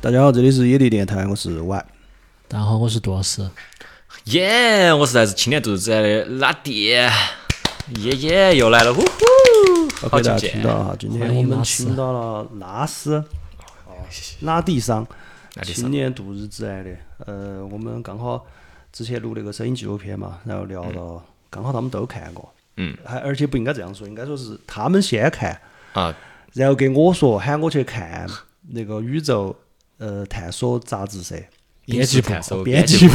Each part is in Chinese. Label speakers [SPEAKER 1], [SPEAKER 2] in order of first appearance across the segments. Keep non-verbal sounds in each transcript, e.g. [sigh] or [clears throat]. [SPEAKER 1] 大家好，这里是野地电台，我是 Y。
[SPEAKER 2] 大家好，我是杜老师。
[SPEAKER 3] 耶我实在是清点肚子在那拉电，耶耶，又来了，呼呼，好
[SPEAKER 1] OK，大
[SPEAKER 3] 久
[SPEAKER 1] 家
[SPEAKER 3] 见
[SPEAKER 1] 听。到哈，今天
[SPEAKER 2] 欢
[SPEAKER 1] 我
[SPEAKER 2] 迎
[SPEAKER 1] 们
[SPEAKER 2] 拉丝
[SPEAKER 1] 请到了拉斯，哦拉蒂桑，
[SPEAKER 3] 那里
[SPEAKER 1] 青
[SPEAKER 3] 是
[SPEAKER 1] 年度日之爱的。呃，我们刚好之前录那个声音纪录片嘛，然后聊到，刚好他们都看过，
[SPEAKER 3] 嗯，
[SPEAKER 1] 还而且不应该这样说，应该说是他们先看，
[SPEAKER 3] 啊，
[SPEAKER 1] 然后给我说喊我去看那个宇宙呃探索杂志社。
[SPEAKER 2] 编辑部
[SPEAKER 3] 探索
[SPEAKER 1] 编
[SPEAKER 3] 辑
[SPEAKER 1] 辑部，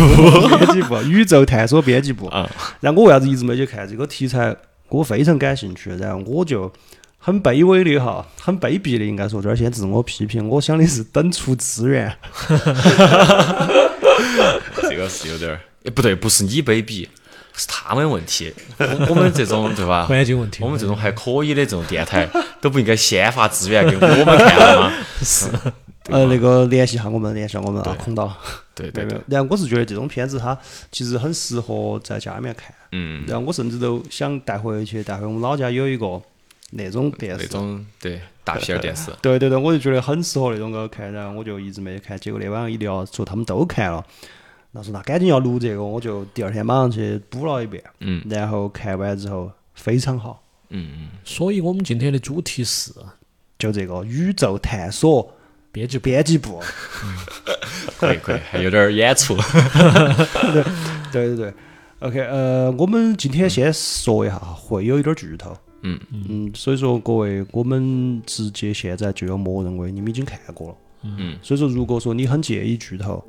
[SPEAKER 1] 编辑部，宇宙探索编辑部。
[SPEAKER 3] 啊
[SPEAKER 1] 然后我为啥子一直没去看这个题材？我非常感兴趣，然后我就很卑微的哈，很卑鄙的应该说，这儿先自我批评。我想的是等出资源，
[SPEAKER 3] 这个是有点儿，哎，不对，不是你卑鄙，是他们问题。我我们这种对吧？
[SPEAKER 2] 环境问题
[SPEAKER 3] 我们这种还可以的这种电台，都不应该先发资源给我们看了吗？是，
[SPEAKER 1] 呃，那个联系下我们，联系下我们啊，空岛。
[SPEAKER 3] 对
[SPEAKER 1] 没
[SPEAKER 3] 对
[SPEAKER 1] 有没有
[SPEAKER 3] 对，。
[SPEAKER 1] 然后我是觉得这种片子它其实很适合在家里面看，
[SPEAKER 3] 嗯，
[SPEAKER 1] 然后我甚至都想带回去，带回我们老家有一个那种电
[SPEAKER 3] 那
[SPEAKER 1] 视。
[SPEAKER 3] 种对大片儿电视，
[SPEAKER 1] 对对对，我就觉得很适合那种个看，然后我就一直没看。结果那晚上一聊，说他们都看了，那说那赶紧要录这个，我就第二天马上去补了一遍，
[SPEAKER 3] 嗯
[SPEAKER 1] 然后看完之后非常好，
[SPEAKER 3] 嗯
[SPEAKER 2] 所以我们今天的主题是
[SPEAKER 1] 就这个宇宙探索
[SPEAKER 2] 编辑部。
[SPEAKER 1] 编辑部，
[SPEAKER 3] 嗯，可以可以，还有点儿演出。
[SPEAKER 1] [laughs] 对对对。OK，呃，我们今天先说一下，会有一点剧透，
[SPEAKER 3] 嗯
[SPEAKER 1] 嗯，所以说各位，我们直接现在就要默认为你们已经看过了，
[SPEAKER 3] 嗯，
[SPEAKER 1] 所以说如果说你很介意剧透，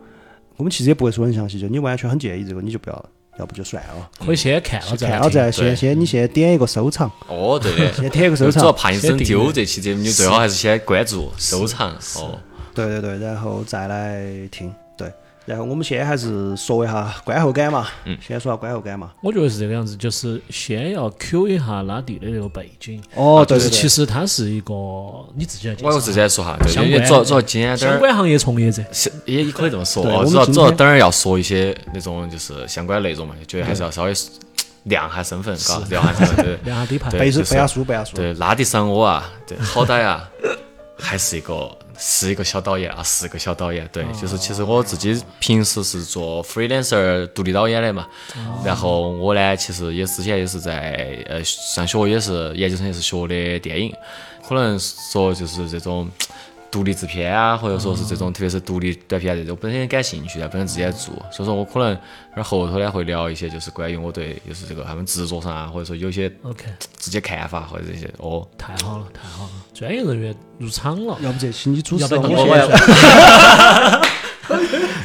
[SPEAKER 1] 我们其实也不会说很详细，就你完全很介意这个，你就不要，要不就算了。
[SPEAKER 2] 可以先看了再
[SPEAKER 1] 看
[SPEAKER 2] 来
[SPEAKER 1] 了
[SPEAKER 2] 听。
[SPEAKER 1] 再先
[SPEAKER 3] 对
[SPEAKER 1] 先你先点一个收藏，
[SPEAKER 3] 哦，对的，
[SPEAKER 1] 先点一个 [laughs] 收
[SPEAKER 3] 主要
[SPEAKER 1] 藏，
[SPEAKER 3] 怕你真丢这期节目，你最好还是先关注、收藏哦。
[SPEAKER 1] 对对对，然后再来听，对。然后我们先还是说一下观后感嘛，嗯，先说下观后感嘛。
[SPEAKER 2] 我觉得是这个样子，就是先要 Q 一下拉蒂的那个背景。
[SPEAKER 1] 哦，对
[SPEAKER 2] 就是
[SPEAKER 1] 对
[SPEAKER 2] 其
[SPEAKER 1] 对，
[SPEAKER 2] 实他是一个你自己来介
[SPEAKER 3] 我
[SPEAKER 2] 绍
[SPEAKER 3] 我自己来说哈，对，
[SPEAKER 2] 相
[SPEAKER 3] 因为
[SPEAKER 2] 关
[SPEAKER 3] 主要主要简
[SPEAKER 2] 相
[SPEAKER 3] 单点儿，
[SPEAKER 2] 关行业从业者。
[SPEAKER 3] 是也也可以这么说
[SPEAKER 1] 对
[SPEAKER 3] 哦
[SPEAKER 1] 我。们
[SPEAKER 3] 主要
[SPEAKER 1] 今
[SPEAKER 3] 主要
[SPEAKER 1] 天
[SPEAKER 3] 当然要说一些那种就是相关内容嘛，觉得还是要稍微亮下身份，嘎，亮下身份，对。
[SPEAKER 2] 然后底盘
[SPEAKER 3] 对
[SPEAKER 1] 背书
[SPEAKER 3] 就是
[SPEAKER 1] 背下书背下书，
[SPEAKER 3] 对，拉蒂桑我啊，对，好歹啊，还是一个是一个小导演啊，是个小导演。对，就是其实我自己平时是做 freelancer 独立导演的嘛，然后我呢，其实也之前也是在呃上学也是研究生也是学的电影，可能说就是这种。独立制片啊，或者说是这种，特别是独立短片啊这种，本身也感兴趣的，本身自己也做，所以说我可能而后头呢会聊一些，就是关于我对就是这个他们制作上啊，或者说有些
[SPEAKER 2] OK，
[SPEAKER 3] 自己看法啊或者这些
[SPEAKER 2] [laughs]
[SPEAKER 3] 哦，
[SPEAKER 2] 太好了，太好了，专业人员入场了。
[SPEAKER 1] 要不这期你主持
[SPEAKER 2] 要不
[SPEAKER 1] 人，
[SPEAKER 2] 然
[SPEAKER 1] 我
[SPEAKER 2] 你
[SPEAKER 1] 先
[SPEAKER 3] 我
[SPEAKER 1] 算，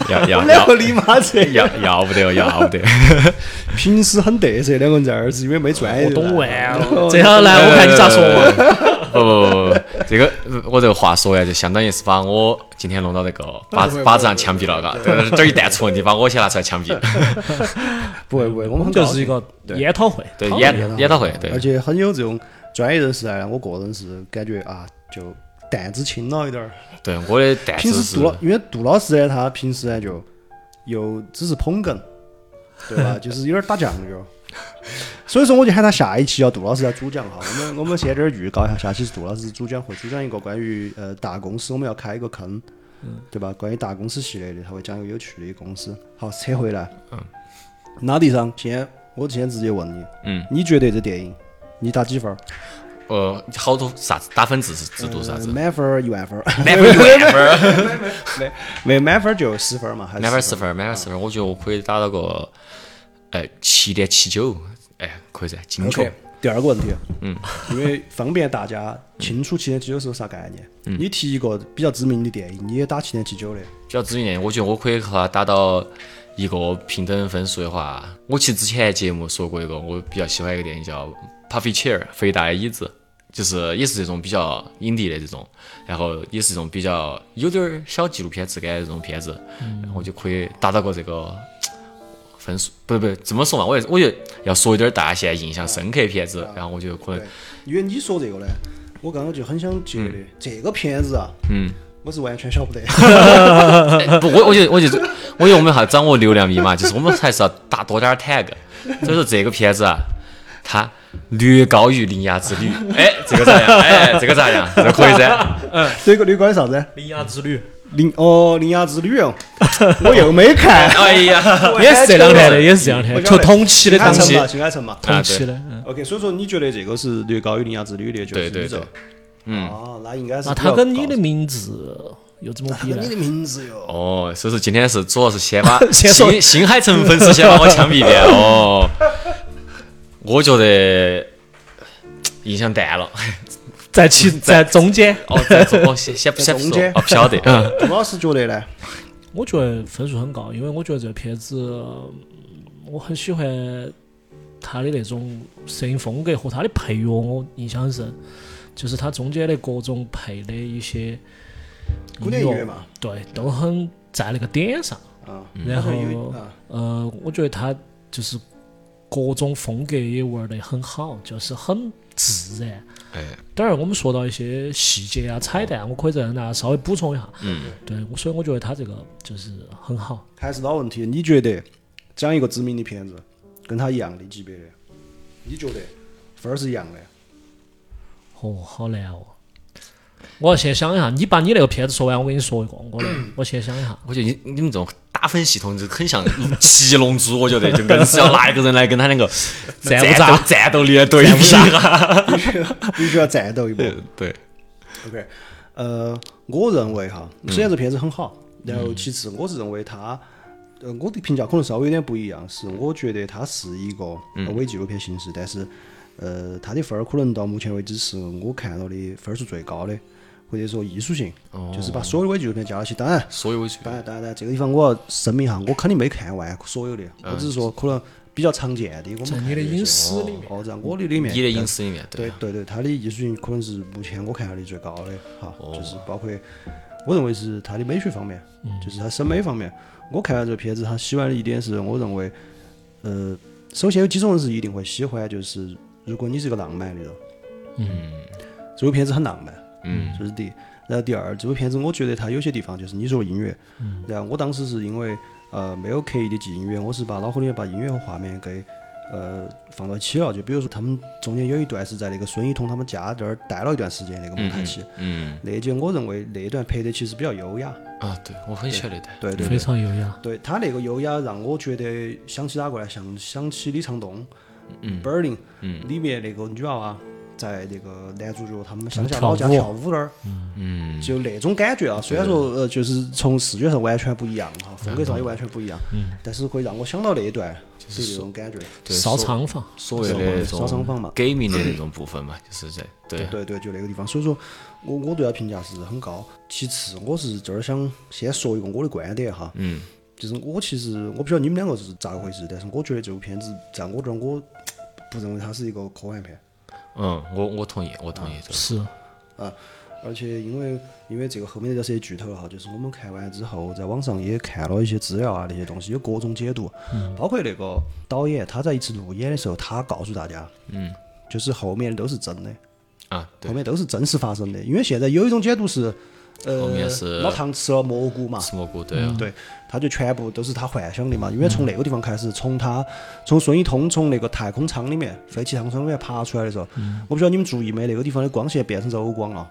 [SPEAKER 3] 要要
[SPEAKER 1] 两
[SPEAKER 3] 要
[SPEAKER 1] 个你妈这样，
[SPEAKER 3] 要要不
[SPEAKER 2] [laughs]
[SPEAKER 3] 得要不得，
[SPEAKER 1] [laughs] 平时很得瑟，两个人在那儿是因为没专业。
[SPEAKER 2] 我懂完 [laughs] 了，
[SPEAKER 1] 这
[SPEAKER 2] 这下来哎我看你咋说嘛。
[SPEAKER 3] [laughs] 不不不不，这个呃我这个话说呀，就相当于是把我今天弄到那个
[SPEAKER 2] [laughs]
[SPEAKER 3] 靶子靶子上枪毙了，嘎，对这儿一旦出问题，把我先拿出来
[SPEAKER 2] [laughs]
[SPEAKER 3] 枪毙，
[SPEAKER 1] 不会不会，我
[SPEAKER 2] 我
[SPEAKER 1] 们
[SPEAKER 2] 们
[SPEAKER 1] 很
[SPEAKER 2] 嗯就是一
[SPEAKER 1] 高
[SPEAKER 2] 个研讨会，
[SPEAKER 3] 对
[SPEAKER 2] 讨论
[SPEAKER 1] 讨
[SPEAKER 3] 研
[SPEAKER 1] 论
[SPEAKER 3] 研讨会，
[SPEAKER 1] 兴，
[SPEAKER 3] 对
[SPEAKER 1] 而，且很有这种专业人士来了，我个人是感觉啊，就担子轻了一点儿。
[SPEAKER 3] 对，我的担
[SPEAKER 1] 平
[SPEAKER 3] 子
[SPEAKER 1] 时
[SPEAKER 3] 是
[SPEAKER 1] 杜老，因为杜老师呢，他平时呢就又只是捧哏，对
[SPEAKER 3] [laughs]
[SPEAKER 1] 吧？就是有点打酱油。所以说，我就喊他下一期要杜老师来主讲哈。我们我们先这儿预告一下，下期是杜老师主讲，会主讲一个关于呃大公司，我们要开一个坑，
[SPEAKER 3] 嗯
[SPEAKER 1] 对吧？关于大公司系列的，他会讲一个有趣的公司。好，扯回来，嗯，拉地上，先我先直接问你，
[SPEAKER 3] 嗯，
[SPEAKER 1] 你觉得这电影你打几分儿？
[SPEAKER 3] 呃，好多啥子打分制是制度是啥子
[SPEAKER 1] 呃，满分儿一万分儿，
[SPEAKER 3] 满分一万分儿，
[SPEAKER 1] 没满分儿就十分儿嘛，还是
[SPEAKER 3] 满分十
[SPEAKER 1] 分儿？
[SPEAKER 2] 啊
[SPEAKER 3] 分儿，满分十分儿，我觉得我可以打到个，哎，七点七九，哎，可以噻，精确
[SPEAKER 1] OK，第二个问题，嗯，因为方便大家清楚七点七九是个啥概念，你提一个比较知名的电影，你也打七点七九的，
[SPEAKER 3] 比较知名的，我觉得我可以和他打到一个平等分数的话，我其实之前节目说过一个，我比较喜欢一个电影叫《Puffy Chair》肥大的椅子，就是也是这种比较影帝的这种，然后也是这种比较有点儿小纪录片质感的这种片子，然后我就可以达到个这个分数，不不这么说嘛，我也我觉得要说一点儿大家现在印象深刻的片子，然后我觉得可能
[SPEAKER 1] 对，因为你说这个呢，我刚刚就很想接的，这个片子啊，
[SPEAKER 3] 嗯。
[SPEAKER 1] 我是完全晓不得，
[SPEAKER 3] 哎 [laughs] 不，我我觉得，我觉得，我觉得我们还要掌握流量密码，就是我们还是要打多点儿 tag。所以说这个片子啊，它略高于《铃芽之旅》。哎，这个咋样？哎，这个咋样？这个可以噻。，
[SPEAKER 1] 这个你关于啥子？
[SPEAKER 2] 哎铃芽之旅，
[SPEAKER 1] 铃哦，铃芽之旅哦，我又没看
[SPEAKER 3] 哎呀，
[SPEAKER 2] [laughs] 也是这两天的，也是这两
[SPEAKER 1] 我
[SPEAKER 2] 天，
[SPEAKER 1] 晓
[SPEAKER 2] 就
[SPEAKER 1] 得
[SPEAKER 2] 同期的
[SPEAKER 1] 新海
[SPEAKER 2] 档
[SPEAKER 1] 诚
[SPEAKER 2] 期
[SPEAKER 3] 啊
[SPEAKER 1] 嘛，，新海诚嘛。
[SPEAKER 2] 同期的，嗯
[SPEAKER 1] OK，所以说你觉得这个是略高于铃芽之旅的角
[SPEAKER 3] 对
[SPEAKER 1] 色宇
[SPEAKER 3] 对对
[SPEAKER 1] 宙？，
[SPEAKER 3] 嗯，
[SPEAKER 1] 哦，那应该是
[SPEAKER 2] 那
[SPEAKER 1] 比
[SPEAKER 2] 他
[SPEAKER 1] 较
[SPEAKER 2] 跟你
[SPEAKER 1] 高
[SPEAKER 2] 的名字有怎么
[SPEAKER 1] 他
[SPEAKER 2] 比
[SPEAKER 1] 跟
[SPEAKER 2] 呢
[SPEAKER 1] 你？的名字哟。
[SPEAKER 3] [laughs] 哦，所以说今天是主要是先把
[SPEAKER 2] [laughs] 先说
[SPEAKER 3] 新新海诚粉丝先把我枪毙掉哦。我觉得印象淡了，
[SPEAKER 2] 在其在中间，
[SPEAKER 3] 哦，再说哦，先先先
[SPEAKER 1] 在
[SPEAKER 3] 不
[SPEAKER 1] 中
[SPEAKER 3] 说
[SPEAKER 1] 间，
[SPEAKER 3] 哦，不晓得，嗯，
[SPEAKER 1] 杜老师觉得呢？
[SPEAKER 2] 嗯我觉得分数很高，因为我觉得这个片子嗯我很喜欢他的那种摄影风格和他的配乐，我印象很深，就是他中间的各种配的一些
[SPEAKER 1] 古典音乐嘛，
[SPEAKER 2] 对，都很在那个点上。
[SPEAKER 1] 啊，
[SPEAKER 2] 嗯然后
[SPEAKER 1] 他说有啊，
[SPEAKER 2] 呃，我觉得他就是各种风格也玩得很好，就是很自然。
[SPEAKER 3] 哎，
[SPEAKER 2] 当然，我们说到一些细节啊、彩蛋啊，我可以再让大家稍微补充一下。嗯，对，我所以我觉得他这个就是很好。
[SPEAKER 1] 还是老问题，你觉得这样一个知名的片子，跟他一样的级别的，你觉得分儿是一样的？
[SPEAKER 2] 哦，好难哦。我要先想一下，你把你那个片子说完，我跟你说一个，我的，我先想一下。
[SPEAKER 3] 我觉得你你们这种打分系统就很像七龙珠，我觉得就硬是要拿一个人来跟他两个
[SPEAKER 2] 战
[SPEAKER 3] 斗
[SPEAKER 2] 不战
[SPEAKER 3] 战斗力来对比啊。
[SPEAKER 1] 必须要战斗一
[SPEAKER 2] [laughs]
[SPEAKER 1] 波。
[SPEAKER 3] 对，
[SPEAKER 1] OK，呃，我认为哈，
[SPEAKER 3] 嗯
[SPEAKER 1] 虽然这片子很好，然后其次我是认为它，呃，我的评价可能稍微有点不一样，是我觉得它是一个
[SPEAKER 3] 嗯
[SPEAKER 1] 呃伪纪录片形式，但是呃，它的分儿可能到目前为止是我看到的分儿数最高的，或者说艺术性，
[SPEAKER 3] 哦
[SPEAKER 1] 就是把所有的伪纪录片加到一起，当然。
[SPEAKER 3] 所以我觉得
[SPEAKER 1] 当然，当然，这个地方我要声明一下，我肯定没看完所有的，我
[SPEAKER 3] 嗯
[SPEAKER 1] 只是说可能比较常见的，我们
[SPEAKER 2] 在
[SPEAKER 1] 看
[SPEAKER 2] 你的
[SPEAKER 1] 一些
[SPEAKER 2] 影视里面，
[SPEAKER 1] 哦，在我的里面，
[SPEAKER 3] 你的影视里面，
[SPEAKER 1] 对对对，他的艺术性可能是目前我看到的最高的哈，就是包括我认为是他的美学方面，就是他审美方面。我看到这个片子，他喜欢的一点是，我认为，呃，首先有几种人是一定会喜欢，就是如果你是个浪漫的人，嗯，这部片子很浪漫，嗯，这是第一。然后第二，这部片子我觉得它有些地方就是你说音乐，嗯，然后我当时是因为呃没有刻意的记音乐，我是把脑壳里面把音乐和画面给呃放到一起了。就比如说他们中间有一段是在那个孙一通他们家这儿待了一段时间，那个蒙太奇，
[SPEAKER 3] 嗯
[SPEAKER 1] 那一节我认为那一段拍的其实比较优雅，
[SPEAKER 3] 啊，对我很喜欢那段，
[SPEAKER 1] 对对
[SPEAKER 2] 非
[SPEAKER 1] 对，
[SPEAKER 2] 常优雅。
[SPEAKER 1] 对他那个优雅让我觉得想起哪个呢？想想起李沧东，嗯，Berlin，嗯，里面那个女娃娃在那个男主角他们乡下老家
[SPEAKER 2] 跳舞
[SPEAKER 1] 跳舞那儿，
[SPEAKER 3] 嗯，
[SPEAKER 1] 就那种感觉啊，虽然说呃，就是从视觉上完全不一样哈，风格上也完全不一样，但是会让我想到那一段，就那种感觉。
[SPEAKER 3] 对
[SPEAKER 2] 烧仓房，
[SPEAKER 3] 嗯所谓的那
[SPEAKER 1] 烧伤房
[SPEAKER 3] 种
[SPEAKER 1] 嘛
[SPEAKER 3] gaming 的那种部分嘛，就是在对
[SPEAKER 1] 对对，就那个地方。所以说我我对他评价是很高。其次，我是这儿想先说一个我的观点哈，
[SPEAKER 3] 嗯，
[SPEAKER 1] 就是我其实我不晓得你们两个是咋个回事，但是我觉得这部片子在我这儿我不认为它是一个科幻片，
[SPEAKER 3] 嗯，我我同意，我同意这个，
[SPEAKER 2] 是
[SPEAKER 1] 而且因为因为这个后面这是些剧透了哈，就是我们看完之后，在网上也看了一些资料啊，那些东西有各种解读，
[SPEAKER 3] 嗯
[SPEAKER 1] 包括那个导演他在一次路演的时候，他告诉大家，嗯，就是后面都是真的，
[SPEAKER 3] 啊，对
[SPEAKER 1] 后，面都是真实发生的。因为现在有一种解读是，
[SPEAKER 3] 后
[SPEAKER 1] 呃
[SPEAKER 3] 面，是
[SPEAKER 1] 老唐吃了蘑菇嘛，
[SPEAKER 3] 吃蘑菇，对啊，
[SPEAKER 1] 对，他就全部都是他幻想的嘛。因为从那个地方开始，从他从孙一通从那个太空舱里面、废弃太空舱里面爬出来的时候，
[SPEAKER 3] 嗯
[SPEAKER 1] 我不知道你们注意没，那个地方的光线变成柔光了，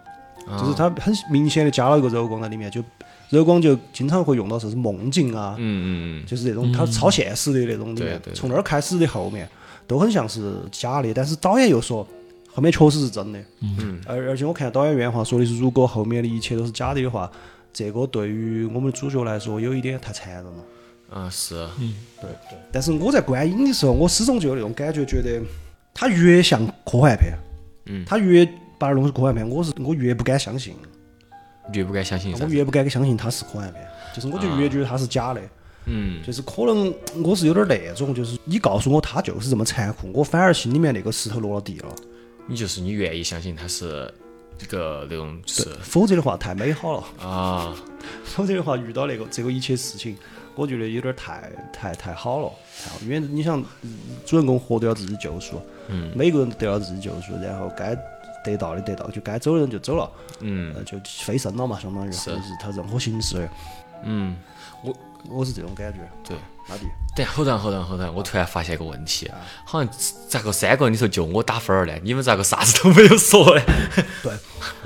[SPEAKER 3] 啊
[SPEAKER 1] 就是他很明显的加了一个柔光在里面，就柔光就经常会用到啥子梦境啊，
[SPEAKER 3] 嗯嗯嗯，
[SPEAKER 1] 就是那种它超现实的那种里
[SPEAKER 3] 对
[SPEAKER 1] 面，
[SPEAKER 3] 对
[SPEAKER 1] 从那儿开始的后面都很像是假的，但是导演又说后面确实是真的。嗯，而而且我看导演原话说的是，如果后面的一切都是假的的话，这个对于我们的主角来说有一点太残忍了。
[SPEAKER 3] 啊是，
[SPEAKER 1] 但是我在观影的时候，我始终就有那种感觉，觉得它越像科幻片，嗯，它越把它弄成科幻片，我是我越不敢相信，
[SPEAKER 3] 越不敢相信啥
[SPEAKER 1] 我，越不敢相信它是科幻片，就是我就越觉得它是假的。
[SPEAKER 3] 嗯，
[SPEAKER 1] 就是可能我是有点那种，就是你告诉我他就是这么残酷，我反而心里面那个石头落了地了。
[SPEAKER 3] 你就是你愿意相信他是一个那种就是
[SPEAKER 1] 否则的话太美好了，
[SPEAKER 3] 啊，
[SPEAKER 1] 否则的话遇到那个这个一切事情，我觉得有点太太太好了，太好。因为你想，嗯主人公活都要自己救赎，嗯，每个人都要自己救赎，然后该得到的得到，就该走的人就走了，
[SPEAKER 3] 嗯
[SPEAKER 1] 呃就飞升了嘛，相当于，
[SPEAKER 3] 是
[SPEAKER 1] 就是他任何形式。
[SPEAKER 3] 嗯，我
[SPEAKER 1] 我是这种感觉。
[SPEAKER 3] 对，
[SPEAKER 1] 阿迪，
[SPEAKER 3] 等后段后段后段，我突然发现一个问题，好像咋个三个人里头就我打分儿呢？你们咋个啥子都没有说呢？ [laughs]
[SPEAKER 1] 对，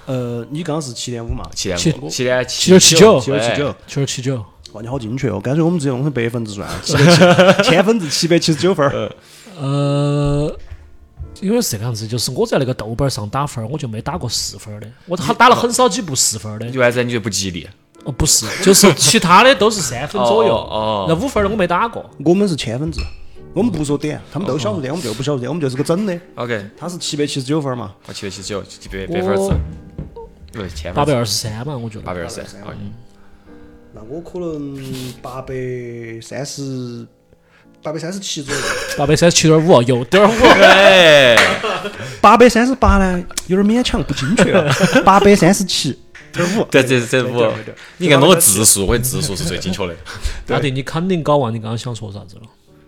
[SPEAKER 1] 呃，你刚刚是七点五嘛？
[SPEAKER 3] 七
[SPEAKER 2] 七
[SPEAKER 3] 点五，七点
[SPEAKER 2] 七九
[SPEAKER 3] 七
[SPEAKER 2] 九
[SPEAKER 1] 七九七
[SPEAKER 3] 哎
[SPEAKER 1] 九，
[SPEAKER 2] 七十七九，
[SPEAKER 1] 哇，你好精确哦！干脆我们直接弄成百分
[SPEAKER 3] [laughs]
[SPEAKER 1] 制算了，七百七千分之七百七十九分儿。
[SPEAKER 2] 呃，因为是这个样子，就是我在那个豆瓣上打分儿，我就没打过四分儿的，我打打了很少几部四分儿的
[SPEAKER 3] 哎，。原来你就不吉利。
[SPEAKER 2] 哦，不是，就是其他的都是三分左右，
[SPEAKER 3] 哦哦
[SPEAKER 2] 那五分儿的我没打过。
[SPEAKER 1] 我们是千分制，我们不说点，他们都小数点，我们就不小数点，我们就是个整的。
[SPEAKER 3] 哦 OK，
[SPEAKER 1] 他是七百七十九分儿嘛？
[SPEAKER 3] 我七点七九，七百百分呃
[SPEAKER 2] 我
[SPEAKER 3] 之，对，千
[SPEAKER 2] 八百
[SPEAKER 3] 分之
[SPEAKER 2] 二十三嘛，我觉
[SPEAKER 3] 八
[SPEAKER 2] 得
[SPEAKER 3] 百二十三。哦
[SPEAKER 1] 那我可能八百三十，八百三十七左右。
[SPEAKER 2] 八百三十七点五，有点儿五。
[SPEAKER 3] [laughs] 哎，
[SPEAKER 1] [laughs] 八百三十八呢，有点勉强不精确 [laughs] 了。八百三十七点五，
[SPEAKER 3] 对，这这五
[SPEAKER 1] 对对对，
[SPEAKER 3] 你应该弄个字数，我的字数是最精确的。
[SPEAKER 2] 大弟，你肯定搞忘你刚刚想说啥子了。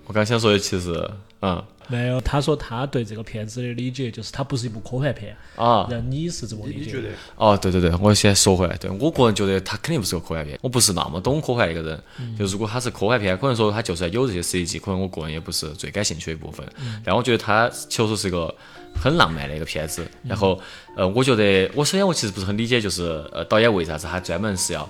[SPEAKER 3] 我刚想说的其实，嗯
[SPEAKER 2] 没有，他说他对这个片子的理解就是它不是一部科幻片，
[SPEAKER 3] 啊，
[SPEAKER 2] 然后你是这么理解的？
[SPEAKER 3] 哦，对对对，我先说回来，对我个人觉得它肯定不是个科幻片，我不是那么懂科幻的一个人。就如果它是科幻片，可能说它就算有这些设计，可能我个人也不是最感兴趣的部分。但我觉得它确实是一个很浪漫的一个片子。然后，呃，我觉得我首先我其实不是很理解，就是呃导演为啥子他专门是要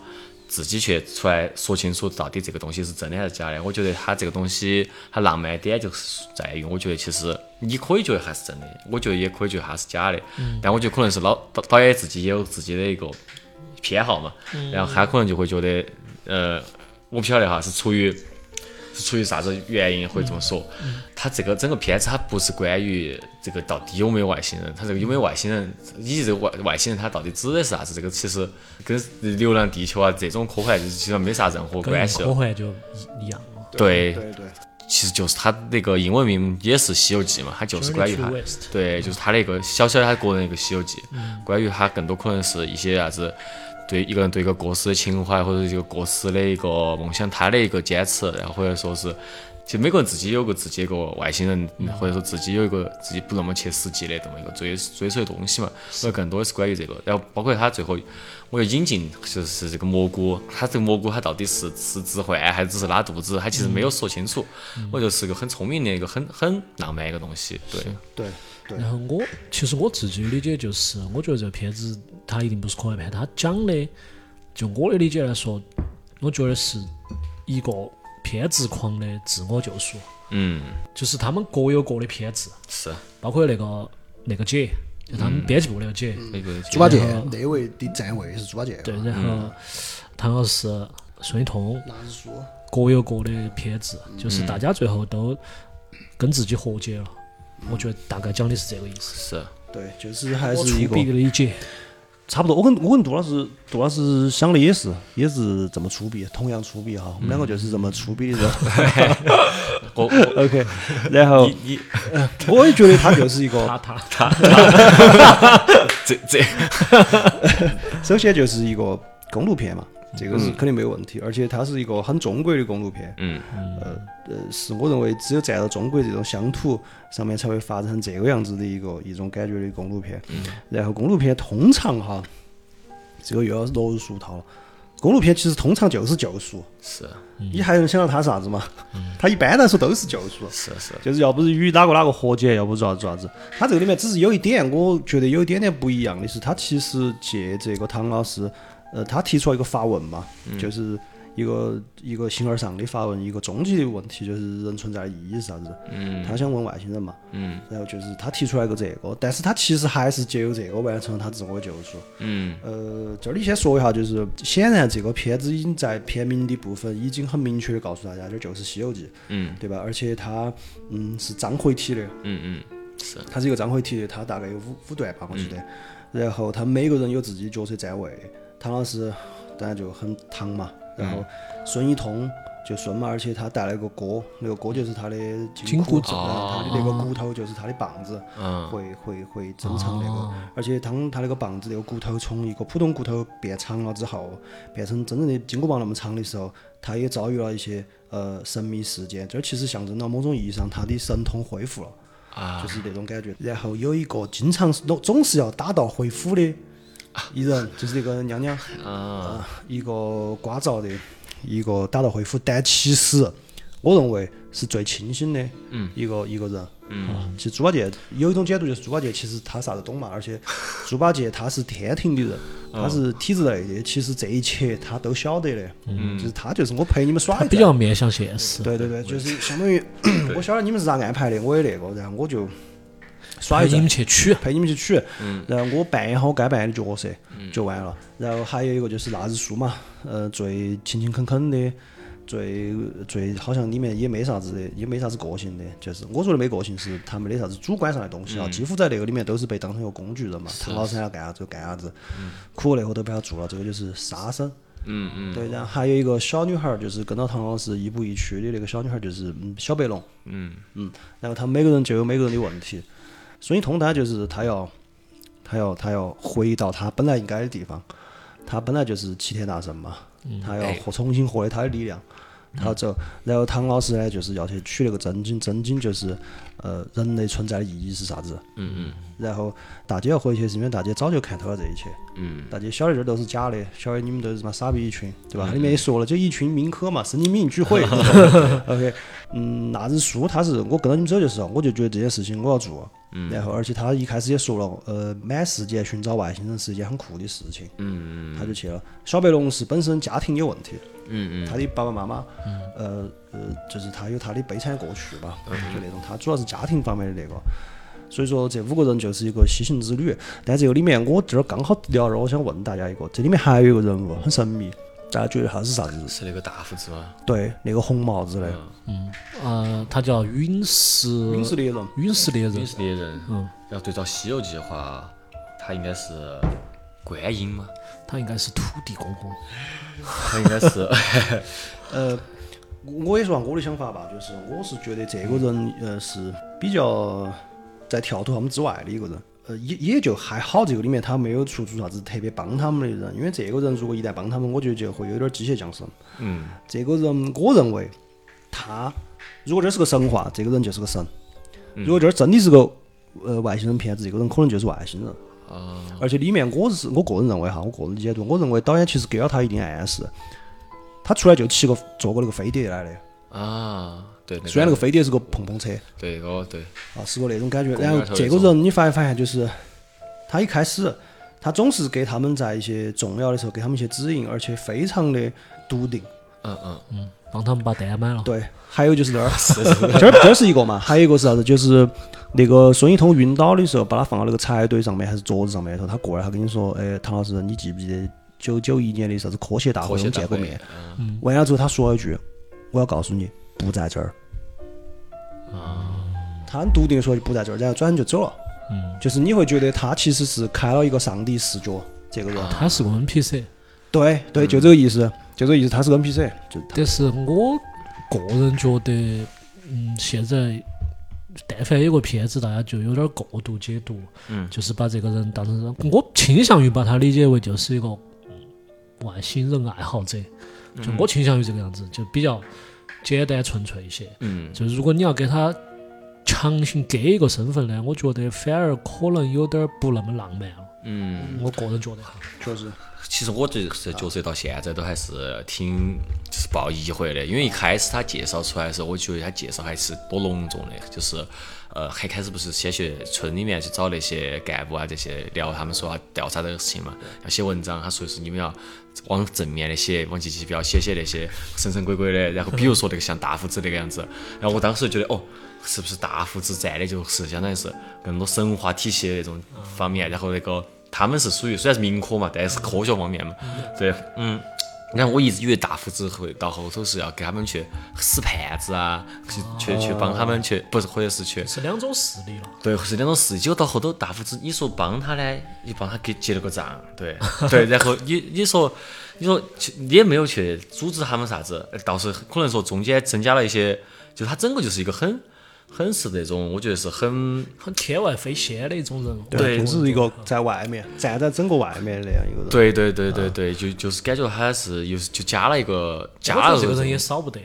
[SPEAKER 3] 自己去出来说清楚到底这个东西是真的还是假的。我觉得他这个东西，他浪漫的点就是在于，我觉得其实你可以觉得它是真的，我觉得也可以觉得它是假的。但我觉得可能是老导导演自己也有自己的一个偏好嘛，然后他可能就会觉得，呃，我不晓得哈，是出于是出于啥子原因会这么说。他这个整个片子，它不是关于这个到底有没有外星人，他这个有没有外星人，以及这个外外星人他到底指的是啥子，这个其实跟《流浪地球》啊这种科幻就是其实没啥任何
[SPEAKER 2] 跟
[SPEAKER 3] 关系
[SPEAKER 2] 科
[SPEAKER 3] 了。
[SPEAKER 2] 幻就一一样嘛。
[SPEAKER 3] 对，
[SPEAKER 1] 对对，
[SPEAKER 3] 其实就是他那个英文名也是《西游记》嘛，它就是关于他
[SPEAKER 2] Journey to West，
[SPEAKER 3] 对，就是他的一个小小的他个人一个《西游记》关于他更多可能是一些啥子对一个人对一个过失的情怀，或者一个过失的一个梦想，他的一个坚持，然后或者说是。其实每个人自己有个自己一个外星人，或者说自己有一个自己不那么切实际的这么一个追追随的东西嘛，所以更多的是关于这个。然后包括他最后，我觉得引进就是这个蘑菇，他这个蘑菇他到底是是置换还是只是拉肚子，他其实没有说清楚。我觉得是个很聪明的一个很很浪漫一个东西，对。
[SPEAKER 1] 对对
[SPEAKER 2] 然后我其实我自己理解就是，我觉得这个片子它一定不是科幻片，它讲的就我的理解来说，我觉得是一个偏执狂的自我救赎，
[SPEAKER 3] 嗯，
[SPEAKER 2] 就是他们各有各的偏执，
[SPEAKER 3] 是
[SPEAKER 2] 包括那个那个姐，就他
[SPEAKER 1] 嗯
[SPEAKER 2] 们编辑部那个姐，
[SPEAKER 3] 那个
[SPEAKER 1] 猪八戒
[SPEAKER 2] 然后
[SPEAKER 1] 那位的站位是猪八戒，
[SPEAKER 2] 对，然后唐老师、孙一通
[SPEAKER 1] 嗯那是说嗯
[SPEAKER 2] 各有各的偏执，就是大家最后都跟自己和解了。我觉得大概讲的是这个意思，
[SPEAKER 3] 是
[SPEAKER 1] 对，就是还
[SPEAKER 2] 我
[SPEAKER 1] 是一
[SPEAKER 2] 粗
[SPEAKER 1] 个
[SPEAKER 2] 鄙的理解。
[SPEAKER 1] 差不多。我跟我跟杜老师，杜老师想的也是，也是这么粗鄙，同样粗鄙哈。我们两个就是这么粗鄙的人。
[SPEAKER 3] 我
[SPEAKER 1] [laughs]
[SPEAKER 3] 我
[SPEAKER 1] OK，然后
[SPEAKER 3] 你你
[SPEAKER 1] 我也觉得他就是一 [laughs] 个，
[SPEAKER 2] 他他
[SPEAKER 3] 这这
[SPEAKER 1] 首先就是一个公路片嘛，这个是肯定没有问题，而且它是一个很中国的公路片。
[SPEAKER 3] 嗯
[SPEAKER 1] 呃，是我认为只有站到中国这种乡土上面才会发展成这个样子的一个一种感觉的公路片。然后公路片通常哈，这个又要落入俗套了。公路片其实通常就是救赎，
[SPEAKER 3] 是
[SPEAKER 1] 你还能想到它是啥子嘛？它一般来说都是救赎，
[SPEAKER 3] 嗯是是
[SPEAKER 1] 就是要不是与哪个哪个和解，要不咋子咋子。它这个里面只是有一点，我觉得有一点点不一样的是，它其实借这个唐老师，呃，他提出了一个发问嘛，
[SPEAKER 3] 嗯
[SPEAKER 1] 就是一个一个形而上的发问，一个终极的问题，就是人存在的意义是啥子？
[SPEAKER 3] 嗯
[SPEAKER 1] 他想问外星人嘛，
[SPEAKER 3] 嗯
[SPEAKER 1] 然后就是他提出来一个这个，但是他其实还是借由这个完成了他自我的救赎。
[SPEAKER 3] 嗯
[SPEAKER 1] 呃，这里先说一下，就是显然这个片子已经在片名的部分已经很明确的告诉大家，这就是《西游记》，
[SPEAKER 3] 嗯
[SPEAKER 1] 对吧？而且它，嗯，是章回体的，
[SPEAKER 3] 嗯嗯是
[SPEAKER 1] 它是一个章回体的，它大概有五五段吧，我记得。然后他每个人有自己角色站位，唐老师当然就很唐嘛，然后孙一通就孙嘛，而且他带了一个锅，那个锅就是他的
[SPEAKER 2] 筋
[SPEAKER 1] 骨
[SPEAKER 2] 骨
[SPEAKER 1] 然后
[SPEAKER 3] 哦
[SPEAKER 1] 他的那个骨头就是他的棒子，
[SPEAKER 3] 嗯哦
[SPEAKER 1] 会会会增长那个，而且当他那个棒子那个骨头从一个普通骨头变长了之后，变成真正的金箍棒那么长的时候，他也遭遇了一些呃神秘事件，这其实象征了某种意义上他的神通恢复了。
[SPEAKER 3] 啊
[SPEAKER 1] 就是那种感觉。然后有一个经常是总总是要打道回府的一人，就是这个娘娘，
[SPEAKER 3] 啊
[SPEAKER 1] 啊，一个瓜照的，一个打道回府，但其实我认为是最清醒的
[SPEAKER 3] 嗯
[SPEAKER 1] 一个一个人。啊
[SPEAKER 3] 嗯
[SPEAKER 1] 其实猪八戒有一种解读就是猪八戒其实他啥都懂嘛，而且猪八戒他是天庭的人，
[SPEAKER 3] [laughs] 嗯
[SPEAKER 1] 他是体制内的，其实这一切他都晓得的。嗯，就是他就是我陪你们耍
[SPEAKER 2] 他
[SPEAKER 1] 一
[SPEAKER 2] 比
[SPEAKER 1] 阵儿。
[SPEAKER 2] 较面向现实，
[SPEAKER 1] 对对对，就是相当于 [clears throat] 我晓得你们是咋安排的，我也那个，然后我就耍一
[SPEAKER 2] 陪你
[SPEAKER 1] 阵
[SPEAKER 2] 们
[SPEAKER 1] 儿，
[SPEAKER 2] 去取。
[SPEAKER 1] 陪你们去啊取，
[SPEAKER 3] 嗯
[SPEAKER 1] 然后我扮演好我该扮演的角色就完了。然后还有一个就是那日书嘛，呃，最勤勤恳恳的，最最好像里面也没啥子的，也没啥子个性的，就是我说的没个性是他没得啥子主观上的东西啊，
[SPEAKER 3] 嗯
[SPEAKER 1] 几乎在那个里面都是被当成一个工具人嘛，唐老师喊他干啥子就干啥子，苦那会儿都被他做了，这个就是杀生。
[SPEAKER 3] 嗯嗯，
[SPEAKER 1] 对，然后还有一个小女孩儿，就是跟到唐老师一步一趋的那个小女孩儿，就是嗯小白龙。嗯嗯，然后他们每个人就有每个人的问题。孙一通他就是他要他要他要回到他本来应该的地方，他本来就是齐天大圣嘛，他要
[SPEAKER 3] 哎嗯
[SPEAKER 1] 获重新获得他的力量，他要走。然后唐老师呢，就是要去取那个真经，真经就是呃人类存在的意义是啥子？
[SPEAKER 3] 嗯嗯
[SPEAKER 1] 然后大姐要回去，是因为大姐早就看透了这一切。
[SPEAKER 3] 嗯
[SPEAKER 1] 大家晓得这儿都是假的，晓得你们都是妈傻逼一群，对吧？
[SPEAKER 3] 嗯
[SPEAKER 1] 它里面也说了，就一群民科嘛，神经病聚
[SPEAKER 3] [laughs]
[SPEAKER 1] 会。OK，嗯，那日书他是我跟到你们走就是，哦我就觉得这件事情我要做。
[SPEAKER 3] 嗯
[SPEAKER 1] 然后，而且他一开始也说了，呃，满世界寻找外星人是一件很酷的事情，
[SPEAKER 3] 嗯
[SPEAKER 1] 他就去了。小白龙是本身家庭有问题，
[SPEAKER 3] 嗯嗯
[SPEAKER 1] 他的爸爸妈妈，呃呃，就是他有他的悲惨过去吧，
[SPEAKER 3] 嗯
[SPEAKER 1] 就那种，他主要是家庭方面的那个。所以说，这五个人就是一个西行之旅。但这个里面，我这儿刚好聊到，我想问大家一个，这里面还有一个人物很神秘，大家觉得他是啥子
[SPEAKER 3] 嗯，？是那个大胡子吗？
[SPEAKER 1] 对，那个红帽子的，
[SPEAKER 3] 嗯，
[SPEAKER 2] 呃，他叫陨石，
[SPEAKER 1] 陨石猎人。
[SPEAKER 2] 陨石猎人
[SPEAKER 3] 也，是猎人。
[SPEAKER 2] 嗯，
[SPEAKER 3] 要对照《西游记》的话，他应该是观音吗？
[SPEAKER 2] 他应该是土地公公。
[SPEAKER 3] 他应该是，
[SPEAKER 1] 呃，我也说下我的想法吧，就是我是觉得这个人，呃，是比较在跳脱他们之外的一个人。呃，也也就还好，这个里面他没有出出啥子特别帮他们的人，因为这个人如果一旦帮他们，我觉得就会有点机械降生。
[SPEAKER 3] 嗯
[SPEAKER 1] 这个人，我认为他如果这是个神话，这个人就是个神；
[SPEAKER 3] 嗯
[SPEAKER 1] 如果这儿真的是个呃外星人骗子，这个人可能就是外星人。
[SPEAKER 3] 啊，
[SPEAKER 1] 而且里面我是我个人认为哈，我个人解读，我认为导演其实给了他一定暗示，他出来就骑个坐过那个飞碟来的，
[SPEAKER 3] 啊，对，那个
[SPEAKER 1] 虽然那个飞碟是个碰碰车
[SPEAKER 3] 对哦对，
[SPEAKER 1] 啊，是个那种感觉。
[SPEAKER 3] 公园
[SPEAKER 1] 然后
[SPEAKER 3] 头那
[SPEAKER 1] 这个
[SPEAKER 3] 种
[SPEAKER 1] 人你发没发现就是，他一开始他总是给他们在一些重要的时候给他们一些指引，而且非常的笃定。
[SPEAKER 3] 嗯嗯，
[SPEAKER 2] 嗯，帮他们把单买了。
[SPEAKER 1] 对，还有就是这儿，
[SPEAKER 3] 是是，
[SPEAKER 1] 这儿这儿是一个嘛，还有一个是啥子？就是那个孙一通晕倒的时候，把他放到那个柴堆上面还是桌子上面的时候，他过来，他跟你说：“哎，唐老师，你记不记得九九一年的啥子科学大会
[SPEAKER 3] 科
[SPEAKER 1] 我
[SPEAKER 3] 学
[SPEAKER 1] 们
[SPEAKER 3] 大
[SPEAKER 1] 见过
[SPEAKER 3] 会
[SPEAKER 1] 面，？”
[SPEAKER 3] 嗯
[SPEAKER 1] 完了之后，他说了一句：“我要告诉你，不在这儿。”
[SPEAKER 3] 啊
[SPEAKER 1] 他很笃定的说就不在这儿，然后转身就走了。
[SPEAKER 2] 嗯，
[SPEAKER 1] 就是你会觉得他其实是开了一个上帝视角，这个人。
[SPEAKER 3] 啊
[SPEAKER 2] 他是个 NPC，
[SPEAKER 1] 对对，
[SPEAKER 3] 嗯
[SPEAKER 1] 就这个意思，就这个意思，他是个 NPC，就他
[SPEAKER 2] 但是我个人觉得，嗯，现在但凡有个片子，大家就有点过度解读，
[SPEAKER 3] 嗯
[SPEAKER 2] 就是把这个人当成，我倾向于把他理解为就是一个嗯外星人爱好者，就我倾向于这个样子，就比较简单纯粹一些。
[SPEAKER 3] 嗯
[SPEAKER 2] 就如果你要给他强行给一个身份呢，我觉得反而可能有点不那么浪漫了。
[SPEAKER 3] 嗯，
[SPEAKER 2] 我个人觉得哈，
[SPEAKER 1] 确实，
[SPEAKER 3] 其实我对这角色到现在都还是挺就是抱疑惑的，因为一开始他介绍出来的时候，我觉得他介绍还是多隆重的，就是呃，还开始不是先去村里面去找那些干部啊这些聊，他们说要调查这个事情嘛，要写文章，他说是你们要往正面的写，往积极不要写写那些神神鬼鬼的，然后比如说那个像大胡子那个样子，然后我当时觉得哦。是不是大胡子站的就是相当于是更多神话体系的那种方面，然后那个他们是属于虽然是民科嘛，但是科学方面嘛，对，嗯。然后我一直以为大胡子会到后头是要给他们去使绊子啊，去去去帮他们去，不是或者是去
[SPEAKER 2] 是两种势力了。
[SPEAKER 3] 对，是那种事。结果到后头，大胡子你说帮他呢，你帮他给结了个账，对对。然后你你说你说去你也没有去阻止他们啥子，倒是可能说中间增加了一些，就他整个就是一个很很是那种，我觉得是很
[SPEAKER 2] 很天外飞仙的一种人物。
[SPEAKER 3] 对
[SPEAKER 1] 就是一个在外面站在整个外面的那样一个人。
[SPEAKER 3] 对对对对对，就就是感觉他是又是就加了一个加
[SPEAKER 2] 我觉得
[SPEAKER 3] 了
[SPEAKER 2] 这
[SPEAKER 3] 一
[SPEAKER 2] 个人也
[SPEAKER 3] 种
[SPEAKER 2] 少不得，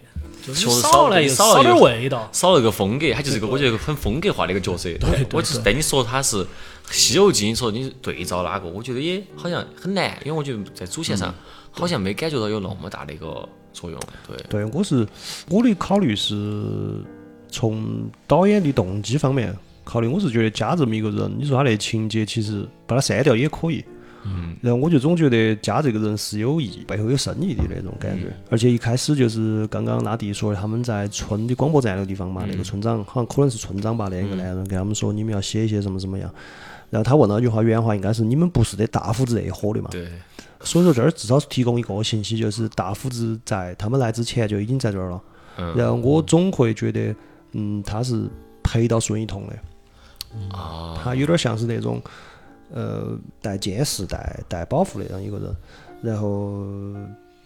[SPEAKER 2] 就是
[SPEAKER 3] 确实
[SPEAKER 2] 少
[SPEAKER 3] 少
[SPEAKER 2] 了
[SPEAKER 3] 了
[SPEAKER 2] 又
[SPEAKER 3] 少了
[SPEAKER 2] 少点
[SPEAKER 3] 又
[SPEAKER 2] 味道。
[SPEAKER 3] 少了一个风格，他就是一个我觉得很风格化的一个角色。对我就是，但你说他是《西游记》，你说你对照哪个，我觉得也好像很难，因为我觉得在主线上好像没感觉到有那么大的一个作用。对，
[SPEAKER 1] 对，我是我的考虑是从导演的动机方面考虑，我是觉得加这么一个人，你说他那情节其实把它删掉也可以。
[SPEAKER 3] 嗯，
[SPEAKER 1] 然后我就总觉得加这个人是有意，背后有深意的那种
[SPEAKER 3] 嗯
[SPEAKER 1] 感觉。而且一开始就是刚刚拉蒂说的，他们在
[SPEAKER 3] 嗯
[SPEAKER 1] 村的广播站那个地方嘛，那个村长好像可能是村长吧，那个男人给他们说你们要写一些什么什么样。然后他问了一句话，原话应该是你们不是得大胡子热火的嘛？
[SPEAKER 3] 对，
[SPEAKER 1] 所以说这儿至少是提供一个信息，就是大胡子在他们来之前就已经在这儿了。
[SPEAKER 3] 嗯
[SPEAKER 1] 然后我总会觉得，嗯，他是陪到孙一彤的，
[SPEAKER 3] 啊，
[SPEAKER 1] 他有点像是那种，呃，带监视、带带保护那样一个人。然后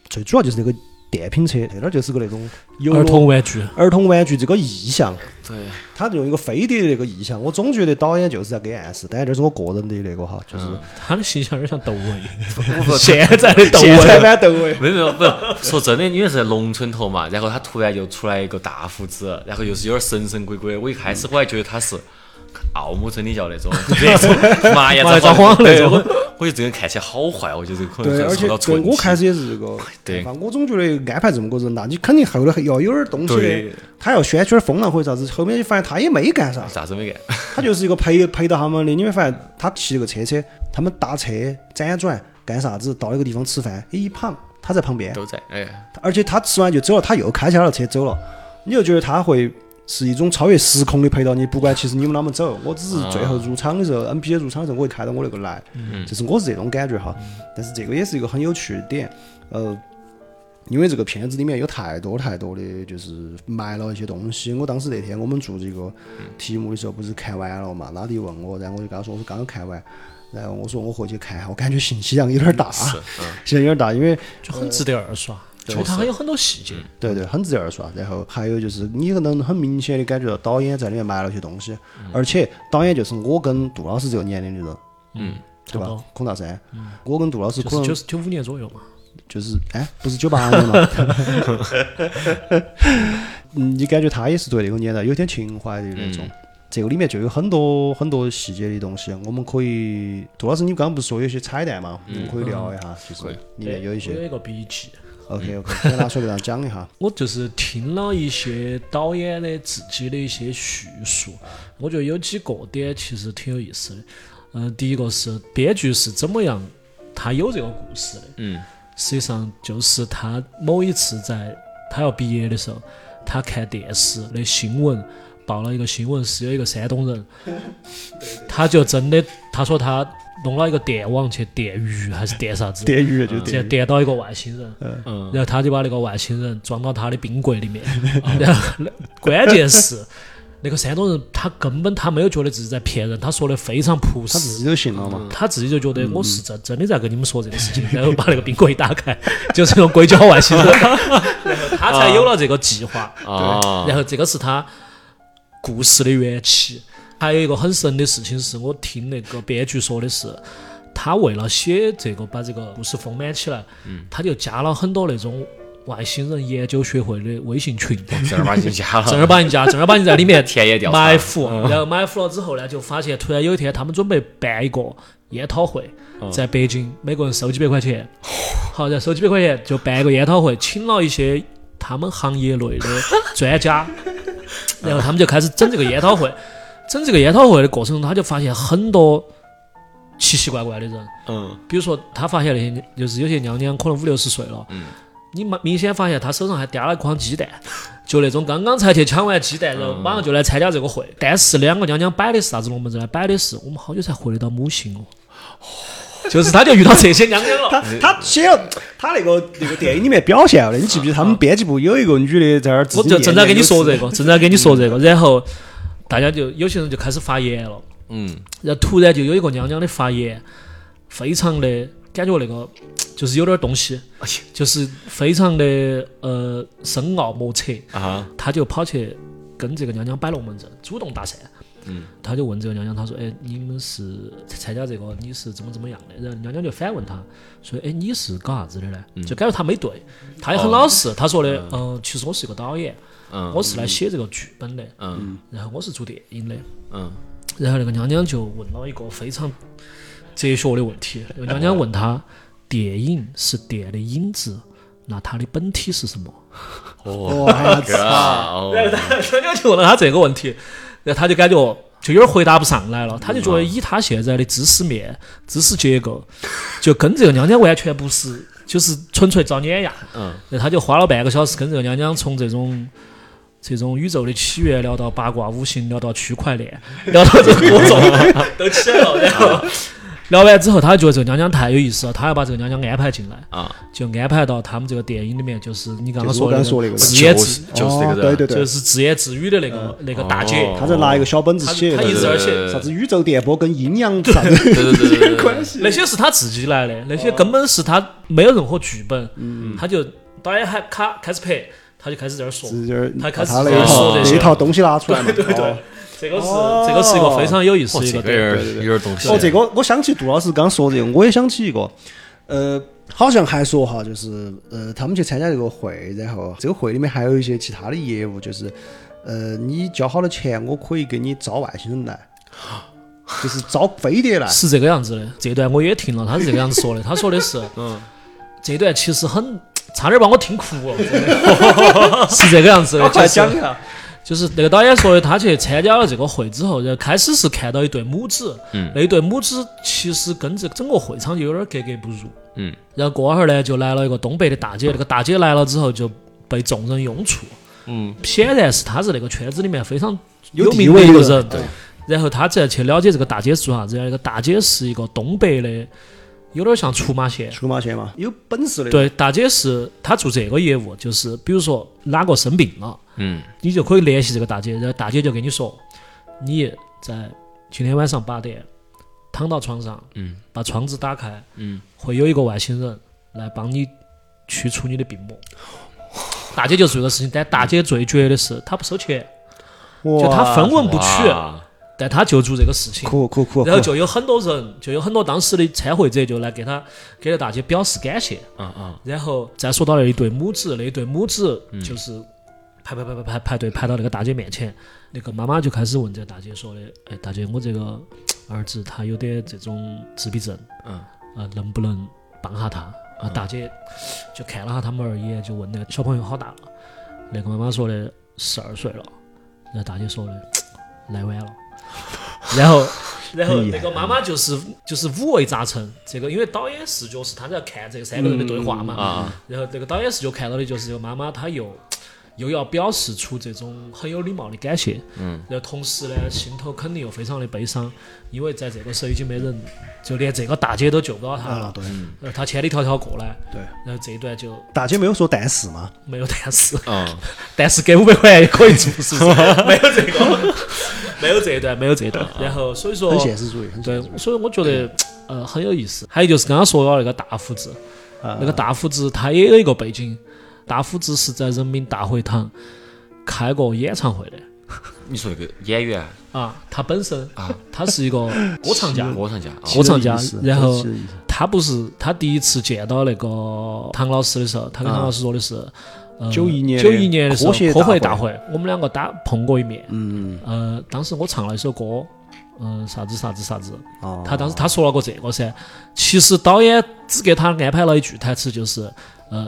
[SPEAKER 1] 最主要就是那个电瓶车，那点儿就是个那种有
[SPEAKER 2] 儿童玩具，
[SPEAKER 1] 儿童玩具这个意象，
[SPEAKER 3] 对，
[SPEAKER 1] 他用一个飞碟的那个意象，我总觉得导演就是在给暗示，但这是我个人的那个哈，就是
[SPEAKER 3] 嗯
[SPEAKER 2] 他的形象有点像窦唯， [laughs]
[SPEAKER 3] 不
[SPEAKER 2] 现在的窦
[SPEAKER 1] 现在
[SPEAKER 2] 唯，
[SPEAKER 1] 版窦唯。
[SPEAKER 3] [laughs] 没有没有没有，说真的，因为是在农村头嘛，然后他突然又出来一个大胡子，然后又是有点神神鬼鬼的。我一开始我还觉得他是 [laughs] 奥姆真理教那种那种麻
[SPEAKER 2] 麻
[SPEAKER 3] 也
[SPEAKER 2] 也
[SPEAKER 3] 抓
[SPEAKER 2] 抓
[SPEAKER 3] 黄
[SPEAKER 2] 黄那
[SPEAKER 3] 对
[SPEAKER 2] 种
[SPEAKER 3] 我我觉得这个人看起来好坏，我觉得可能
[SPEAKER 1] 对，
[SPEAKER 3] 是
[SPEAKER 1] 而且
[SPEAKER 3] 受到
[SPEAKER 1] 对
[SPEAKER 3] 冲
[SPEAKER 1] 我
[SPEAKER 3] 击。
[SPEAKER 1] 开始也是这个
[SPEAKER 3] [laughs] 对
[SPEAKER 1] 看法，我总觉得安排这么个人呐，你肯定后头还要有点东西
[SPEAKER 3] 对
[SPEAKER 1] 的，他要宣传风浪或者啥子，后面你发现他也没干啥，
[SPEAKER 3] 啥子没干？
[SPEAKER 1] 他就是一个陪陪到他们的，你会发现他骑了个车车，他们搭车辗转干啥子，到那个地方吃饭，哎一旁他在旁边，
[SPEAKER 3] 都在哎，
[SPEAKER 1] 而且他吃完就走了，他又开起他的车走了，你就觉得他会是一种超越时空的陪到你，不管其实你们啷们走，我只是最后入场的时候、n p a 入场的时候，我会开到我那个来，
[SPEAKER 3] 嗯
[SPEAKER 1] 就是我是这种感觉哈。但是这个也是一个很有趣的点，呃，因为这个片子里面有太多太多的就是埋了一些东西。我当时那天我们做这个题目的时候，不是看完了嘛，拉迪问我，然后我就跟他说，我说刚刚看完。然后我说我回去看一下，我感觉信息量有点大，
[SPEAKER 3] 是
[SPEAKER 1] [laughs]
[SPEAKER 3] 嗯，
[SPEAKER 1] 信息量有点大，因为
[SPEAKER 2] 就很值得二刷。
[SPEAKER 3] 对
[SPEAKER 2] 就他还有很多细节，
[SPEAKER 1] 对对，很值得二刷。然后还有就是，你可能很明显的感觉到导演在里面埋了些东西，而且导演就是我跟杜老师这个年龄的人，
[SPEAKER 3] 嗯，
[SPEAKER 1] 对
[SPEAKER 2] 差不
[SPEAKER 1] 吧
[SPEAKER 2] 多？
[SPEAKER 1] 孔大山，我跟杜老师可
[SPEAKER 2] 就是
[SPEAKER 1] 能
[SPEAKER 2] 九十九五年左右嘛。
[SPEAKER 1] 就是哎，不是九八年嘛， [laughs] 嗯，你感觉他也是对那个年代有点情怀的那种。这个里面就有很多很多细节的东西，我们可以，杜老师，你刚刚不是说有些彩蛋嘛，我们可以聊一下，就是
[SPEAKER 3] 可以
[SPEAKER 1] 里面有一些
[SPEAKER 2] 我有一个笔记，
[SPEAKER 1] ，OK OK，先拿出来给大家讲一下，
[SPEAKER 2] 我就是听了一些导演的自己的一些叙述，我觉得有几个点其实挺有意思的。嗯、第一个是编剧是怎么样，他有这个故事的。
[SPEAKER 3] 嗯，
[SPEAKER 2] 实际上就是他某一次在他要毕业的时候，他看电视的新闻报了一个新闻，是有一个山东人，他就真的他说他弄了一个电网去电鱼还是电啥子，
[SPEAKER 1] 电鱼就
[SPEAKER 2] 去
[SPEAKER 1] 电
[SPEAKER 2] 电到一个外星人，
[SPEAKER 3] 嗯
[SPEAKER 2] 然后他就把那个外星人装到他的冰柜里面，然后那关键是。那个山东人，他根本他没有觉得自己在骗人，他说的非常朴实，
[SPEAKER 1] 他自己都信了嘛，
[SPEAKER 2] 他自己就觉得我是在真的在跟你们说这个事情，然后把那个冰柜一打开，就是那种硅胶外星人，然后他才有了这个计划，
[SPEAKER 3] 啊，
[SPEAKER 2] 然后这个是他故事的缘起。还有一个很神的事情是我听那个编剧说的是，他为了写这个把这个故事丰满起来，他就加了很多那种外星人研究学会的微信群，
[SPEAKER 3] 正儿八经加
[SPEAKER 2] 正
[SPEAKER 3] 了，
[SPEAKER 2] 儿八经加，正儿八经在里面
[SPEAKER 3] 田野调查
[SPEAKER 2] 埋伏，然后埋伏了之后呢，就发现突然有一天他们准备办一个研讨会，在北京，每个人收几百块钱，好，然后收几百块钱就办一个研讨会，请了一些他们行业内的专家，然后他们就开始整这个研讨会，整这个研讨会的过程中，他就发现很多奇奇怪怪的人，
[SPEAKER 3] 嗯
[SPEAKER 2] 比如说他发现那些就是有些娘娘可能五六十岁了，
[SPEAKER 3] 嗯
[SPEAKER 2] 你明明显发现他手上还叼了一筐鸡蛋，就那种刚刚才去抢完
[SPEAKER 1] 嗯
[SPEAKER 2] 鸡蛋，然后马上就来参加这个会。但是两个娘娘摆的是啥子龙门阵呢？摆的是我们好久才回得到母性哦。就是他就遇到这些娘娘了，
[SPEAKER 1] 他他写了他那个那个电影里面表现了，你记不记得他们编辑部有一个女的在那儿 [laughs] 自
[SPEAKER 2] 我
[SPEAKER 1] 己
[SPEAKER 2] 就
[SPEAKER 1] 念
[SPEAKER 2] 正在跟你说
[SPEAKER 1] 念
[SPEAKER 2] 这
[SPEAKER 1] 有词
[SPEAKER 2] 个，正在跟你说这个，然后大家就有些人就开始发言了，
[SPEAKER 3] 嗯，
[SPEAKER 2] 然后突然就有一个娘娘的发言，非常的感觉那个就是有点东西，
[SPEAKER 3] 哎呀
[SPEAKER 2] 就是非常的呃深奥莫测。
[SPEAKER 3] 啊，
[SPEAKER 2] 他就跑去跟这个娘娘摆龙门阵，主动搭讪。
[SPEAKER 3] 嗯，
[SPEAKER 2] 他就问这个娘娘，他说：“哎，你们是参加这个，你是怎么怎么样的？”然后娘娘就反问他，说：“哎，你是搞啥子的呢？”
[SPEAKER 3] 嗯
[SPEAKER 2] 就感觉他没对，他也很老实。他说的：“嗯，其实我是一个导演，
[SPEAKER 3] 哦嗯
[SPEAKER 2] 我是来写这个剧本的，
[SPEAKER 3] 嗯
[SPEAKER 2] 然后我是做电影的。
[SPEAKER 3] 嗯”
[SPEAKER 2] 然后那个娘娘就问了一个非常
[SPEAKER 3] 嗯
[SPEAKER 2] 哲学的问题，那个娘娘问他：“电影是电的影子，那他的本体是什么？
[SPEAKER 3] 哦，
[SPEAKER 1] 我
[SPEAKER 3] 哥啊，
[SPEAKER 1] 操！ [laughs]
[SPEAKER 3] 哦
[SPEAKER 2] [laughs] 然后他他就问了他这个问题，然后他就感觉就有点回答不上来了。他就觉得以他现在的知识面、知识结 [laughs] 构，就跟这个娘娘完全不是，就是纯粹遭碾压。
[SPEAKER 3] 嗯，
[SPEAKER 2] 然后他就花了半个小时跟这个娘娘从这种。这种宇宙的起源聊到八卦五行，聊到区块链， [laughs] 聊到这各种 [laughs] 都起来了。然后 [laughs] 聊完之后，他觉得这个娘娘太有意思了，他要把这个娘娘安排进来，
[SPEAKER 3] 啊，
[SPEAKER 2] 就安排到他们这个电影里面，就是你刚刚
[SPEAKER 1] 就是我
[SPEAKER 2] 说的
[SPEAKER 1] 刚
[SPEAKER 2] 那
[SPEAKER 1] 刚说那个
[SPEAKER 2] 个
[SPEAKER 1] 问题
[SPEAKER 2] 职业
[SPEAKER 3] 就
[SPEAKER 2] 制
[SPEAKER 3] 是就是这
[SPEAKER 1] 哦
[SPEAKER 3] 个
[SPEAKER 1] 对
[SPEAKER 3] 人，
[SPEAKER 1] 对
[SPEAKER 2] 就
[SPEAKER 1] 对，哦
[SPEAKER 2] 是自言自语的那个那个大姐，
[SPEAKER 1] 他在拿一个小本子
[SPEAKER 2] 她
[SPEAKER 1] 写，
[SPEAKER 2] 她
[SPEAKER 1] 啥
[SPEAKER 2] 一
[SPEAKER 1] 子
[SPEAKER 2] 直在
[SPEAKER 3] 对对
[SPEAKER 2] 写
[SPEAKER 3] 对
[SPEAKER 1] 啥子宇宙电波跟阴阳啥子
[SPEAKER 3] 对对对对对
[SPEAKER 1] [laughs]
[SPEAKER 3] 对，
[SPEAKER 1] 关系？
[SPEAKER 2] 那些是她自己来的，那些根本是她没有任何剧本，她就导演还卡开始拍，她就开始在那儿说，
[SPEAKER 1] 直接儿
[SPEAKER 2] 他
[SPEAKER 1] 把
[SPEAKER 2] 开始
[SPEAKER 1] 他那
[SPEAKER 3] 在
[SPEAKER 1] 一套
[SPEAKER 3] 说这
[SPEAKER 1] 那
[SPEAKER 3] 些
[SPEAKER 1] 一套东西拿出来嘛。对对
[SPEAKER 2] 这个是
[SPEAKER 1] 哦
[SPEAKER 2] 这个是一个非常有意思
[SPEAKER 3] 哦
[SPEAKER 2] 的一
[SPEAKER 3] 这
[SPEAKER 2] 个
[SPEAKER 3] 个
[SPEAKER 2] 对
[SPEAKER 3] 有
[SPEAKER 1] 对对
[SPEAKER 3] 点有点东西。
[SPEAKER 1] 哦，这个我想起杜老师刚说这个，我也想起一个，呃，好像还说哈，就是呃，他们去参加这个会，然后这个会里面还有一些其他的业务，就是呃，你交好了钱，我可以给你招外星人来，就是招飞碟来。
[SPEAKER 2] 是这个样子的。这段我也听了，他是这个样子说的，他说的是，嗯，这段其实很差点把我听哭了，真的 [laughs] 是这个样子的，就是
[SPEAKER 1] 一下，
[SPEAKER 2] 就是那个导演说的，他去参加了这个会之后，然后开始是看到一对母子，
[SPEAKER 3] 嗯
[SPEAKER 2] 那一对母子其实跟这整个会场就有点格格不入。
[SPEAKER 3] 嗯，
[SPEAKER 2] 然后过会儿呢，就来了一个东北的大姐，那个大姐来了之后就被众人拥簇，
[SPEAKER 3] 嗯，
[SPEAKER 2] 显然是她是那个圈子里面非常
[SPEAKER 1] 有地
[SPEAKER 2] 名的
[SPEAKER 1] 位
[SPEAKER 2] 一个
[SPEAKER 1] 的
[SPEAKER 2] 人。
[SPEAKER 1] 对
[SPEAKER 2] 然后他再去了解这个大姐是做啥子的，那个大姐是一个东北的，有点像出马仙，
[SPEAKER 1] 出马仙嘛，有本事的。，
[SPEAKER 2] 对，大姐是她做这个业务，就是比如说哪个生病了。
[SPEAKER 3] 嗯，
[SPEAKER 2] 你就可以联系这个大姐，然后大姐就跟你说，你在今天晚上八点躺到床上，
[SPEAKER 3] 嗯，
[SPEAKER 2] 把窗子打开，
[SPEAKER 3] 嗯，
[SPEAKER 2] 会有一个外星人来帮你去除你的病魔。大姐就做这个事情，但大姐最绝的是她不收钱，
[SPEAKER 1] 就
[SPEAKER 2] 就她分文不取，
[SPEAKER 1] 啊
[SPEAKER 3] 哇
[SPEAKER 2] 但她就做这个事情。
[SPEAKER 1] 酷酷酷，
[SPEAKER 2] 然后
[SPEAKER 1] 酷
[SPEAKER 2] 就有很多人，就有很多当时的参会者就来给她给了大姐表示感谢。
[SPEAKER 3] 嗯嗯，
[SPEAKER 2] 然后再说到那一对母子，那一对母子就是排排排排排排队排到那个大姐面前，那个妈妈就开始问这个大姐说的：“哎，大姐，我这个儿子他有点这种自闭症，
[SPEAKER 3] 嗯，
[SPEAKER 2] 啊，能不能帮下他？”啊，大姐就看了下他们儿一眼，就问那个小朋友好大了。那个妈妈说的十二岁了，然后大姐说的来晚了， [laughs] 然后。然后那个妈妈就是就是五味杂陈，这个因为导演视角是他在看这三个人的对话嘛，
[SPEAKER 3] 啊
[SPEAKER 2] 然后这个导演视角看到的就是这个妈妈，她又又要表示出这种很有礼貌的感谢，嗯，然后同时呢，心头肯定又非常的悲伤，因为在这个时候已经没人，就连这个大姐都救不到她
[SPEAKER 1] 啊
[SPEAKER 2] 了，，
[SPEAKER 1] 对
[SPEAKER 2] 然后她千里迢迢过来，
[SPEAKER 1] 对，
[SPEAKER 2] 然后这一段就
[SPEAKER 1] 大姐没有说但是嘛，
[SPEAKER 2] 没有但是，
[SPEAKER 3] 嗯，
[SPEAKER 2] 但是给五百块钱也可以做，是不是？没有这个，没有这一段，没有这一段，然后所以说
[SPEAKER 1] 很现实主义，很
[SPEAKER 2] 对
[SPEAKER 1] 现实主，义。
[SPEAKER 2] 所以我觉得呃很有意思。还有就是刚刚说到那个大胡子，
[SPEAKER 1] 啊
[SPEAKER 2] 那个大胡子他也有一个背景，大胡子是在人民大会堂开过演唱会的
[SPEAKER 3] 你说那个演员
[SPEAKER 2] 啊，他本身
[SPEAKER 3] 啊
[SPEAKER 2] 他是一个歌唱家。
[SPEAKER 3] 我上家啊，
[SPEAKER 2] 歌唱家
[SPEAKER 1] 其实有意思
[SPEAKER 2] 然后
[SPEAKER 1] 其实有意思
[SPEAKER 2] 他不是他第一次见到那个唐老师的时候，他跟唐老师说的是，呃
[SPEAKER 1] 91年的
[SPEAKER 2] 九一年的时候
[SPEAKER 1] 科学
[SPEAKER 2] 科会
[SPEAKER 1] 大
[SPEAKER 2] 大会，我们两个打碰过一面。嗯，呃，当时我唱了一首歌，嗯、啥子啥子啥子，
[SPEAKER 1] 哦，
[SPEAKER 2] 他当时他说了过这个噻，其实导演只给他安排了一句台词，就是呃，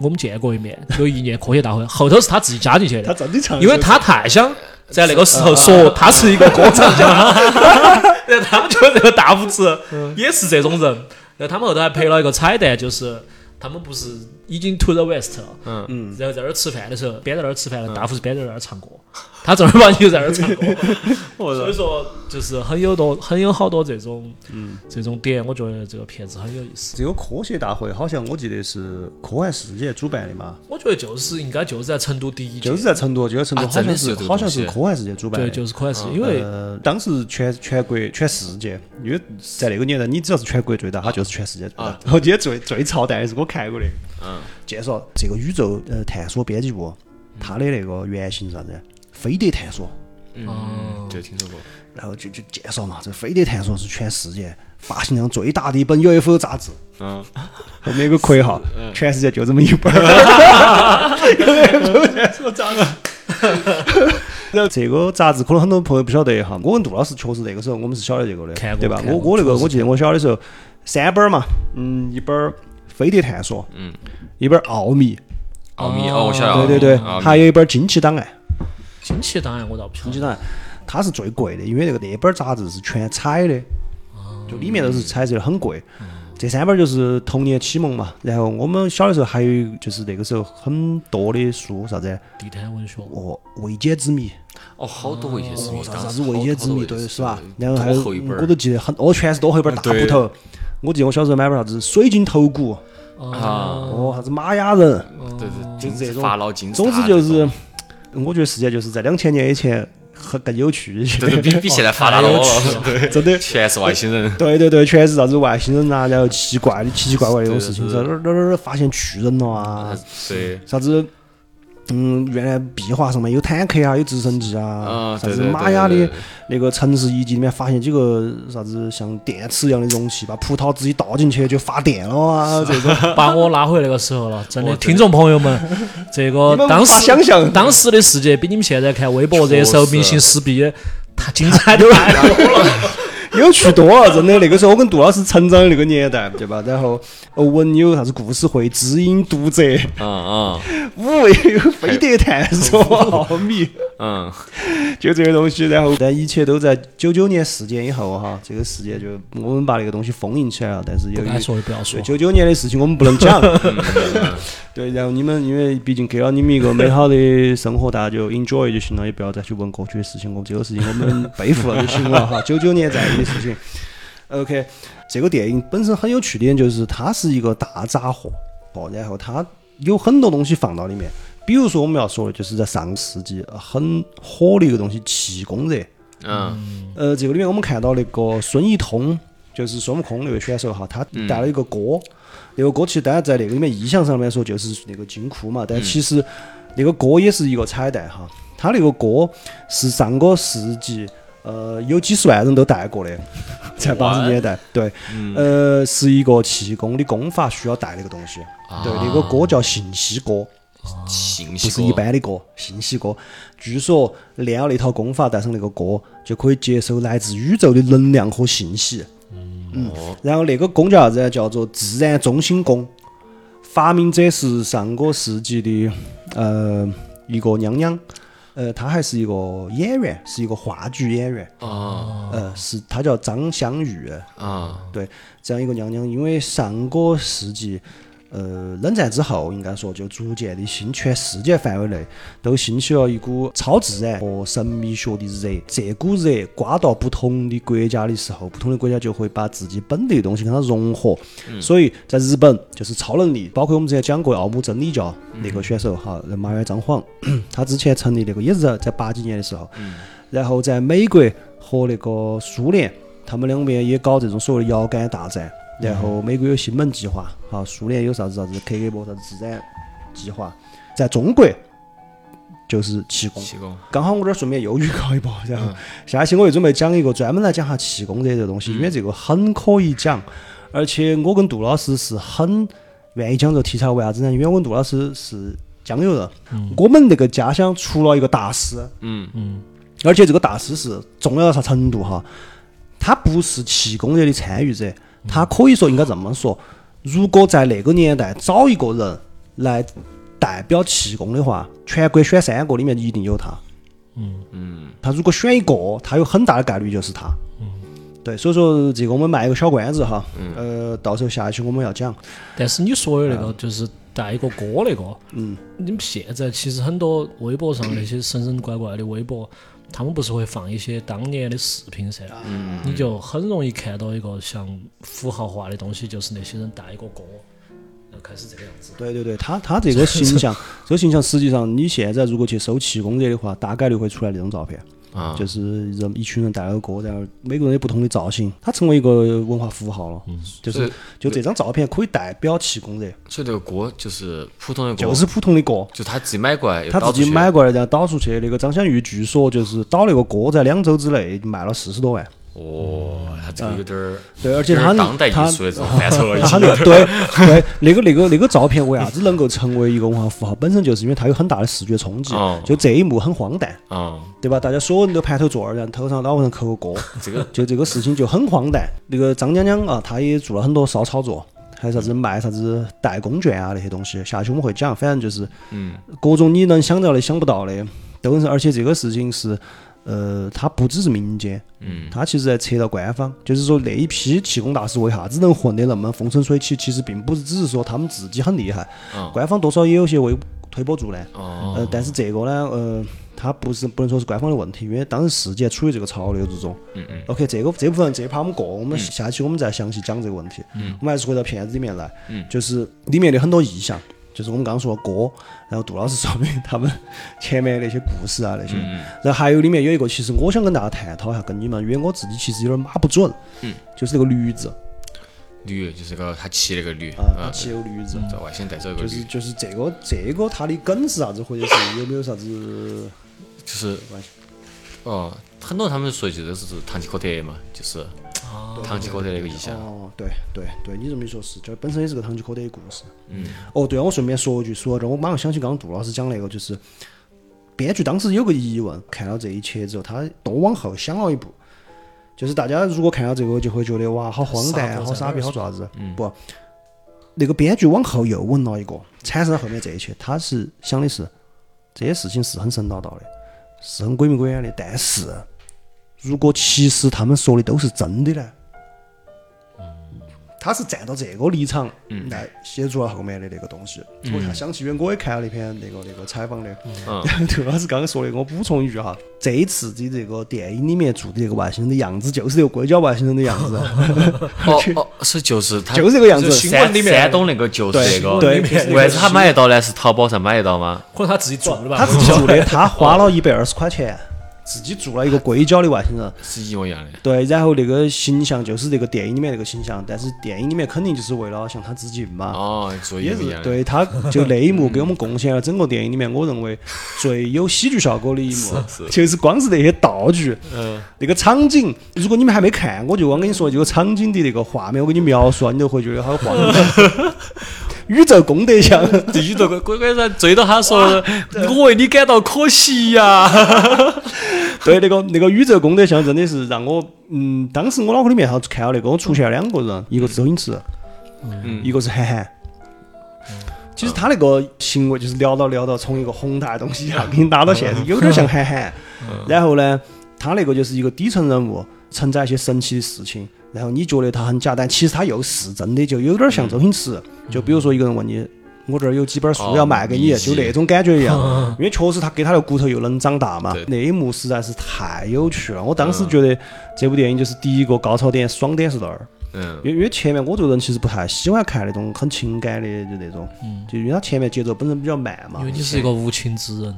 [SPEAKER 2] 我们见过一面，有一年科学大会，后头是他自己加进去
[SPEAKER 1] 他
[SPEAKER 2] 的，
[SPEAKER 1] 真的唱，
[SPEAKER 2] 因为他太想在那个时候说他是一个歌唱家， [laughs] 然后他们觉得这个大胡子也是这种人，然后他们后头还配了一个彩蛋，就是他们不是已经 to the west 了，
[SPEAKER 3] 嗯
[SPEAKER 2] 嗯，然后在那儿吃饭的时候，边在那儿吃饭，那个大胡子边在那儿唱歌，他正儿八经就在那儿唱歌。所以说，就是很有多，很有好多这种，嗯，这种点，我觉得这个片子很有意思。
[SPEAKER 1] 这个科学大会好像我记得是科幻世界主办的嘛，
[SPEAKER 2] 我觉得就是应该就是在成都第一届
[SPEAKER 1] 就是，在成都，就在成都，
[SPEAKER 3] 啊
[SPEAKER 1] 好
[SPEAKER 3] 真的
[SPEAKER 1] 像
[SPEAKER 3] 是有
[SPEAKER 1] 是
[SPEAKER 3] 这个
[SPEAKER 1] 好像
[SPEAKER 3] 东西
[SPEAKER 1] 是科幻世界主办
[SPEAKER 2] 对，
[SPEAKER 1] 的，
[SPEAKER 2] 就是可能是因为
[SPEAKER 1] 呃，当时全全国全世界，因为在那个年代，你只要是全国最大，它就是全世界最大。
[SPEAKER 3] 啊
[SPEAKER 1] 然后今天最最操蛋的是我看过的，嗯，介绍这个宇宙呃探索编辑部，它的那个原型是啥子？飞碟探索。哦
[SPEAKER 3] 嗯，对，听说过，
[SPEAKER 1] 然后就就介绍嘛，这飞碟探索是全世界发行量最大的一本 UFO 杂志，
[SPEAKER 3] 嗯，
[SPEAKER 1] 后面有个括号，全世界就这么一本儿。然后这个杂志可能很多朋友不晓得哈，我跟杜老师确实那个时候我们是晓得这个的
[SPEAKER 2] 看，过
[SPEAKER 1] 对吧？
[SPEAKER 2] 看
[SPEAKER 1] 我
[SPEAKER 2] 过
[SPEAKER 1] 我那个
[SPEAKER 2] 确实
[SPEAKER 1] 我记得我小的时候三本儿嘛，嗯，一本儿《飞碟探索》，
[SPEAKER 3] 嗯，
[SPEAKER 1] 一本《奥秘
[SPEAKER 3] 奥秘
[SPEAKER 2] 哦
[SPEAKER 3] 哦，我晓得》，奥
[SPEAKER 1] 对
[SPEAKER 3] 秘，
[SPEAKER 1] 对对，
[SPEAKER 3] 奥秘
[SPEAKER 1] 还有一本《惊奇档案》。
[SPEAKER 2] 惊奇档案我倒不晓
[SPEAKER 1] 经济
[SPEAKER 2] 得。
[SPEAKER 1] 档案，它是最贵的，因为那个那本杂志是全彩的，就里面都是彩色的，很贵。这三本就是童年启蒙嘛，然后我们小的时候还有一就是那个时候很多的书，啥子
[SPEAKER 2] 地摊文学，
[SPEAKER 1] 哦未解之谜，
[SPEAKER 3] 哦，好多未解之谜，
[SPEAKER 1] 啥哦
[SPEAKER 3] 当
[SPEAKER 1] 啥
[SPEAKER 3] 时
[SPEAKER 1] 子未
[SPEAKER 3] 好
[SPEAKER 1] 解
[SPEAKER 3] 多
[SPEAKER 1] 之谜，
[SPEAKER 3] 未
[SPEAKER 1] 对
[SPEAKER 3] 解
[SPEAKER 1] 是吧
[SPEAKER 3] 之谜？
[SPEAKER 1] 然后还
[SPEAKER 3] 多
[SPEAKER 1] 有
[SPEAKER 3] 厚一本儿
[SPEAKER 1] 我都记得很，哦，全是多厚一本大
[SPEAKER 3] 对
[SPEAKER 1] 部头。我记得我小时候买本啥子水晶头骨，
[SPEAKER 3] 啊，
[SPEAKER 1] 哦，
[SPEAKER 3] 哦
[SPEAKER 1] 啥子玛雅人，
[SPEAKER 3] 对对，
[SPEAKER 1] 就是嗯这
[SPEAKER 3] 金
[SPEAKER 1] 种
[SPEAKER 3] 法老金字
[SPEAKER 1] 总
[SPEAKER 3] 塔
[SPEAKER 1] 之
[SPEAKER 3] 这
[SPEAKER 1] 就
[SPEAKER 3] 种，
[SPEAKER 1] 是，我觉得世界就是在两千年以前很更有趣一些，
[SPEAKER 3] 对对比比现在发达
[SPEAKER 2] 太
[SPEAKER 1] 哎
[SPEAKER 3] 多
[SPEAKER 2] 有
[SPEAKER 3] 了，哦 [laughs] 对，
[SPEAKER 1] 真的。
[SPEAKER 3] 全是外星人，
[SPEAKER 1] 对对对，全是啥子外星人啊，然后奇怪的奇奇怪怪的这种事情，
[SPEAKER 3] 对
[SPEAKER 1] 啥哪儿哪儿哪儿发现巨人了 [laughs] 啊，
[SPEAKER 3] 对，
[SPEAKER 1] 啥子嗯，原来壁画上面有坦克啊，有直升机啊，
[SPEAKER 3] 啊，
[SPEAKER 1] 啥
[SPEAKER 3] 对
[SPEAKER 1] 子
[SPEAKER 3] 对
[SPEAKER 1] 玛雅
[SPEAKER 3] 对对
[SPEAKER 1] 的那个城市遗迹里面发现几个啥子像电池一样的容器，把葡萄汁一倒进去就发电了啊，这种
[SPEAKER 2] [laughs] 把我拉回那个时候了，真
[SPEAKER 3] 我
[SPEAKER 2] 的，
[SPEAKER 3] 真的
[SPEAKER 2] 听众朋
[SPEAKER 1] [laughs]
[SPEAKER 2] 友们，这个
[SPEAKER 1] 你们无
[SPEAKER 2] 当
[SPEAKER 1] 法
[SPEAKER 2] 时
[SPEAKER 1] 想象
[SPEAKER 2] 当时的世界比你们现在看微博热搜、
[SPEAKER 3] 确实
[SPEAKER 2] 明星撕逼，它精
[SPEAKER 1] [laughs]
[SPEAKER 2] 彩的太多了。
[SPEAKER 1] 有趣多啊了，真的。那个时候我跟杜老师成长的那个年代，对吧？然后欧文有啥子故事会、知音读者，
[SPEAKER 3] 嗯
[SPEAKER 1] 五有飞碟探
[SPEAKER 3] [laughs]
[SPEAKER 1] 索、奥秘。
[SPEAKER 3] 嗯嗯，
[SPEAKER 1] [laughs] 就这些东西，然后但一切都在九九年事件以后哈，这个世界就我们把那个东西封印起来了，但是由
[SPEAKER 2] 不该
[SPEAKER 1] 于
[SPEAKER 2] 哎说的不要说
[SPEAKER 1] 对。九九年的事情我们不能讲，对，然后你们因为毕竟给了你们一个美好的生活，大家就 enjoy 就行了，也不要再去问过去的事情，我们这个事情我们背负了就行了哈，九九年在意的事情。OK，这个电影本身很有趣的点就是它是一个大杂烩哦，然后它有很多东西放到里面，比如说我们要说的就是在上世纪呃很火的一个东西——气功热。
[SPEAKER 3] 嗯
[SPEAKER 1] 呃，这个里面我们看到那个孙一通，就是孙悟空那位选手哈，他带了一个锅，那个锅其实大家在那个里面意象上面说就是那个金箍嘛，但其实那个锅也是一个彩蛋哈，他那个锅是上个世纪。呃，有几十万人都带过的，在八十年代，对，呃，是一个气功的功法需要带那个东西，对，那个锅叫信息锅，
[SPEAKER 3] 信息
[SPEAKER 1] 嗯不是
[SPEAKER 3] 锅
[SPEAKER 1] 一般的锅，信息锅。据说练了那套功法，带上那个锅，就可以接收来自宇宙的能量和信息。嗯
[SPEAKER 3] 哦
[SPEAKER 1] 然后那个功叫啥子呢？叫做自然中心功。发明者是上个世纪的呃一个娘娘，呃，她还是一个演员，是一个话剧演员，
[SPEAKER 3] 啊
[SPEAKER 1] 呃，是她叫张香玉。
[SPEAKER 3] 啊
[SPEAKER 1] 对，这样一个娘娘，因为上个世纪，呃，冷战之后，应该说就逐渐的兴，全世界范围内都兴起了一股超自然和神秘学的热。这股热刮到不同的国家的时候，不同的国家就会把自己本地的东西跟它融合。所以在日本就是超能力，包括我们之前讲过的奥姆真理教那个选手哈，麻原彰晃，他之前成立那个也是在八几年的时候，然后在美国和那个苏联，他们两边也搞这种所谓的遥感大战。然后美国有星门计划，哈，苏联有啥子啥子 KGB 啥子自然计划，在中国就是气功。
[SPEAKER 3] 气功，
[SPEAKER 1] 刚好我这儿顺便又预告一波，然后下一期我又准备讲一个专门来讲下气功这个东西，因为这个很可以讲，而且我跟杜老师是很愿意讲这个题材，为啥子呢？因为我跟杜老师是江油人，我们那个家乡出了一个大师，
[SPEAKER 3] 嗯
[SPEAKER 2] 嗯，
[SPEAKER 1] 而且这个大师是重要到啥程度哈？他不是气功热的参与者，他可以说应该这么说：如果在那个年代找一个人来代表气功的话，全国选三个里面一定有他。
[SPEAKER 3] 嗯
[SPEAKER 1] 他如果选一个，他有很大的概率就是他。对，所以说这个我们卖一个小关子哈，
[SPEAKER 3] 嗯
[SPEAKER 1] 呃，到时候下一期我们要讲，
[SPEAKER 2] 但是你说的那个就是带一个锅那个，
[SPEAKER 1] 啊嗯，
[SPEAKER 2] 你们现在其实很多微博上那些神神怪怪的微博，他们不是会放一些当年的视频噻？
[SPEAKER 1] 啊
[SPEAKER 3] 嗯，
[SPEAKER 2] 你就很容易看到一个像符号化的东西，就是那些人带一个锅，然后开始这个样子。
[SPEAKER 1] 对对对，他他这个形
[SPEAKER 3] [laughs]
[SPEAKER 1] 象，这个形象实际上你现在如果去搜气功热的话，大概率会出来那种照片，
[SPEAKER 3] 啊
[SPEAKER 1] 就是人一群人带了个锅，然后每个人有不同的造型，他成为一个文化符号了，就是
[SPEAKER 3] 嗯是
[SPEAKER 1] 就这张照片可以代表气功热，
[SPEAKER 3] 所以这个锅就是普通的锅，
[SPEAKER 1] 就是普通的锅，
[SPEAKER 3] 就他自己买过来，又
[SPEAKER 1] 他
[SPEAKER 3] 倒
[SPEAKER 1] 自
[SPEAKER 3] 出
[SPEAKER 1] 己
[SPEAKER 3] 去
[SPEAKER 1] 买过来然后导出去，那个张香玉据说就是导那个锅在两周之内卖了四十多万。
[SPEAKER 3] 哦，他这个有点儿，
[SPEAKER 1] 对嗯而且
[SPEAKER 3] 有点儿
[SPEAKER 1] 他
[SPEAKER 3] 当代艺
[SPEAKER 1] 他
[SPEAKER 3] 术的这种
[SPEAKER 1] [laughs]
[SPEAKER 3] 范畴了，已
[SPEAKER 1] 他
[SPEAKER 3] 经
[SPEAKER 1] 那个对对，那个那个那个照片为啥子能够成为一个文化符号？本身就是因为它有很大的视觉冲击
[SPEAKER 3] 哦。
[SPEAKER 1] 就这一幕很荒诞，
[SPEAKER 3] 啊，
[SPEAKER 1] 对吧？大家所有人都盘头坐儿，然后头上脑壳上扣个锅，
[SPEAKER 3] 这个
[SPEAKER 1] 就这个事情就很荒诞。那个张娘娘啊，她也做了很多骚操作。还有啥子卖啥子代工券啊那些东西，下去我们会讲，反正就是
[SPEAKER 3] 嗯
[SPEAKER 1] 各种你能想到的、想不到的都是，而且这个事情是，呃，它不只是民间，
[SPEAKER 3] 嗯
[SPEAKER 1] 它其实还扯到官方，就是说那一批气功大师为啥子能混得那么风生水起，其实并不是只是说他们自己很厉害，
[SPEAKER 3] 嗯
[SPEAKER 1] 官方多少也有些微推波助澜。
[SPEAKER 3] 哦
[SPEAKER 1] 呃，但是这个呢，呃，它不是不能说是官方的问题，因为当时世界处于这个潮流之中。
[SPEAKER 3] 嗯嗯
[SPEAKER 1] OK，这个这部分这一趴我们过，我们下期我们再详细讲这个问题。
[SPEAKER 3] 嗯
[SPEAKER 1] 我们还是回到片子里面来，就是里面的很多意象，就是我们刚刚说的歌，然后杜老师说的他们前面那些故事啊那些，
[SPEAKER 3] 嗯
[SPEAKER 1] 然后还有里面有一个，其实我想跟大家探讨一下，跟你们，因为我自己其实有点码不准，
[SPEAKER 3] 嗯，
[SPEAKER 1] 就是这个驴子
[SPEAKER 3] 驴就是那个他骑那个驴
[SPEAKER 1] 啊，它
[SPEAKER 3] 嗯
[SPEAKER 1] 骑有驴子，
[SPEAKER 3] 在外星带走一个
[SPEAKER 1] 就是
[SPEAKER 3] 驴，
[SPEAKER 1] 就是这个这个它的梗是啥子，或者是有没有啥子
[SPEAKER 3] 就是
[SPEAKER 1] 关系？
[SPEAKER 3] 哦，很多人他们说就是唐吉诃德嘛，就是唐吉诃德那个意象，
[SPEAKER 1] 哦，对对对，你这么一说是，就本身也是个堂吉诃德的故事。
[SPEAKER 3] 嗯
[SPEAKER 1] 哦，对、啊，我顺便说一句，说到这儿，我马上想起刚刚杜老师讲那个，就是编剧当时有个疑问，看到这一切之后，他多往后想了一步，就是大家如果看到这个，就会觉得哇，好荒
[SPEAKER 2] 傻
[SPEAKER 3] [laughs]
[SPEAKER 1] 诞，啊
[SPEAKER 2] 狗
[SPEAKER 1] 好
[SPEAKER 2] 在
[SPEAKER 1] 傻
[SPEAKER 2] 那儿
[SPEAKER 1] 逼，好爪子。
[SPEAKER 3] 嗯
[SPEAKER 1] 不，那个编剧往后又问了一个，产生了后面这一切，他是想的是这些事情是很神叨叨的，是很鬼迷鬼眼的，但是如果其实他们说的都是真的呢？他是站到这个立场来写出了后面的那个东西。我才想起，因为我也看了那篇那个那个采访的， [laughs]
[SPEAKER 3] 嗯
[SPEAKER 1] 杜老师刚刚说的，我补充一句哈，这一次的这个电影里面做的这个外星人的样子，就是这个硅胶外星人的样子，
[SPEAKER 3] 哦
[SPEAKER 1] [laughs]
[SPEAKER 3] 哦，是就是他
[SPEAKER 1] 就是这个样子。
[SPEAKER 3] 就是山山东那个就是
[SPEAKER 1] 对
[SPEAKER 3] 这个，
[SPEAKER 1] 对，
[SPEAKER 3] 为啥子他买得到呢？是淘宝上买得到吗？
[SPEAKER 2] 或者他自己做的吧，
[SPEAKER 1] 他自己做的，他花了一百二十块钱，自己做了一个硅胶的外星人。
[SPEAKER 3] 是一模一样的。
[SPEAKER 1] 对，然后那个形象就是这个电影里面那个形象，但是电影里面肯定就是为了像他致敬嘛。
[SPEAKER 3] 哦，做一
[SPEAKER 1] 也
[SPEAKER 3] 模一样
[SPEAKER 1] 是
[SPEAKER 3] 的。
[SPEAKER 1] 对，他就那一幕给我们贡献了整个电影里面，我认为最有喜剧效果的一幕，啊就是光是那些道具，
[SPEAKER 3] 嗯，
[SPEAKER 1] 那个场景，如果你们还没看，我就光跟你说这个场景的那个画面，我给你描述啊，你就会觉得好荒诞。宇宙功德箱，
[SPEAKER 3] 第一个乖乖噻追到他说：“我为你感到可惜呀。
[SPEAKER 1] 对，那个那个宇宙功德箱真的是让我，嗯，当时我脑壳里面哈看到那个，我出现了两个人，一个是周星驰，
[SPEAKER 3] 嗯
[SPEAKER 1] 一个是韩寒。其实他那个行为就是聊到聊到，从一个宏大的东西啊，给你拉到现实，
[SPEAKER 3] 嗯
[SPEAKER 1] 有点像韩寒。然后呢，他那个就是一个底层人物，承载一些神奇的事情，然后你觉得他很假，但其实他又是真的，就有点像周星驰。
[SPEAKER 3] 嗯
[SPEAKER 1] 就比如说一个人问你。我这儿有几本书
[SPEAKER 3] 哦
[SPEAKER 1] 要卖给你，
[SPEAKER 3] 理
[SPEAKER 1] 就
[SPEAKER 3] 解
[SPEAKER 1] 那种感觉一样，因为确实他给他的骨头又能长大嘛
[SPEAKER 3] 嗯对。
[SPEAKER 1] 那一幕实在是太有趣了，我当时觉得这部电影就是第一个高潮点、爽点是那儿。”
[SPEAKER 3] 嗯，
[SPEAKER 1] 因为因为前面我这个人其实不太喜欢看那种很情感的就那种，就因为他前面节奏本身比较慢嘛
[SPEAKER 2] 嗯因为。你是一个无情之人，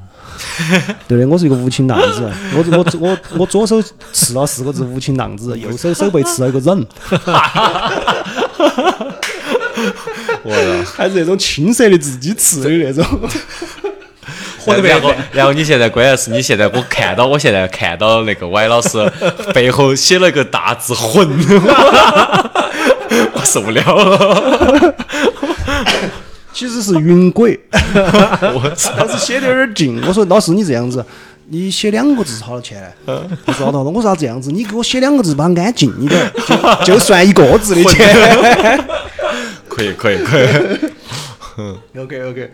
[SPEAKER 1] 对的，我是一个无情浪子，我我我我左手刺了四个字“无情浪子”，右手手背刺了一个人，
[SPEAKER 3] [laughs] 我的，
[SPEAKER 1] 还是那种青涩的自己刺的那种。
[SPEAKER 2] 活得蛮
[SPEAKER 3] 然后然后你现在关键是你现在我看到我现在看到那个歪老师 [laughs] 背后写了个大字“混”，我受不了了，
[SPEAKER 1] 其实是云 [laughs] 鬼，
[SPEAKER 3] 我操！
[SPEAKER 1] 但是写的有点近。我说老师，你这样子，你写两个字是好多钱呢？他说好多，我说啥这样子，你给我写两个字，把它安静一点，就就算一个字的钱。
[SPEAKER 3] 可以可以可以，
[SPEAKER 1] OK OK，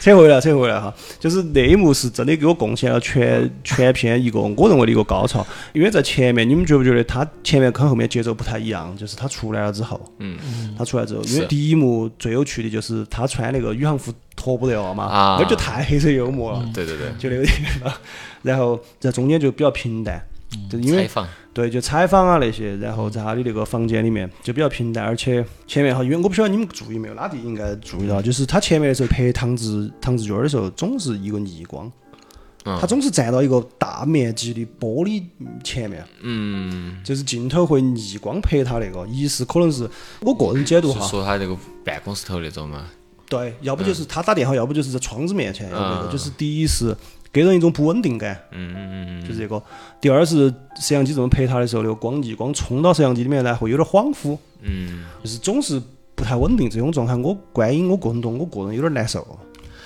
[SPEAKER 1] 扯回来扯回来哈，就是那一幕是真的给我贡献了全全片一个我认为的一个高潮，因为在前面你们觉不觉得他前面跟后面节奏不太一样？就是他出来了之后，
[SPEAKER 3] 嗯，
[SPEAKER 1] 他出来之后，因为
[SPEAKER 3] 是
[SPEAKER 1] 第一幕最有趣的就是他穿那个宇航服脱不了嘛，
[SPEAKER 3] 啊嗯
[SPEAKER 1] 那就太黑色幽默了，
[SPEAKER 3] 对对对，
[SPEAKER 1] 就那个地方，然后在中间就比较平淡，
[SPEAKER 3] 嗯
[SPEAKER 1] 就是因为
[SPEAKER 3] 采访，
[SPEAKER 1] 对，就采访啊那些，然后在他的那个房间里面就比较平淡，而且 [coughs] 前面哈，因为我不晓得你们注意没有，拉弟应该注意到，就是他前面的时候拍唐志唐志军的时候，总是一个逆光，
[SPEAKER 3] 嗯
[SPEAKER 1] 他总是站到一个大面积的玻璃前面，
[SPEAKER 3] 嗯，
[SPEAKER 1] 就是镜头会逆光拍他那个，一是可能是我个人解读
[SPEAKER 3] 就
[SPEAKER 1] 哈，
[SPEAKER 3] 说他那个办公室头那种嘛，
[SPEAKER 1] 对，要不就是他打电话，要不就是在窗子面前，要不那个
[SPEAKER 3] 嗯
[SPEAKER 1] 就是第一是给人一种不稳定感，
[SPEAKER 3] 嗯嗯嗯
[SPEAKER 1] 就是这个。第二是摄像机这么拍他的时候，那个光逆光冲到摄像机里面来，会有点恍惚，
[SPEAKER 3] 嗯，
[SPEAKER 1] 就是总是不太稳定这种状态。我观影我个人中，我个人有点难受，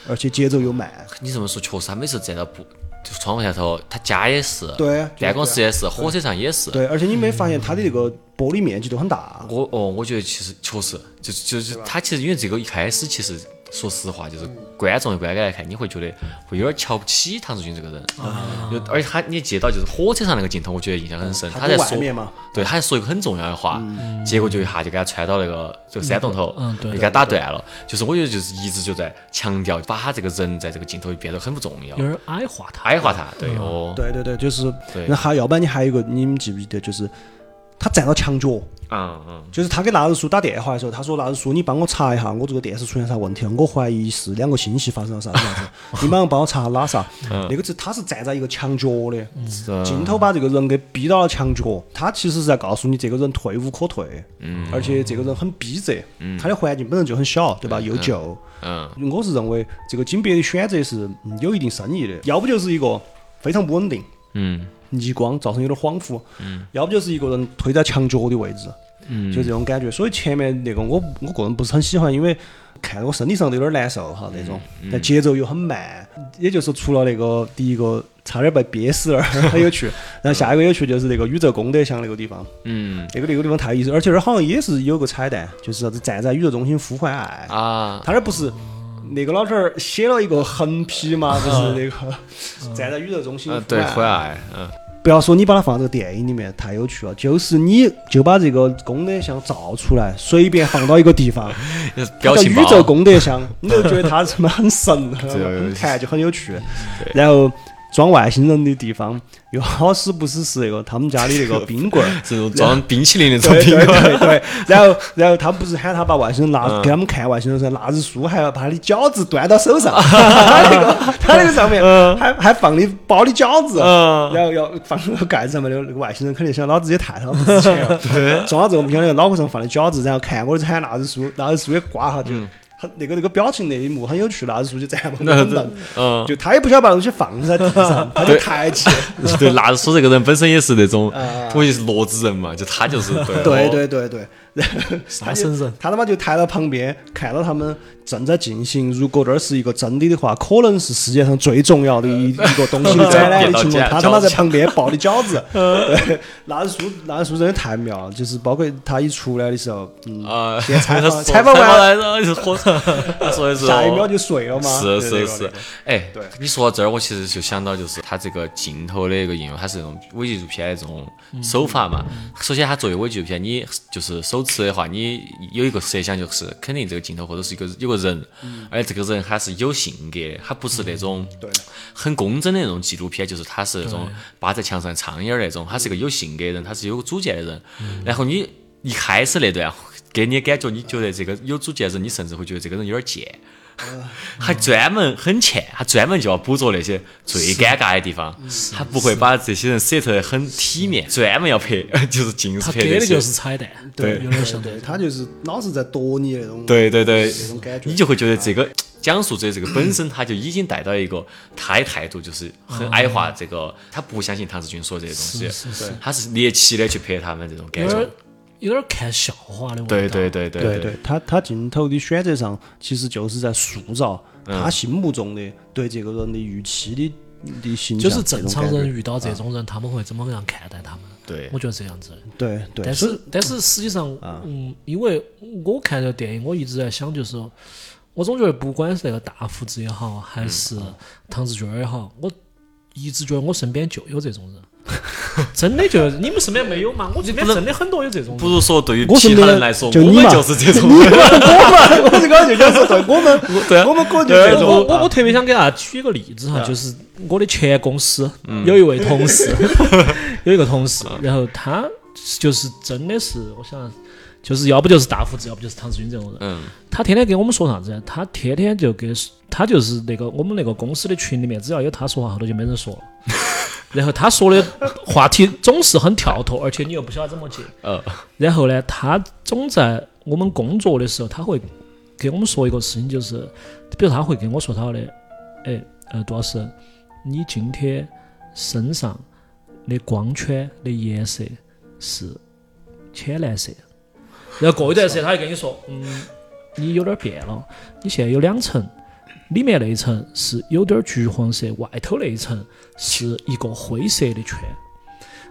[SPEAKER 1] 而且节奏又慢。
[SPEAKER 3] 你这么说确实，他每次站到不就是窗户下头，他家也是，
[SPEAKER 1] 对啊，就是
[SPEAKER 3] 办公
[SPEAKER 1] 这
[SPEAKER 3] 室也是，火车上也是。
[SPEAKER 1] 样对，而且你没发现它的那个玻璃面积都很大，
[SPEAKER 3] 我哦，我觉得其实确实，就就是他其实因为这个一开始，其实说实话，
[SPEAKER 1] 嗯
[SPEAKER 3] 就是观众的观感来看，你会觉得会有点瞧不起唐志军这个人。
[SPEAKER 1] 啊
[SPEAKER 3] 就而且他你也记到就是火车上那个镜头，我觉得印象很深。
[SPEAKER 1] 它
[SPEAKER 3] 在
[SPEAKER 1] 在外
[SPEAKER 3] 说，
[SPEAKER 1] 面嘛，
[SPEAKER 3] 对，他在说一个很重要的话，
[SPEAKER 1] 嗯
[SPEAKER 3] 结果就一下就给他穿到那个这个山洞头，
[SPEAKER 2] 嗯嗯对
[SPEAKER 3] 就给他打断了。就是我觉得就是一直就在强调，把他这个人在这个镜头里变得很不重
[SPEAKER 2] 有，
[SPEAKER 3] 要
[SPEAKER 2] 点嗯矮化他。
[SPEAKER 3] 矮化他。对哦，
[SPEAKER 1] 对对对，就是，
[SPEAKER 3] 对
[SPEAKER 1] 那还要不然你还有一个，你们记不记得就是。他站到墙角，
[SPEAKER 3] 嗯嗯，
[SPEAKER 1] 就是他给腊日叔打电话的时候，他说：“腊日叔，你帮我查一下，我这个电视出现啥问题了？啊我怀疑是两个星期发生了啥子啥子，你马上帮我查下拉萨。”那个是他是站在一个墙角的，
[SPEAKER 3] 嗯是啊
[SPEAKER 1] 镜头把这个人给逼到了墙角，他其实是在告诉你这个人退无可退，嗯，而且这个人很逼仄，嗯，他的环境本身就很小，对吧？又旧，
[SPEAKER 3] 嗯，
[SPEAKER 1] 我是认为这个景别的选择是嗯有一定深意的，要不就是一个非常不稳定，
[SPEAKER 3] 嗯，
[SPEAKER 1] 逆光造成有点恍惚，嗯，要不就是一个人推在墙角的位置，嗯，就这种感觉。所以前面那个我我个人不是很喜欢，因为看得我身体上都有点难受哈那种，
[SPEAKER 3] 嗯
[SPEAKER 1] 但节奏又很慢，也就是除了那个第一个差点被憋死那儿很
[SPEAKER 3] [laughs]
[SPEAKER 1] 有趣，然后下一个有趣就是那个宇宙功德箱那个地方，
[SPEAKER 3] 嗯
[SPEAKER 1] 那个那个地方太有意思，而且那儿好像也是有个彩蛋，就是啥子站在宇宙中心呼唤爱，
[SPEAKER 3] 啊，
[SPEAKER 1] 他那儿不是那个老头儿写了一个横批吗？不是那个站在宇宙中心
[SPEAKER 3] 嗯
[SPEAKER 1] 呼
[SPEAKER 3] 啊对，
[SPEAKER 1] 唤
[SPEAKER 3] 灰爱，嗯
[SPEAKER 1] 不要说你把它放到这个电影里面太有趣了，就是你就把这个功德箱造出来，随便放到一个地方，
[SPEAKER 3] 就是
[SPEAKER 1] 叫
[SPEAKER 3] [laughs] 呃表情
[SPEAKER 1] 宇
[SPEAKER 3] 包
[SPEAKER 1] 宙功德箱，你就觉得它他妈很神，
[SPEAKER 3] [laughs] 对
[SPEAKER 1] 很看就很有趣。然后装外星人的地方又好死不死是那个他们家的那
[SPEAKER 3] [laughs]
[SPEAKER 1] 个冰棍儿。
[SPEAKER 3] 这种装冰淇淋的这种
[SPEAKER 1] 对
[SPEAKER 3] 冰
[SPEAKER 1] 对
[SPEAKER 3] 棍，
[SPEAKER 1] 对对，然后然后他们不是喊他把外星人拿
[SPEAKER 3] 嗯
[SPEAKER 1] 给他们看外星人噻，拿着书还要把他的饺子端到手
[SPEAKER 3] [laughs]
[SPEAKER 1] 上，他那个他那个上面还还放的包的饺子，
[SPEAKER 3] 嗯
[SPEAKER 1] 然后要放那个盖子上面，那个那个外星人肯定想老子也太他妈值钱
[SPEAKER 3] [laughs]
[SPEAKER 1] 了，装到这个我们想那个脑壳上放的饺子，然后看我儿子喊拿着书，拿着书也刮哈就。
[SPEAKER 3] 嗯
[SPEAKER 1] 很那个那个表情那一幕很有趣，拿着书就站不稳当，
[SPEAKER 3] 嗯，
[SPEAKER 1] 就他也不晓得把东西放在地
[SPEAKER 3] [laughs]
[SPEAKER 1] 上，他就抬起，
[SPEAKER 3] 对，纳日苏这个人本身也是那种，我也是弱智人嘛，就他就是对
[SPEAKER 1] 啊对
[SPEAKER 3] 对
[SPEAKER 1] 对对对，然后
[SPEAKER 2] 啥身份？
[SPEAKER 1] 他他妈就抬到旁边，看到他们正在进行。如果这儿是一个真理的话，可能是世界上最重要的一一个东西的展览的情况。他他妈在旁边抱的饺子，对，那日叔那日叔真的太妙了。就是包括他一出来的时候，嗯，
[SPEAKER 3] 啊，
[SPEAKER 1] 先采
[SPEAKER 3] [laughs]
[SPEAKER 1] 访采
[SPEAKER 3] 采
[SPEAKER 1] 访完
[SPEAKER 3] 完了，是火，他说的是
[SPEAKER 1] 下一秒就睡了嘛。
[SPEAKER 3] 是
[SPEAKER 1] 对
[SPEAKER 3] 是是，，哎，你说到这儿，我其实就想到就是他这个镜头的一个应用，它是那种伪纪录片的这种
[SPEAKER 1] 嗯
[SPEAKER 3] 手法嘛。首先，它作为伪纪录片，你就是手持的话，你有一个设想就是肯定这个镜头或者是一个有个人，而且这个人他是有性格的，他不是那种
[SPEAKER 1] 嗯对
[SPEAKER 3] 很工整的那种纪录片，就是他是那种扒在墙上苍蝇儿那种，他是个有性格的人，他是有主见的人。
[SPEAKER 1] 嗯
[SPEAKER 3] 然后你一开始那段给你的感觉，你觉得这个有主见的人，你甚至会觉得这个人有点贱。他专门很欠，他专门就要捕捉那些最尴尬的地方，他不会把这些人设特得很体面，专门要拍 [laughs] 就是尽是
[SPEAKER 2] 他
[SPEAKER 3] 拍
[SPEAKER 2] 给
[SPEAKER 3] 这
[SPEAKER 2] 的就
[SPEAKER 3] 些。
[SPEAKER 2] 是彩蛋，
[SPEAKER 1] 对
[SPEAKER 2] 有点
[SPEAKER 1] 对
[SPEAKER 2] 像
[SPEAKER 1] 对，他就是老是在躲你那种
[SPEAKER 3] 对对对
[SPEAKER 1] 那种感，觉
[SPEAKER 3] 你就会觉得这个讲述者这个本身他就已经带到一个他的态度就是很矮化这
[SPEAKER 1] 哦
[SPEAKER 3] 个，他不相信唐志军说这些东
[SPEAKER 2] 是
[SPEAKER 3] 西，
[SPEAKER 2] 是是，
[SPEAKER 3] 他是猎奇的去拍他们这种感
[SPEAKER 2] 有点
[SPEAKER 3] 觉。
[SPEAKER 2] 有点看笑话的味道。
[SPEAKER 3] 对对对
[SPEAKER 1] 对
[SPEAKER 3] 对，
[SPEAKER 1] 他他镜头的选择上，其实就是在塑造他心目中的对这个人的预期的的形象，
[SPEAKER 2] 就是
[SPEAKER 1] 这
[SPEAKER 2] 正
[SPEAKER 1] 种
[SPEAKER 2] 常
[SPEAKER 1] 感觉
[SPEAKER 2] 人遇到这种人，他们会怎么样看待他们？
[SPEAKER 3] 对
[SPEAKER 2] 我觉得这样子的。
[SPEAKER 1] 对对，
[SPEAKER 2] 但
[SPEAKER 1] 所以
[SPEAKER 2] 是但是实际上，嗯，因为我看这个电影，我一直在想，就是说我总觉得不管是那个大胡子也好，还
[SPEAKER 3] 嗯
[SPEAKER 2] 是唐志军儿也好，我一直觉得我身边就有这种人， [laughs] 真的就你们身边没有吗？我这边真的很多有这种
[SPEAKER 3] 不
[SPEAKER 2] 人。
[SPEAKER 3] 如说对于
[SPEAKER 1] 我身
[SPEAKER 3] 其
[SPEAKER 1] 边
[SPEAKER 3] 他人来说，
[SPEAKER 1] 就
[SPEAKER 3] 我
[SPEAKER 1] 你
[SPEAKER 3] 们
[SPEAKER 1] 嘛
[SPEAKER 3] 就是这种
[SPEAKER 1] 你
[SPEAKER 3] 人。
[SPEAKER 1] 们 [laughs] 我们我这个就讲是对我们
[SPEAKER 3] 对啊
[SPEAKER 1] [laughs] 我们哥就
[SPEAKER 2] 对
[SPEAKER 1] 这
[SPEAKER 2] 我
[SPEAKER 1] 种
[SPEAKER 2] 我我特别想给大家举一个例子
[SPEAKER 1] 啊
[SPEAKER 2] 哈，就是我的前公司
[SPEAKER 1] 嗯
[SPEAKER 2] 有一位同
[SPEAKER 1] [laughs]
[SPEAKER 2] 事，有一个同事，
[SPEAKER 1] 啊
[SPEAKER 2] 然后他就是真的是，我想就是要不就是大胡子，要不就是唐志军这种人。
[SPEAKER 3] 嗯
[SPEAKER 2] 他天天给我们说啥子呢？他天天就给他就是那个我们那个公司的群里面，只要有他说话，后头就没
[SPEAKER 1] [laughs]
[SPEAKER 2] 人说了。然后他说的话题总是很跳脱，而且你又不晓得怎么接。
[SPEAKER 3] [laughs] 呃
[SPEAKER 2] 然后呢，他总在我们工作的时候，他会给我们说一个事情，就是比如他会跟我说他的，哎呃，杜老师，你今天身上的光圈的颜色是浅蓝色，然后过一段时间他就跟你说，嗯，你有点变了，你现在有两层里面那一层是有点儿橘黄色，外头那一层是一个灰色的圈。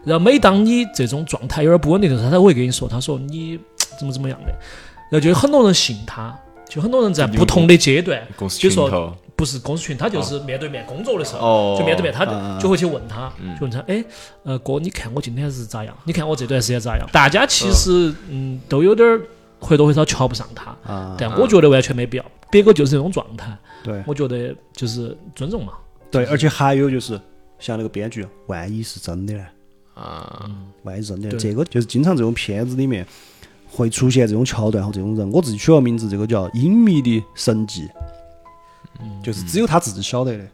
[SPEAKER 2] 然后每当你这种状态有点不稳定的时候，他才会跟你说，他说你怎么怎么样的，然后就有很多人信他，就很多人在不同的阶段，
[SPEAKER 3] 公司
[SPEAKER 2] 比
[SPEAKER 3] 群
[SPEAKER 2] 如说
[SPEAKER 3] 头
[SPEAKER 2] 不是公司群，他
[SPEAKER 1] 哦
[SPEAKER 2] 就是面对面工作的时候，
[SPEAKER 3] 哦，
[SPEAKER 2] 就面对面，他就
[SPEAKER 1] 啊
[SPEAKER 2] 就会去问他，就问他，哎，呃，哥，你看我今天是咋样？你看我这段时间咋样？大家其实嗯都有点儿或多或少瞧不上他，
[SPEAKER 1] 啊，嗯
[SPEAKER 2] 但我觉得完全没必要，别个就是这种状态，
[SPEAKER 1] 对
[SPEAKER 2] 我觉得就是尊重嘛。
[SPEAKER 1] 对，而且还有就是像那个编剧，万一是真的呢？
[SPEAKER 3] 啊，
[SPEAKER 1] 万一是真的，
[SPEAKER 2] 对
[SPEAKER 1] 这个就是经常这种片子里面会出现这种桥段和这种人。我自己取了名字，这个叫隐秘的神迹，
[SPEAKER 2] 嗯
[SPEAKER 1] 就是只有他自己晓得的，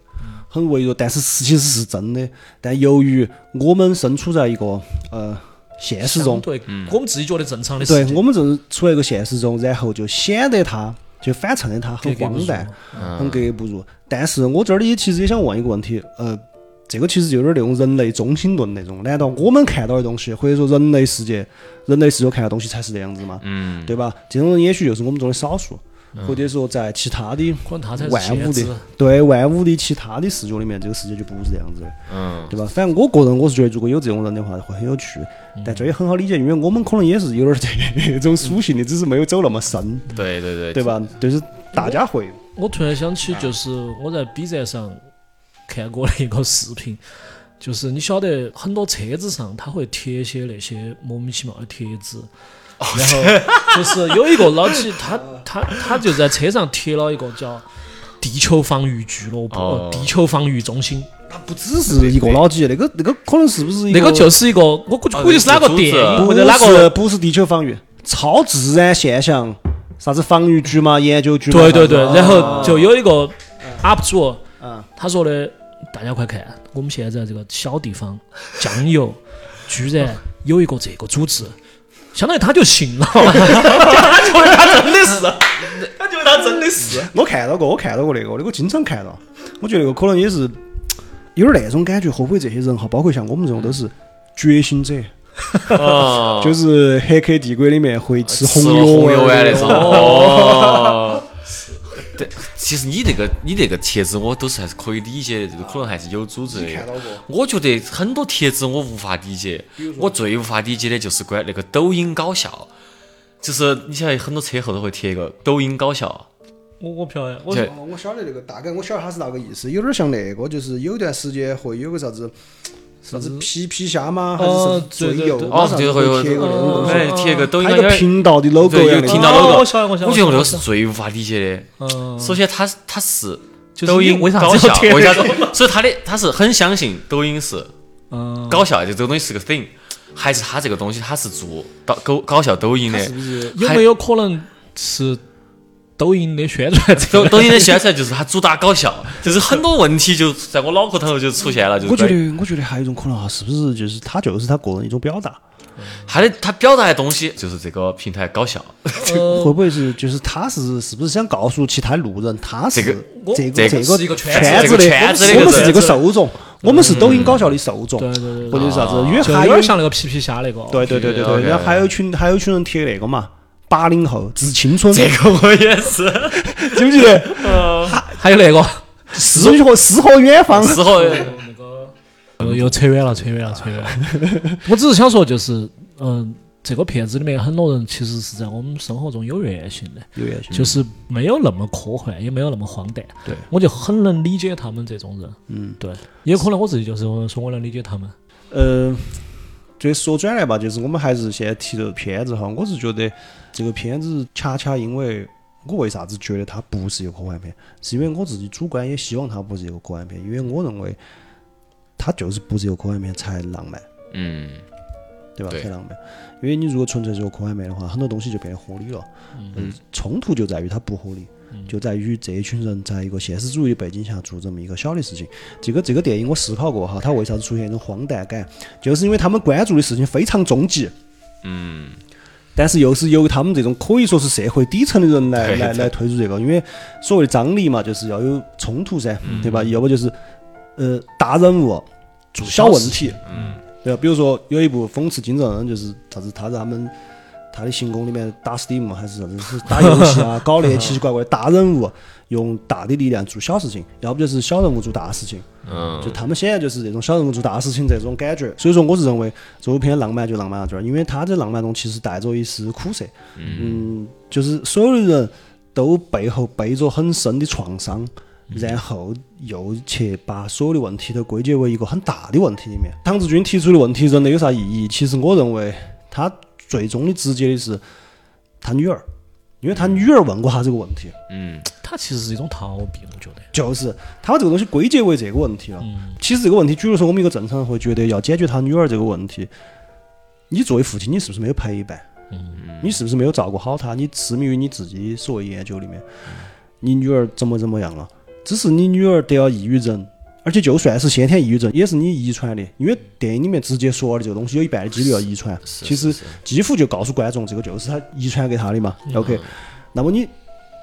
[SPEAKER 1] 很微弱，但是事情是真的。但由于我们身处在一个呃现实中，嗯
[SPEAKER 2] 对，我们自己觉得正常的
[SPEAKER 1] 对
[SPEAKER 2] 事情，
[SPEAKER 1] 我们正处在一个现实中，然后就显得他就反衬的他很
[SPEAKER 2] 格格
[SPEAKER 1] 荒
[SPEAKER 2] 不入
[SPEAKER 1] 诞。很格格不入。但是我这里其实也想问一个问题，呃，这个其实就有点那种人类中心论那种，难道我们看到的东西，或者说人类世界、人类视角看到的东西才是这样子吗？
[SPEAKER 3] 嗯，
[SPEAKER 1] 对吧？这种人也许就是我们中的少数，或者说在其他的
[SPEAKER 2] 可能他啊才是
[SPEAKER 1] 万物
[SPEAKER 2] 先知
[SPEAKER 1] 的。对万物的其他的视角里面，这个世界就不是这样子的，
[SPEAKER 3] 嗯，
[SPEAKER 1] 对吧？反正我个人我是觉得，如果有这种人的话，会很有趣。
[SPEAKER 2] 嗯
[SPEAKER 1] 但这也很好理解，因为我们可能也是有点儿这这种 [laughs] 属性的，只是没有走那么深，
[SPEAKER 3] 对对对，
[SPEAKER 1] 对吧？就是大家会，
[SPEAKER 2] 我突然想起，就是我在 B 站上看过的一个视频，就是你晓得很多车子上它会贴一些那些莫名其妙的贴纸，然后就是有一个老几，他他他就在车上贴了一个叫“地球防御俱乐部”、
[SPEAKER 3] 哦
[SPEAKER 2] 呃地球防御中心”，
[SPEAKER 1] 它不只是一个老几，那个那个可能是不是一
[SPEAKER 2] 那个就是一个，我估计
[SPEAKER 3] 啊
[SPEAKER 2] 估计是哪个电
[SPEAKER 3] 那
[SPEAKER 2] 影
[SPEAKER 3] 个组织
[SPEAKER 1] 不
[SPEAKER 2] 或
[SPEAKER 1] 是
[SPEAKER 2] 者哪个。
[SPEAKER 1] 不是地球防御，超自然现象，啥子防御局嘛、研究局嘛，
[SPEAKER 2] 对对对，
[SPEAKER 1] 啥子
[SPEAKER 2] 然后就有一个 UP 主，
[SPEAKER 1] 啊
[SPEAKER 2] 他说的，大家快看，我们现在这个小地 [laughs] 方酱油，居然有一个这个组织，相当于他就信了，他觉得他真的是，他觉得他真的是，
[SPEAKER 1] 我看到过，我看到过那个，那个经常看到，我觉得那个可能也是有点那种感觉，会不会这些人哈，包括像我们这种都是觉醒者，
[SPEAKER 3] 哦，
[SPEAKER 1] 就是《黑客帝国》里面会吃
[SPEAKER 3] 吃
[SPEAKER 1] 红
[SPEAKER 3] 了
[SPEAKER 1] 油
[SPEAKER 3] 红油
[SPEAKER 1] 丸
[SPEAKER 3] 丸那种。哦， [laughs] 对，其实你那个你那个帖子，我都是还是可以理解，这个可能还是有组织
[SPEAKER 1] 看到
[SPEAKER 3] 的
[SPEAKER 1] 过。
[SPEAKER 3] 我觉得很多帖子我无法理解，我最无法理解的就是关于那个抖音搞笑，就是你晓得很多车后头会贴一个抖音搞笑，
[SPEAKER 2] 我我飘呀，我
[SPEAKER 3] 对
[SPEAKER 1] 哦，我晓得那个大概，我晓得他是那个意思，有点像那个，就是有段时间会有个啥子。啥
[SPEAKER 3] 嗯
[SPEAKER 1] 子皮皮虾吗？还是什么
[SPEAKER 2] 哦对
[SPEAKER 1] 醉
[SPEAKER 2] 对
[SPEAKER 1] 油？
[SPEAKER 2] 对
[SPEAKER 3] 哦，
[SPEAKER 1] 马上
[SPEAKER 3] 就是
[SPEAKER 1] 会
[SPEAKER 3] 会有
[SPEAKER 1] 贴一个那种东西，
[SPEAKER 3] 哎贴一个抖音
[SPEAKER 1] 还
[SPEAKER 3] 搞
[SPEAKER 1] 有哦个
[SPEAKER 3] 笑，
[SPEAKER 1] 频道的 logo
[SPEAKER 3] 对
[SPEAKER 1] 一样
[SPEAKER 3] 有
[SPEAKER 1] 的
[SPEAKER 3] 听到 logo
[SPEAKER 2] 哦我晓得我晓得，
[SPEAKER 3] 我觉得
[SPEAKER 2] 我晓得
[SPEAKER 3] 我这个是，最无法理解的。
[SPEAKER 2] 嗯，
[SPEAKER 3] 首先它是，它是
[SPEAKER 2] 就是
[SPEAKER 3] 抖音
[SPEAKER 2] 你为啥
[SPEAKER 3] 搞
[SPEAKER 2] 子要
[SPEAKER 3] 笑，
[SPEAKER 2] 贴
[SPEAKER 3] 为啥
[SPEAKER 2] 这
[SPEAKER 3] 子
[SPEAKER 2] 个？
[SPEAKER 3] [laughs] 所以它的它是很相信抖音是
[SPEAKER 2] 嗯，
[SPEAKER 3] 搞笑，就这个东西是个 thing，还是它这个东西它是做搞搞搞笑抖音的？
[SPEAKER 2] 有没有可能是抖音的宣 [laughs] 传这
[SPEAKER 3] 抖
[SPEAKER 2] 个？
[SPEAKER 3] 抖音的宣传就是它主打搞笑，就是很多问题就在我脑壳头就出现了，就是
[SPEAKER 1] 我觉得，我觉得还有一种可能哈，是不是就是他就是他个人一种表达？
[SPEAKER 3] 它的它表达的东西就是这个平台搞笑，
[SPEAKER 1] 会不会是就是他是是不是想告诉其他路人，他是
[SPEAKER 3] 这个
[SPEAKER 2] 我
[SPEAKER 1] 这
[SPEAKER 3] 这
[SPEAKER 1] 个
[SPEAKER 3] 个
[SPEAKER 1] 个
[SPEAKER 2] 是一个圈
[SPEAKER 1] 圈子的
[SPEAKER 3] 子这个圈子的嗯
[SPEAKER 1] 我们
[SPEAKER 3] 这
[SPEAKER 1] 是
[SPEAKER 3] 个
[SPEAKER 1] 这个
[SPEAKER 2] 圈
[SPEAKER 1] 受众，我们是抖音搞笑的受众，
[SPEAKER 2] 对对对
[SPEAKER 1] 或者
[SPEAKER 2] 对，
[SPEAKER 1] 是啥子？
[SPEAKER 3] 哦
[SPEAKER 1] 因为
[SPEAKER 2] 就
[SPEAKER 1] 还
[SPEAKER 2] 有
[SPEAKER 1] 有
[SPEAKER 2] 点像那个皮皮虾那个，
[SPEAKER 1] 对对对对
[SPEAKER 3] OK，OK
[SPEAKER 1] 对，然后还有群还有群人贴那个嘛，八零后致青春，
[SPEAKER 3] 这
[SPEAKER 1] 记
[SPEAKER 3] 个我也是，
[SPEAKER 1] 不记得？
[SPEAKER 2] 还有那个。
[SPEAKER 1] 诗和诗和远
[SPEAKER 3] [laughs]
[SPEAKER 1] 方，
[SPEAKER 3] 之后
[SPEAKER 1] 嗯
[SPEAKER 2] 呃，又扯远了，扯
[SPEAKER 1] 啊
[SPEAKER 2] 远了，扯远了。
[SPEAKER 1] [laughs]
[SPEAKER 2] 我只是想说，就是嗯、这个片子里面很多人其实是在我们生活中有原型的，
[SPEAKER 1] 有原型
[SPEAKER 2] 就是没有那么科幻，也没有那么荒诞。
[SPEAKER 1] 对，
[SPEAKER 2] 我就很能理解他们这种人。嗯，对，也可能我自己就是说我能理解他们。
[SPEAKER 1] 呃，就说转来吧，就是我们还是先提这个片子哈。我是觉得这个片子恰恰因为我为啥子觉得它不是一个科幻片，是因为我自己主观也希望它不是一个科幻片，因为我认为它就是不是一个科幻片才浪漫，
[SPEAKER 3] 嗯，
[SPEAKER 1] 对吧？
[SPEAKER 3] 对
[SPEAKER 1] 才浪漫。因为你如果纯粹是个科幻片的话，很多东西就变得合理了。嗯，冲突就在于它不合理。就在于这一群人在一个现实主义的背景下做这么一个小的事情。这个这个电影我思考过哈，它为啥子出现一种荒诞感，就是因为他们关注的事情非常终极。
[SPEAKER 3] 嗯。
[SPEAKER 1] 但是又是由他们这种可以说是社会底层的人来
[SPEAKER 3] 对
[SPEAKER 1] 来
[SPEAKER 3] 对
[SPEAKER 1] 来推出这个，因为所谓的张力嘛，就是要有冲突噻，
[SPEAKER 3] 嗯
[SPEAKER 1] 对吧？要不就是呃大人物做小问题，
[SPEAKER 3] 嗯，
[SPEAKER 1] 对吧？比如说有一部讽刺金正恩，就是啥子他在他们他的行宫里面打 Steam 还是啥子，是打游戏啊，搞那些奇奇怪怪的大人物，用大的力量做小事情，要不就是小人物做大事情。
[SPEAKER 3] 嗯
[SPEAKER 1] 就他们显然就是这种小人物做大事情这种感觉。所以说，我是认为这部片浪漫就浪漫到这儿，因为它这浪漫中其实带着一丝苦涩，嗯，就是所有的人都背后背着很深的创伤。然后又去把所有的问题都归结为一个很大的问题里面。唐志军提出的问题，人类有啥意义？其实我认为他最终的直接的是他女儿，因为他女儿问过他这个问题，
[SPEAKER 3] 嗯，
[SPEAKER 2] 它其实是一种逃避，我觉得。
[SPEAKER 1] 就是他把这个东西归结为这个问题了。
[SPEAKER 2] 嗯，
[SPEAKER 1] 其实这个问题，比如说我们一个正常人会觉得要解决他女儿这个问题，你作为父亲，你是不是没有陪伴？嗯，你是不是没有照顾好她？你痴迷于你自己所谓研究里面，你女儿怎么怎么样了？只是你女儿得了抑郁症，而且就算是先天抑郁症，也是你遗传的，因为电影里面直接说了这个东西有一半的几率要遗传，
[SPEAKER 3] 嗯是
[SPEAKER 1] 其实
[SPEAKER 3] 是嗯
[SPEAKER 1] 几乎就告诉观众这个就是他遗传给他的嘛。OK，那么你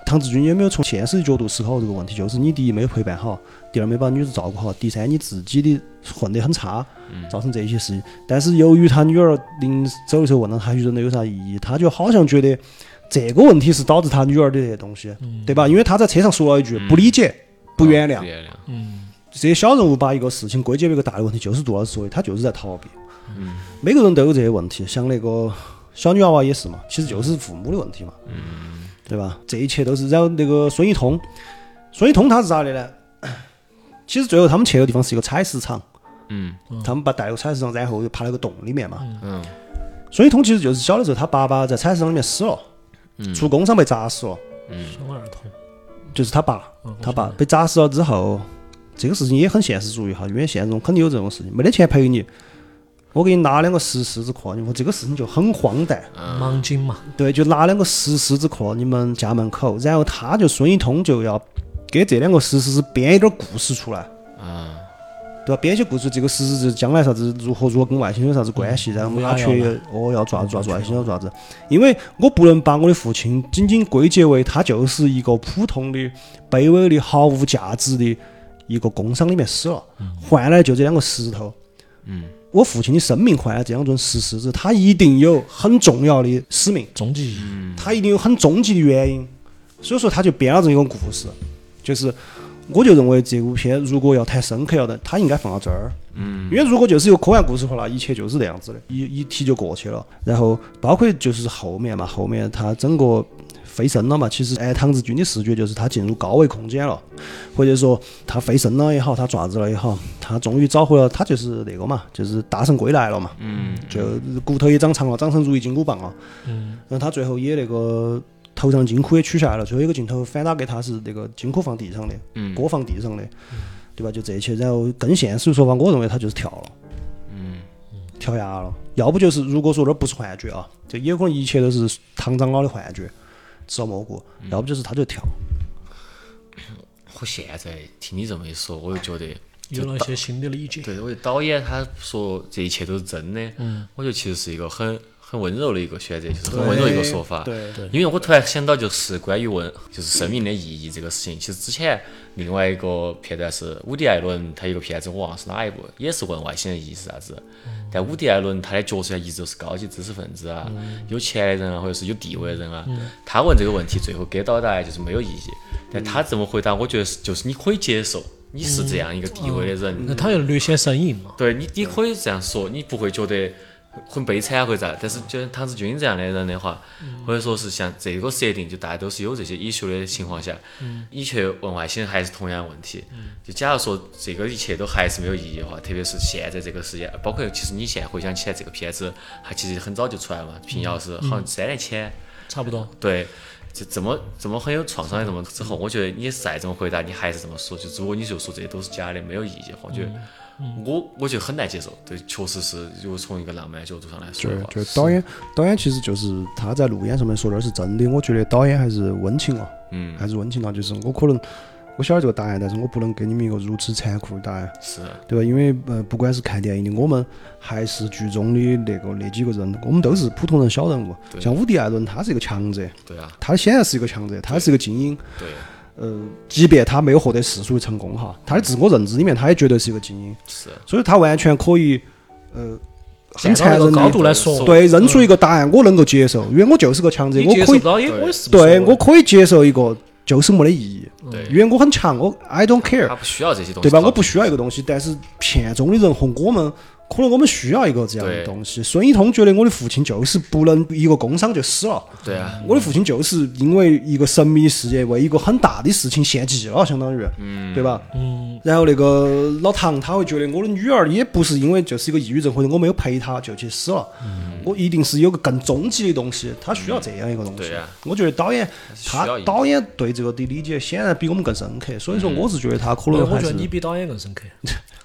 [SPEAKER 1] 唐志军有没有从现实的角度思考这个问题？就是你第一没有陪伴好，第二没把女儿照顾好，第三你自己的混得很差，
[SPEAKER 3] 嗯
[SPEAKER 1] 造成这些事情。但是由于他女儿临走的时候问了他人类有啥意义，他就好像觉得这个问题是导致他女儿的这些东西，对吧？因为他在车上说了一句不理解、不原谅
[SPEAKER 3] 嗯哦不，原谅，
[SPEAKER 1] 这些小人物把一个事情归结为一个大的问题，就是杜老师说的，他就是在逃避。
[SPEAKER 3] 嗯
[SPEAKER 1] 每个人都有这些问题，像那个小女娃娃也是嘛，其实就是父母的问题嘛，
[SPEAKER 3] 嗯
[SPEAKER 1] 对吧？这一切都是。然后那个孙一通，孙一通他是咋的呢？其实最后他们去的地方是一个采石场，
[SPEAKER 3] 嗯
[SPEAKER 1] 他们把带入采石场，然后又爬了个洞里面嘛。
[SPEAKER 3] 嗯
[SPEAKER 1] 孙一通其实就是小的时候，他爸爸在采石场里面死了，
[SPEAKER 3] 嗯
[SPEAKER 1] 出工伤被砸死了，
[SPEAKER 2] 生儿童，
[SPEAKER 1] 就是他爸。
[SPEAKER 2] 嗯
[SPEAKER 1] 他爸被砸死了之后，这个事情也很现实主义哈，因为现实中肯定有这种事情，没得钱赔你，我给你拿两个石狮子壳，你们这个事情就很荒诞。
[SPEAKER 2] 盲精嘛，
[SPEAKER 1] 对，就拿两个石狮子壳，你们家门口，然后他就孙一通就要给这两个石狮子编一点故事出来，
[SPEAKER 3] 啊，
[SPEAKER 1] 对吧？编一些故事，这个石狮子将来啥子如何如何跟外星有啥子关系，然后我们
[SPEAKER 2] 嗯
[SPEAKER 1] 他
[SPEAKER 2] 不要
[SPEAKER 3] 哎
[SPEAKER 1] 去哦要抓抓抓外星要抓子，因为我不能把我的父亲仅仅归结为他就是一个普通的、卑微的、毫无价值的一个工伤里面死了，换来就这两个石头。
[SPEAKER 3] 嗯
[SPEAKER 1] 我父亲的生命换来这两尊石狮子，他一定有很重要的使命。
[SPEAKER 2] 终极意义
[SPEAKER 1] 他一定有很终极的原因，所以说他就编了这么一个故事，就是我就认为这部片如果要谈深刻要的，它应该放到这儿，嗯，因为如果就是一个科幻故事的话，那一切就是那样子的，一一提就过去了。然后包括就是后面嘛，后面他整个飞升了嘛，其实按唐志军的视觉就是他进入高维空间了，或者说他飞升了也好，他爪子了也好，他终于找回了他就是那个嘛，就是大圣归来了嘛，
[SPEAKER 3] 嗯，
[SPEAKER 1] 就骨头也长长了，长成如意金箍棒了。然后他最后也那个头上金箍也取下来了，最后一个镜头反打给他是那个金箍放地上的，
[SPEAKER 3] 嗯
[SPEAKER 1] 锅放地上的，对吧？就这些，然后更现实的说法，我认为他就是跳了，
[SPEAKER 3] 嗯
[SPEAKER 1] 跳崖了，要不就是如果说那不是幻觉啊，就也有可能一切都是唐长老的幻觉，吃了蘑菇，
[SPEAKER 3] 嗯
[SPEAKER 1] 要不就是他就跳，
[SPEAKER 3] 我现在听你这么一说，我又觉得，
[SPEAKER 2] 有了一些新的理解。
[SPEAKER 3] 对，我觉得导演他说这一切都是真的，嗯，我觉得其实是一个很很温柔的一个选择，就是很温柔一个说法，
[SPEAKER 1] 对
[SPEAKER 2] 对
[SPEAKER 3] 因为我突然想到，就是关于问，就是生命的意义这个事情。其实之前另外一个片段是伍迪·艾伦，他有个片子我忘了是哪一部，也是问外星人意义是啥子。但伍迪·艾伦他的角色一直都是高级知识分子啊，有钱的人啊，或者是有地位的人啊。他问这个问题，最后给到的答案就是没有意义。但他这么回答，我觉得是就是你可以接受，你是这样一个地位的人，
[SPEAKER 2] 那他又略显生硬嘛，
[SPEAKER 3] 对你，你可以这样说，你不会觉得很悲惨啊或者咋。但是，就像唐志军这样的人的话，或者说是像这个设定，就大家都是有这些 issue 的情况下，你去问外星人还是同样的问题。就假如说这个一切都还是没有意义的话，特别是现在这个时间，包括其实你现在回想起来这个片子，它其实很早就出来了嘛，平遥是好像三年前。
[SPEAKER 2] 差不多。
[SPEAKER 3] 对，就怎么怎么很有创伤的怎么之后，我觉得你再怎么回答，你还是这么说。就如果你就说这些都是假的，没有意义的话，我觉得我我觉得很难接受。对，确实是，如果从一个浪漫角度上来说的话，
[SPEAKER 1] 就是导演，导演其实就是他在路演上面说的是真的，我觉得导演还是温情了、
[SPEAKER 3] 嗯，
[SPEAKER 1] 还是温情了、啊就是我可能我晓得这个答案，但是我不能给你们一个如此残酷的答案。
[SPEAKER 3] 是，啊
[SPEAKER 1] 对吧？因为呃，不管是看电影的我们，还是剧中的那个那几个人，我们都是普通人、小人物。
[SPEAKER 3] 对
[SPEAKER 1] 像伍迪·艾伦，他是一个强者，
[SPEAKER 3] 对啊，
[SPEAKER 1] 他显然是一个强者，他是一个精英。
[SPEAKER 3] 对，
[SPEAKER 1] 呃，即便他没有获得世俗的成
[SPEAKER 3] 啊
[SPEAKER 1] 功哈，他的自我认知里面，他也绝对是一个精英，
[SPEAKER 3] 是，
[SPEAKER 1] 所以他完全可以呃很残
[SPEAKER 2] 站到那
[SPEAKER 1] 忍
[SPEAKER 2] 个高度
[SPEAKER 1] 的，
[SPEAKER 2] 来说，
[SPEAKER 1] 对，扔出一个答案我能够接受，因为我就是个强者，
[SPEAKER 2] 你
[SPEAKER 1] 我
[SPEAKER 2] 接
[SPEAKER 1] 可
[SPEAKER 2] 受
[SPEAKER 1] 以
[SPEAKER 2] 不，到也
[SPEAKER 3] 对
[SPEAKER 2] 我也是不
[SPEAKER 1] 对
[SPEAKER 2] 说
[SPEAKER 1] 我可以接受一个就是没得意义，
[SPEAKER 3] 对，
[SPEAKER 1] 因为我很强，我 I don't care，
[SPEAKER 3] 他不需要这些东西，
[SPEAKER 1] 对吧？我不需要一个东西，但是片中的人和我们，可能我们需要一个这样的
[SPEAKER 3] 对
[SPEAKER 1] 东西。孙一通觉得我的父亲就是不能一个工伤就死了，
[SPEAKER 3] 对啊，
[SPEAKER 1] 我的父亲就是因为一个神秘事业，为一个很大的事情献祭了，相当于，
[SPEAKER 3] 嗯，
[SPEAKER 1] 对吧？
[SPEAKER 2] 嗯，
[SPEAKER 1] 然后那个老唐他会觉得我的女儿也不是因为就是一个抑郁症或者我没有陪她就去死了，
[SPEAKER 3] 嗯
[SPEAKER 1] 我一定是有个更终极的东西，他需要这样一个东西
[SPEAKER 3] 对啊。
[SPEAKER 1] 我觉得导演
[SPEAKER 3] 需
[SPEAKER 1] 他
[SPEAKER 3] 要一个嗯
[SPEAKER 1] 导演对这个的理解显然比我们更深刻，所以说我是觉得他可
[SPEAKER 2] 对
[SPEAKER 1] 能
[SPEAKER 2] 我
[SPEAKER 1] 还
[SPEAKER 2] 觉
[SPEAKER 1] 是
[SPEAKER 2] 得你比导演更深刻，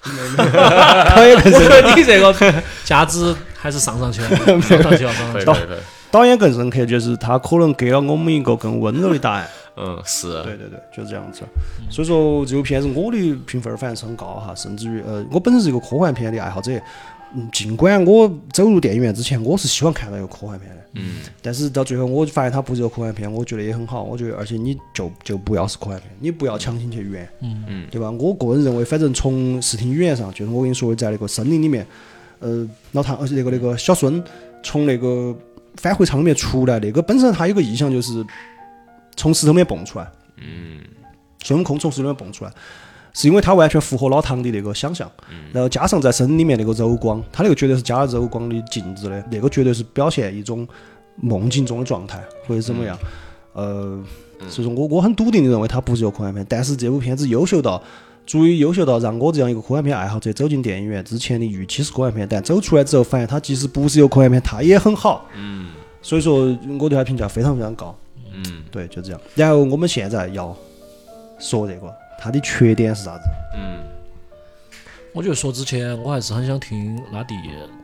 [SPEAKER 1] 可以更
[SPEAKER 2] [laughs] 我
[SPEAKER 1] 深 [laughs]
[SPEAKER 2] 觉得你这 [laughs] 个价值还是上上 [laughs] 去了，上上去了，上上
[SPEAKER 3] 可以
[SPEAKER 2] 去
[SPEAKER 3] 可
[SPEAKER 2] 了。
[SPEAKER 3] 以可以，
[SPEAKER 1] 导演更深刻，就是他可能给了我们一个更温柔的答案。
[SPEAKER 3] 嗯，是，
[SPEAKER 1] 对对对，就是这样子。所以说这部片子我的评分儿反正是很高哈，甚至于呃，我本身是一个科幻片的爱好者。嗯，尽管我走入电影院之前，我是希望看到一个科幻片的，
[SPEAKER 3] 嗯，
[SPEAKER 1] 但是到最后我发现它不是一个科幻片，我觉得也很好。我觉得，而且你就就不要是科幻片，你不要强行去圆，
[SPEAKER 2] 嗯
[SPEAKER 3] 嗯
[SPEAKER 1] 对吧？我个人认为，反正从视听语言上，就是我跟你说的，在那个森林里面，呃，老唐而且那个那个小孙从那个返回舱里面出来，那个本身他有个意象就是从石头里面蹦出来，
[SPEAKER 3] 嗯，
[SPEAKER 1] 孙悟空从石头里面蹦出来，是因为他完全符合老唐的那个想象，然后加上在森林里面那个柔光，他那个绝对是加了柔光的镜子的，那个绝对是表现一种梦境中的状态或者怎么样，呃，所以说我我很笃定的认为它不是一个科幻片，但是这部片子优秀到。足以优秀到让我这样一个科幻片爱好者走进电影院之前的预期是科幻片，但走出来之后发现它即使不是有科幻片，它也很好。嗯，所以说我对它评价非常非常高。
[SPEAKER 3] 嗯，
[SPEAKER 1] 对，就这样。然后我们现在要说这个，它的缺点是啥子？
[SPEAKER 3] 嗯，
[SPEAKER 2] 我觉得说之前，我还是很想听拉蒂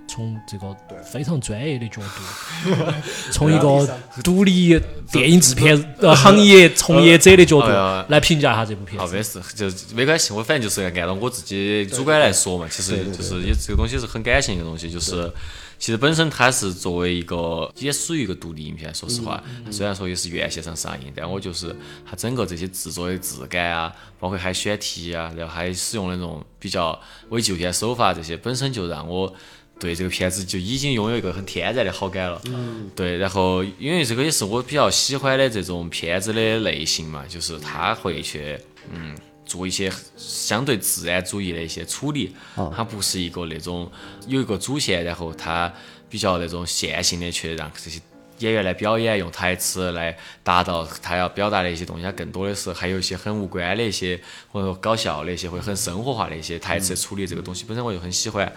[SPEAKER 2] 从这个非常专业的角度， [laughs] 从一个独立电影制片呃行业从业者的角
[SPEAKER 3] 哎呀
[SPEAKER 2] 度来评价一下这部片
[SPEAKER 3] 好，
[SPEAKER 2] 子。
[SPEAKER 3] 啊没事，就没关系，我反正就是按照我自己主观来说嘛，其实就是也这个东西是很感性的东西，就是。其实本身它是作为一个也属于一个独立影片，说实话，
[SPEAKER 2] 嗯
[SPEAKER 3] 虽然说也是院线上上映，但我就是它整个这些制作的质感啊，包括还选题啊，然后还使用那种比较伪纪录片手法这些，本身就让我对这个片子就已经拥有一个很天然的好感了。嗯，对，然后因为这个也是我比较喜欢的这种片子的类型嘛，就是它会去嗯做一些相对自然主义的一些处理，它不是一个那种有一个主线，然后它比较那种线性的去让这些。演员来表演，用台词来达到他要表达的一些东西，它更多的是还有一些很无关的一些，或者说搞笑的一些，或者很生活化的一些台词的处理。这个东西本身我就很喜欢。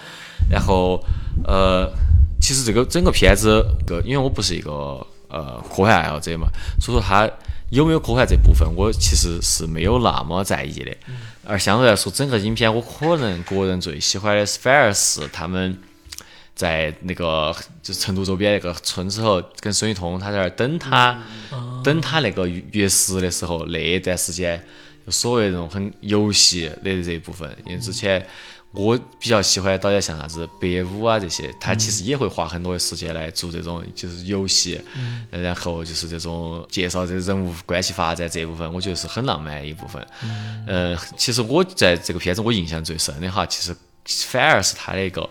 [SPEAKER 3] 然后，呃，其实这个整个片子，个因为我不是一个呃科幻爱好者嘛，所以说它有没有科幻这部分，我其实是没有那么在意的。而相对来说，整个影片我可能个人最喜欢的是反而是他们。在那个就是成都周边那个村子头，跟孙雨通他在那儿等他，等他那个月食的时候，那一段时间，就所谓那种很游戏的这一部分，因为之前我比较喜欢的导演像啥子北舞啊这些，他其实也会花很多的时间来做这种就是游戏，然后就是这种介绍这人物关系发展这一部分，我觉得是很浪漫的一部分。呃，其实我在这个片子我印象最深的哈，其实反而是他的一个。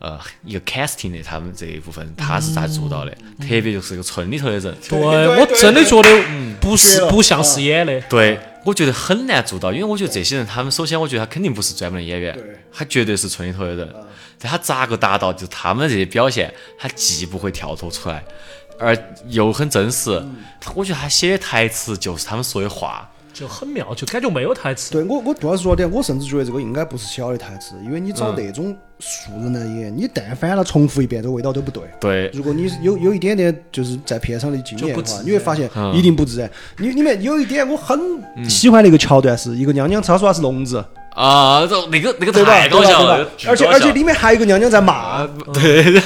[SPEAKER 3] 呃，一个 casting 的他们这一部分，他是咋做到的？特别就是一个村里头的人，
[SPEAKER 2] 对，嗯我真的觉得不是不像是演的，
[SPEAKER 3] 对，我觉得很难做到，因为我觉得这些人，他们首先，我觉得他肯定不是专门的演员，他绝对是村里头的
[SPEAKER 1] 嗯
[SPEAKER 3] 人，但他咋个达到就是他们这些表现，他既不会跳脱出来，而又很真实。
[SPEAKER 1] 嗯
[SPEAKER 3] 他我觉得他写的台词就是他们说的话，
[SPEAKER 2] 就很妙，就感觉没有台词。
[SPEAKER 1] 对我，我杜老师说的，我甚至觉得这个应该不是小的台词，因为你找那种素人来演，你但凡他重复一遍，这个味道都不对。
[SPEAKER 3] 对，
[SPEAKER 1] 如果你有有一点点就是在片场的经验
[SPEAKER 2] 就
[SPEAKER 1] 的
[SPEAKER 2] 不自
[SPEAKER 1] 话，
[SPEAKER 2] 然
[SPEAKER 1] 你会发现
[SPEAKER 3] 嗯
[SPEAKER 1] 一定不自然。你里面有一点我很喜欢的一个桥段是，一个娘娘她说她是聋子，
[SPEAKER 3] 啊，这那个那
[SPEAKER 1] 对
[SPEAKER 3] 个
[SPEAKER 1] 吧？
[SPEAKER 3] 太
[SPEAKER 1] 对
[SPEAKER 3] 搞
[SPEAKER 1] 吧？
[SPEAKER 3] 笑
[SPEAKER 1] 对
[SPEAKER 3] 了
[SPEAKER 1] 吧，而且而且里面还有一个娘娘在骂，
[SPEAKER 3] [laughs] 对，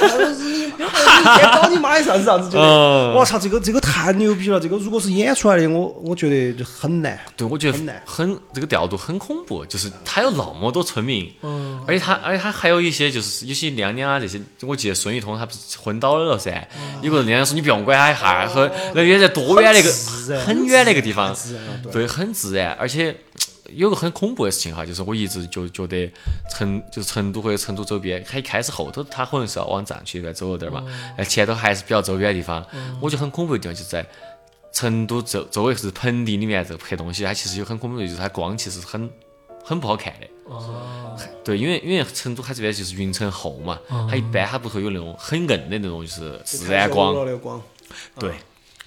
[SPEAKER 1] 搞你妈一上是啥子？就是
[SPEAKER 3] [laughs] 嗯
[SPEAKER 1] 我操，这个这个太牛逼了！这个如果是演出来的，我我觉得就很难。
[SPEAKER 3] 对，我觉得
[SPEAKER 1] 很难
[SPEAKER 3] 很这个调度很恐怖，就是他有那么多村民，
[SPEAKER 2] 嗯，
[SPEAKER 3] 而且他，而且他还有一些就是有些娘娘啊这些，我记得孙雨彤她不是昏倒了噻，
[SPEAKER 1] 嗯
[SPEAKER 3] 有个娘娘说你不用管她一下，和那也在多远那个
[SPEAKER 1] 哦自然
[SPEAKER 3] 很远那个地方，
[SPEAKER 1] 自然啊对
[SPEAKER 3] 对，很自然，而且有个很恐怖的事情哈，就是我一直就觉得成就是成都或者成都周边，它一开始后头它可能是要往藏区那边走了点儿嘛，哎，前头还是比较周边的地方。我觉得很恐怖的地方就是在成都周周围是盆地里面这拍东西，它其实有很恐怖的，就是它光其实很很不好看的。
[SPEAKER 2] 哦，
[SPEAKER 3] 对，因为因为成都它这边就是云层厚嘛，它一般它不会有那种很硬的那种就是自然光，
[SPEAKER 1] 那个光，
[SPEAKER 3] 对，嗯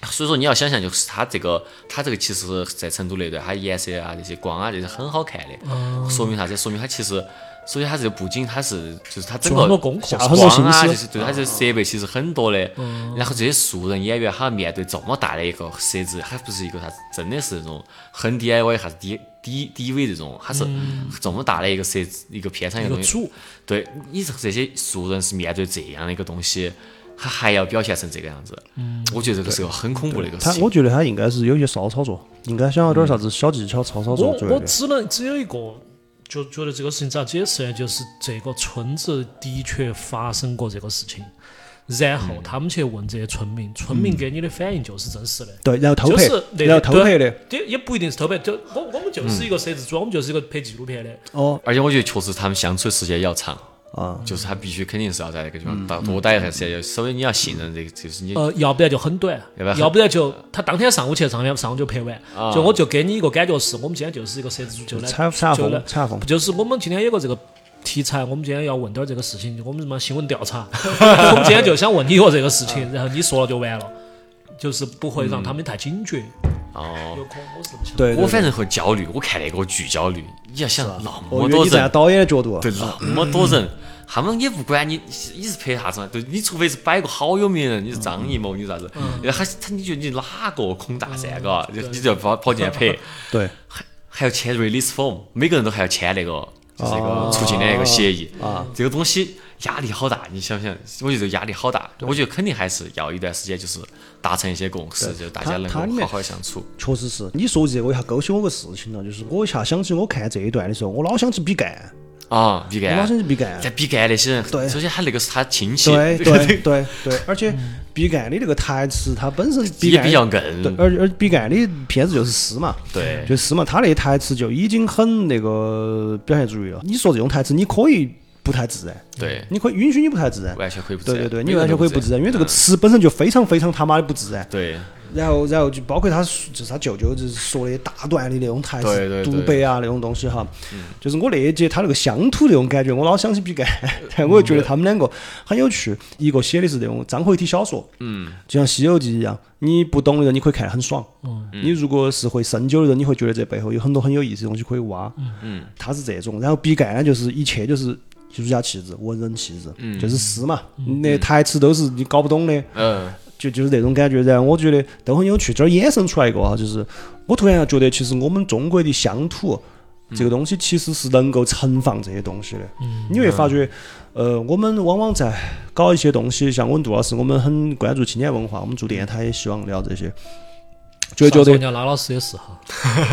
[SPEAKER 3] 所以说你要想象，就是它这个，它这个其实在成都那段，它颜色啊这些光啊这些很好看的，
[SPEAKER 2] 嗯
[SPEAKER 3] 说明啥子？说明它其实，所以它这个布景它是就是它整
[SPEAKER 2] 做很
[SPEAKER 3] 个
[SPEAKER 2] 多功课
[SPEAKER 3] 像
[SPEAKER 2] 下了
[SPEAKER 1] 很多
[SPEAKER 3] 光啊，
[SPEAKER 1] 心
[SPEAKER 3] 就
[SPEAKER 1] 思
[SPEAKER 3] 是对
[SPEAKER 2] 嗯
[SPEAKER 3] 它这设备其实很多的。然后这些素人演员，他面对这么大的一个设置，还不是一个啥子，真的是那种很 DIY 啥子 D D DV 这种，它是这么大的一个设置一个片场
[SPEAKER 2] 嗯
[SPEAKER 3] 一
[SPEAKER 2] 一个
[SPEAKER 3] 个东西，
[SPEAKER 2] 主，
[SPEAKER 3] 对你这些素人是面对这样的一个东西，他还要表现成这个样子，我觉得这个是个很恐怖的一个事
[SPEAKER 1] 嗯他
[SPEAKER 3] 情
[SPEAKER 1] 我。觉得他应该是有些骚操作，应该想要点啥子小技巧、操操
[SPEAKER 2] 我
[SPEAKER 1] 作之类
[SPEAKER 2] 我
[SPEAKER 1] 的。
[SPEAKER 2] 只能只有一个，就觉得这个事情咋解释呢？就是这个村子的确发生过这个事情，然后
[SPEAKER 3] 嗯
[SPEAKER 2] 他们去问这些村民，村民给你的反应就是真实的。
[SPEAKER 1] 对，然后偷
[SPEAKER 2] 就
[SPEAKER 1] 拍
[SPEAKER 2] 是，那
[SPEAKER 1] 然后
[SPEAKER 2] 个
[SPEAKER 1] 偷拍的，
[SPEAKER 2] 也也不一定是偷拍，就我我们
[SPEAKER 3] 嗯
[SPEAKER 2] 就是一个摄制组，我们就是一个拍纪录片的。
[SPEAKER 1] 哦
[SPEAKER 3] 而且我觉得确实他们相处的时间也要长，
[SPEAKER 1] 啊，
[SPEAKER 3] 就是他必须肯定是要在那个地
[SPEAKER 1] 嗯
[SPEAKER 3] 方待多待一段时间。首先你要信任这个，就是你
[SPEAKER 2] 呃，要不然就很短
[SPEAKER 3] 要不然，很
[SPEAKER 2] 要不然就他当天上午去，上天上午就拍完
[SPEAKER 3] 啊。
[SPEAKER 2] 就我就给你一个感觉是，我们今天就是一个摄制组就来
[SPEAKER 1] 采采
[SPEAKER 2] 就来
[SPEAKER 1] 风，采风
[SPEAKER 2] 不。就是我们今天有个这个题材，我们今天要问点儿这个事情，我们什么新闻调 [laughs] 查，我们今天就想问你一个这个事情，然后你说了就完了，就是不会让他们太警觉。
[SPEAKER 3] 哦，
[SPEAKER 2] 有可能我是这么想的。
[SPEAKER 1] 对，对啊
[SPEAKER 3] 我反正会焦虑。我看那个我巨焦虑，你要想那
[SPEAKER 1] 我觉得你
[SPEAKER 3] 么多
[SPEAKER 1] 站在
[SPEAKER 3] 人，
[SPEAKER 1] 导演的角度，啊
[SPEAKER 3] 对，那么
[SPEAKER 1] 嗯
[SPEAKER 3] 多人，他们也不管你你是拍啥子嘛，对你除非是摆个好有名人，你是张艺谋，你是啥子，
[SPEAKER 1] 嗯
[SPEAKER 3] 然后他他你觉得你哪个孔大山嘎，你你就要跑
[SPEAKER 1] [laughs]
[SPEAKER 3] 跑进来拍。
[SPEAKER 1] 对，
[SPEAKER 3] 还还要签 release form，每个人都还要签那个就是那
[SPEAKER 1] 哦
[SPEAKER 3] 个出境的一个协议
[SPEAKER 1] 啊，
[SPEAKER 3] 这个东西压力好大，你想不想？我觉得压力好大，我觉得肯定还是要一段时间，就是达成一些共识，就大家
[SPEAKER 1] 它
[SPEAKER 3] 能
[SPEAKER 1] 它里
[SPEAKER 3] 够
[SPEAKER 1] 面
[SPEAKER 3] 好好相处。
[SPEAKER 1] 确实是。你说这个，我一下勾起我个事情了，就是我一下想起我看这一段的时候，我老想起比干，
[SPEAKER 3] 啊，毕
[SPEAKER 1] 我老
[SPEAKER 3] 赣，
[SPEAKER 1] 想起比干。
[SPEAKER 3] 但毕赣那些人，
[SPEAKER 1] 对
[SPEAKER 3] 首先他那个是他亲戚，
[SPEAKER 1] 对
[SPEAKER 3] [laughs]
[SPEAKER 1] 对对对，而且毕赣的那个台词，它本身毕
[SPEAKER 3] 也
[SPEAKER 1] 赣
[SPEAKER 3] 比较
[SPEAKER 1] 对，
[SPEAKER 3] 硬，
[SPEAKER 1] 而而毕赣的片子就是诗嘛，
[SPEAKER 3] 对
[SPEAKER 1] 就，诗嘛，他那台词就已经很那个表现主义了。你说这种台词，你可以不太自然，
[SPEAKER 3] 对，
[SPEAKER 1] 你可以允许你不太自然。
[SPEAKER 3] 完全可以不
[SPEAKER 1] 对
[SPEAKER 3] 自然嗯
[SPEAKER 1] 对对，你
[SPEAKER 3] 每个
[SPEAKER 1] 完
[SPEAKER 3] 人
[SPEAKER 1] 全
[SPEAKER 3] 都
[SPEAKER 1] 可以不自然，因为这个词本身就非常非常他妈的不自然。
[SPEAKER 3] 对
[SPEAKER 1] 然后，然后就包括他说就是他舅舅就是说的大段的那种台
[SPEAKER 3] 对
[SPEAKER 1] 词
[SPEAKER 3] 对对
[SPEAKER 1] 独白啊那种东西哈，就是我那一节他那个乡土那种感觉，我老想起 [laughs] 比干，但我又觉得他们两个很有趣，一个写的是那种章回体小说，嗯，就像《西游记》一样，你不懂的人你可以看得很爽，嗯，你如果是会深究的人，你会觉得这背后有很多很有意思的东西可以挖，嗯，他是这种，然后比干呢就是一切就是。艺术家气质、文人气质，就是诗嘛，那台词都是你搞不懂的，
[SPEAKER 3] 嗯，
[SPEAKER 1] 就就是那种感觉。然后我觉得都很有趣，这儿衍生出来一个哈，就是我突然觉得，其实我们中国的乡土
[SPEAKER 3] 嗯
[SPEAKER 1] 这个东西其实是能够盛放这些东西的。你会发觉，
[SPEAKER 3] 嗯
[SPEAKER 1] 呃，我们往往在搞一些东西，像我们杜老师，我们很关注青年文化，我们做电台也希望聊这些。就会觉
[SPEAKER 2] 上次
[SPEAKER 1] 得
[SPEAKER 2] 人家拉老师也是哈，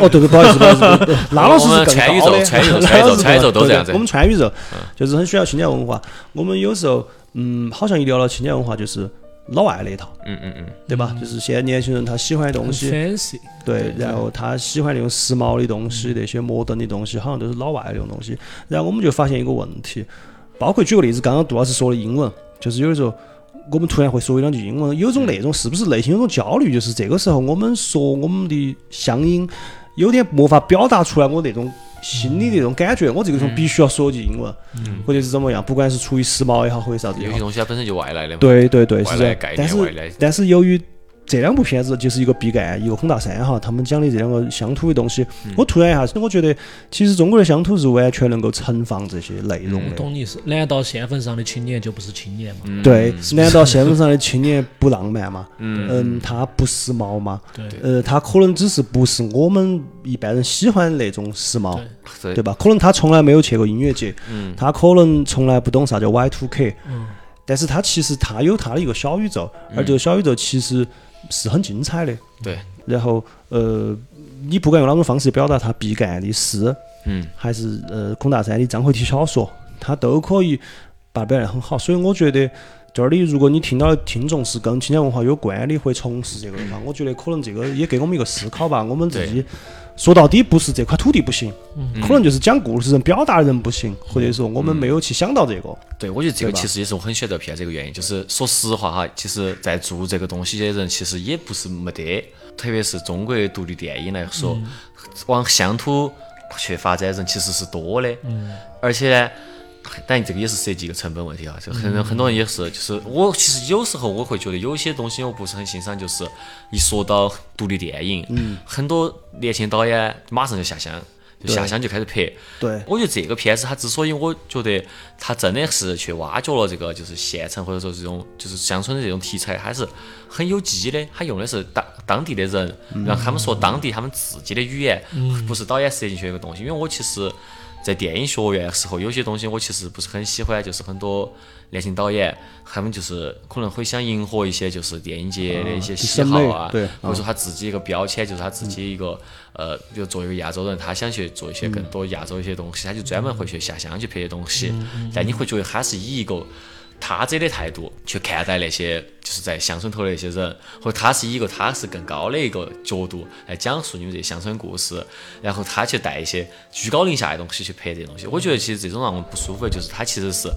[SPEAKER 1] 哦，对对，不好意思，不好意思不好意
[SPEAKER 3] [laughs]
[SPEAKER 1] 思，拉老师
[SPEAKER 3] 我
[SPEAKER 1] 是
[SPEAKER 3] 们
[SPEAKER 1] 更
[SPEAKER 3] 川渝
[SPEAKER 1] 高的，
[SPEAKER 3] 肉川渝肉
[SPEAKER 1] 拉 [laughs] 老师
[SPEAKER 3] 川渝肉
[SPEAKER 1] 更高
[SPEAKER 3] 都这
[SPEAKER 1] 对
[SPEAKER 3] 样
[SPEAKER 1] 对
[SPEAKER 3] 子嗯
[SPEAKER 1] 我们川渝肉就是很需要青年文化。我们有时候，嗯，好像一聊到青年文化，就是老外那一套，
[SPEAKER 3] 嗯嗯嗯，
[SPEAKER 1] 对吧？就是现在年轻人他喜欢的东西，
[SPEAKER 2] 很 fancy，
[SPEAKER 1] 对，然后他喜欢那种时髦的东西，那些摩登的东西，好像都是老外那种东西。然后我们就发现一个问题，包括举个例子，刚刚杜老师说的英文，就是有的时候我们突然会说一两句英文，有种那种是不是内心有种焦虑，就是这个时候我们说我们的乡音有点没法表达出来我那种心里那种感觉，我这个时候必须要说一句英文，或者是怎么样，不管是出于时髦也好，或者啥子也
[SPEAKER 3] 有
[SPEAKER 1] 好
[SPEAKER 3] 些，东西它本身就外来的嘛，
[SPEAKER 1] 对对对，
[SPEAKER 3] 外
[SPEAKER 1] 是这
[SPEAKER 3] 来
[SPEAKER 1] 样
[SPEAKER 3] 概。
[SPEAKER 1] 但
[SPEAKER 3] 念，外
[SPEAKER 1] 是
[SPEAKER 3] 来，
[SPEAKER 1] 但是由于这两部片子就是一个毕赣，一个孔大山哈，他们讲的这两个乡土的东西，
[SPEAKER 3] 嗯
[SPEAKER 1] 我突然一下子，我觉得其实中国的乡土是完全能够盛放这些内容
[SPEAKER 3] 嗯
[SPEAKER 1] 的。
[SPEAKER 2] 懂你意思？难道县份上的青年就不是青年吗？
[SPEAKER 1] 对，难道县城上的青年不浪漫吗？
[SPEAKER 3] [laughs] 嗯，
[SPEAKER 1] 嗯，他不时髦吗？
[SPEAKER 2] 对
[SPEAKER 1] 呃，他可能只是不是我们一般人喜欢的那种时髦
[SPEAKER 2] 对，
[SPEAKER 3] 对
[SPEAKER 1] 对吧？可能他从来没有去过音乐节，
[SPEAKER 3] 嗯
[SPEAKER 1] 他可能从来不懂啥叫 Y two K，
[SPEAKER 2] 嗯
[SPEAKER 1] 但是他其实他有他的一个小宇宙，
[SPEAKER 3] 嗯
[SPEAKER 1] 而这个小宇宙其实是很精彩的。
[SPEAKER 3] 对，
[SPEAKER 1] 然后呃，你不管用哪种方式表达他毕赣的诗，
[SPEAKER 3] 嗯，
[SPEAKER 1] 还是呃孔大山的章回体小说，他都可以把它表现得很好。所以我觉得这里，如果你听到的听众是跟
[SPEAKER 3] 嗯
[SPEAKER 1] 青年文化有关的，会从事这个的话，我觉得可能这个也给我们一个思考吧。我们自己说到底不是这块土地不行，
[SPEAKER 2] 嗯
[SPEAKER 1] 可能就是讲故事人、表达的人不行，
[SPEAKER 3] 嗯
[SPEAKER 1] 或者说我们没有去想到这个。
[SPEAKER 3] 对，我觉得这个
[SPEAKER 1] 对吧
[SPEAKER 3] 其实也是我很喜欢这个片这个原因，就是说实话哈，其实在做这个东西的人其实也不是没得，特别是中国独立电影来说，
[SPEAKER 1] 嗯
[SPEAKER 3] 往乡土去发展的人其实是多的，嗯，而且呢。但这个也是涉及一个成本问题啊，就
[SPEAKER 1] 嗯
[SPEAKER 3] 很很多人也是，就是我其实有时候我会觉得有些东西我不是很欣赏，就是一说到独立电影，嗯，很多年轻导演马上就下乡，就下乡就开始拍，
[SPEAKER 1] 对，
[SPEAKER 3] 我觉得这个片子它之所以我觉得它真的是去挖掘了这个就是县城或者说这种就是乡村的这种题材，还是很有机的。它用的是当当地的人，
[SPEAKER 1] 嗯
[SPEAKER 3] 让他们说当地他们自己的语言，不是导演塞进去的一个东西。因为我其实，在电影学院的时候，有些东西我其实不是很喜欢，就是很多年轻导演他们就是可能会想迎合一些就是电影节的一些
[SPEAKER 1] 啊
[SPEAKER 3] 喜
[SPEAKER 1] 审
[SPEAKER 3] 好
[SPEAKER 1] 美
[SPEAKER 3] 啊，
[SPEAKER 1] 对
[SPEAKER 3] 或者说他自己一个标签，就是他自己一个、呃，比如作为一个亚洲人，他想去做一些更多亚洲一些东西，他就专门会去下乡去拍些东西。但你会觉得他是以一个他者的态度去看待那些就是在乡村头的那些人，或者他是以一个他是更高的一个角度来讲述你们这些乡村故事，然后他去带一些居高临下的东西去拍这些东西。我觉得其实这种让我不舒服的就是他其实是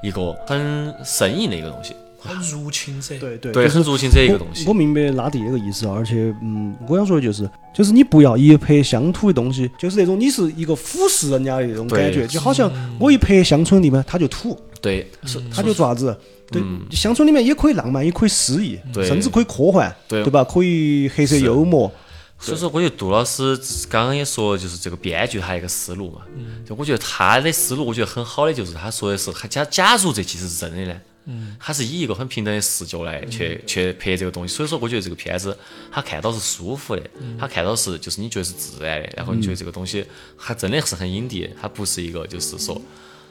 [SPEAKER 3] 一个很生硬的一个东西，
[SPEAKER 2] 很入侵者，
[SPEAKER 1] 对对
[SPEAKER 3] 对，
[SPEAKER 1] 就是
[SPEAKER 3] 很入侵这一个
[SPEAKER 1] 我
[SPEAKER 3] 东西
[SPEAKER 1] 我。明白拉弟那个意思啊，而且嗯，我想说的就是，就是你不要一拍乡土的东西，就是那种你是一个俯视人家的那种感觉，
[SPEAKER 3] 对
[SPEAKER 1] 就好像我一拍乡村里面，他就土，
[SPEAKER 3] 对，是
[SPEAKER 1] 他就爪子。对，乡村里面也可以浪漫，也可以诗意，
[SPEAKER 3] 嗯对
[SPEAKER 1] 甚至可以科幻，
[SPEAKER 3] 对
[SPEAKER 1] 吧？可以黑色
[SPEAKER 3] 是
[SPEAKER 1] 幽默，
[SPEAKER 3] 所以说，我觉得杜老师刚刚也说，就是这个编剧他一个思路嘛，
[SPEAKER 1] 嗯
[SPEAKER 3] 就我觉得他的思路，我觉得很好的就是他说的是，他假假如这期是真的呢，
[SPEAKER 1] 嗯
[SPEAKER 3] 他是以一个很平等的视角来去、去拍这个东西，所以说我觉得这个片子他看到是舒服的，
[SPEAKER 1] 嗯
[SPEAKER 3] 他看到是就是你觉得是自然的，然后你觉得这个东西它真的是很影帝，它不是一个就是说，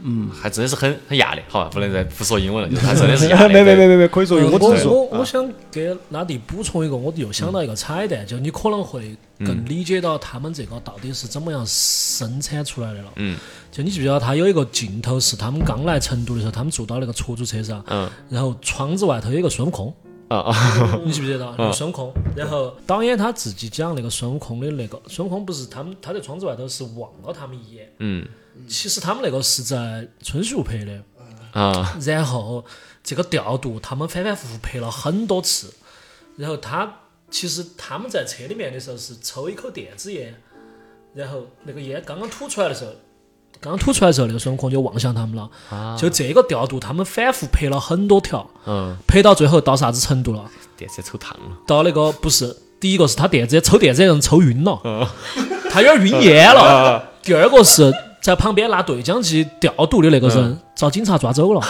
[SPEAKER 3] 嗯，还真的是很很亚的，好吧，不能再不说英
[SPEAKER 1] [laughs]
[SPEAKER 3] 文了，就是它真的是亚的，
[SPEAKER 1] 哎没没
[SPEAKER 3] 对嗯
[SPEAKER 1] 没没没，可以说
[SPEAKER 2] 呃
[SPEAKER 1] 用
[SPEAKER 2] 我
[SPEAKER 1] 我自己
[SPEAKER 2] 我
[SPEAKER 1] 说。
[SPEAKER 3] 啊
[SPEAKER 2] 我想给拉弟补充一个，我又想到一个彩蛋，就你可能会
[SPEAKER 3] 嗯
[SPEAKER 2] 更理解到他们这个到底是怎么样生产出来的了。
[SPEAKER 3] 嗯，
[SPEAKER 2] 就你记不记得他有一个镜头是他们刚来成都的时候，他们坐到那个出租车上，
[SPEAKER 3] 嗯
[SPEAKER 2] 然后窗子外头有一个孙悟
[SPEAKER 3] [laughs]
[SPEAKER 2] 空，
[SPEAKER 3] 啊啊，
[SPEAKER 2] 你记不记得那个孙悟空？然后导演他自己讲那个孙悟空的那个孙悟空不是他们他在窗子外头是望了他们一眼，
[SPEAKER 3] 嗯
[SPEAKER 2] 其实他们那个是在春树拍的。
[SPEAKER 3] 啊，
[SPEAKER 2] 然后这个调度他们反反复复拍了很多次，然后他其实他们在车里面的时候是抽一口电子烟，然后那个烟刚刚吐出来的时候。刚吐出来的时候，那个孙悟空就望向他们了。就这个调度，他们反复拍了很多条，
[SPEAKER 3] 嗯，
[SPEAKER 2] 拍到最后到啥子程度了？
[SPEAKER 3] 电车抽烫了，
[SPEAKER 2] 到那个不是，第一个是他电子烟抽电子烟人抽晕了，他有点晕烟了。第二个是在旁边拿对讲机调度的那个人遭警察抓走了，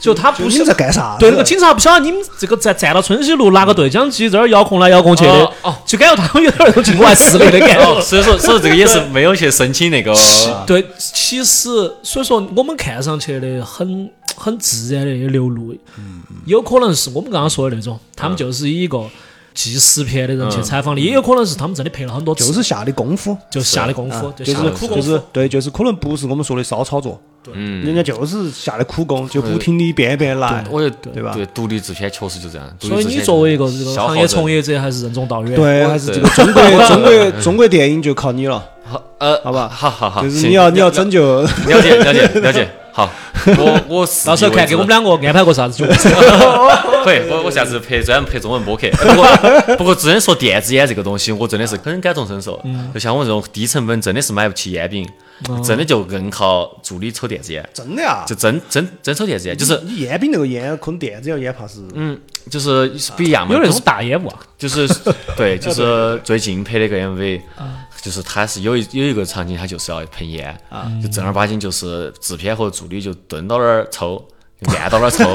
[SPEAKER 2] 就他不
[SPEAKER 1] 就你
[SPEAKER 2] 是
[SPEAKER 1] 在干啥？
[SPEAKER 2] 对，那个警察不晓得你们这个在站到春熙路拿个对讲机在那儿遥控来遥控去的
[SPEAKER 3] 哦哦，
[SPEAKER 2] 就感觉他们有点那种境外势力的 [laughs] 感
[SPEAKER 3] 哦，
[SPEAKER 2] 觉。
[SPEAKER 3] 所以说所以这个也是没有去申请那个。
[SPEAKER 1] 啊
[SPEAKER 2] 对，其实所以说我们看上去的很很自然的流露，
[SPEAKER 1] 嗯
[SPEAKER 2] 有可能是我们刚刚说的那种，他们就是以一个纪实片的人去采访的，也有可能是他们真的拍了很多
[SPEAKER 1] 嗯就
[SPEAKER 2] 次，
[SPEAKER 1] 是下的功夫，
[SPEAKER 2] 就是下的功
[SPEAKER 1] 啊
[SPEAKER 2] 夫，
[SPEAKER 1] 就是
[SPEAKER 2] 下的苦
[SPEAKER 1] 就
[SPEAKER 2] 功
[SPEAKER 1] 是
[SPEAKER 2] 夫。
[SPEAKER 1] 对，就是可能不是我们说的骚操作，
[SPEAKER 3] 嗯
[SPEAKER 1] 人家就是下的苦功，就不停的一遍一遍来。
[SPEAKER 3] 我觉得
[SPEAKER 1] 对吧
[SPEAKER 3] 对，独立制片确实就这样。
[SPEAKER 2] 所以你作为一个这个行业从
[SPEAKER 3] 业，
[SPEAKER 2] 业者，还是任重道远。
[SPEAKER 1] 对，还是这个中国中国中国电影就靠你了，
[SPEAKER 3] 好呃，
[SPEAKER 1] 好吧
[SPEAKER 3] 好好好，
[SPEAKER 1] 就是
[SPEAKER 3] 行
[SPEAKER 1] 你要你要
[SPEAKER 3] 了
[SPEAKER 1] 拯救。
[SPEAKER 3] 了解了解了解，好，我我是
[SPEAKER 2] 到时候看给我们两个安排个啥子节目。
[SPEAKER 3] [laughs] 对，我我下次拍专门拍中文播客。不过不过，真的说电子烟这个东西，我真的是很感同身受。就像我这种低成本，真的是买不起烟饼，真的就更靠助理抽电子烟，
[SPEAKER 1] [laughs] 真的呀
[SPEAKER 3] 就，真真真抽电子烟，就是
[SPEAKER 1] 你烟饼那个烟，可能电子烟烟怕是
[SPEAKER 3] 嗯，就是是不一样嘛。
[SPEAKER 2] 有那
[SPEAKER 3] 不
[SPEAKER 2] 种
[SPEAKER 3] 是
[SPEAKER 2] 大烟雾啊，
[SPEAKER 3] 就是
[SPEAKER 1] [laughs]
[SPEAKER 3] 对，就是最近拍的一个 MV，就是
[SPEAKER 1] 啊
[SPEAKER 3] 他是有一有一个场景，他就是要喷烟，
[SPEAKER 1] 啊
[SPEAKER 3] 就
[SPEAKER 1] 嗯
[SPEAKER 3] 正儿八经就是制片和助理就蹲到那儿抽，就按到那
[SPEAKER 1] [laughs]
[SPEAKER 3] 儿抽，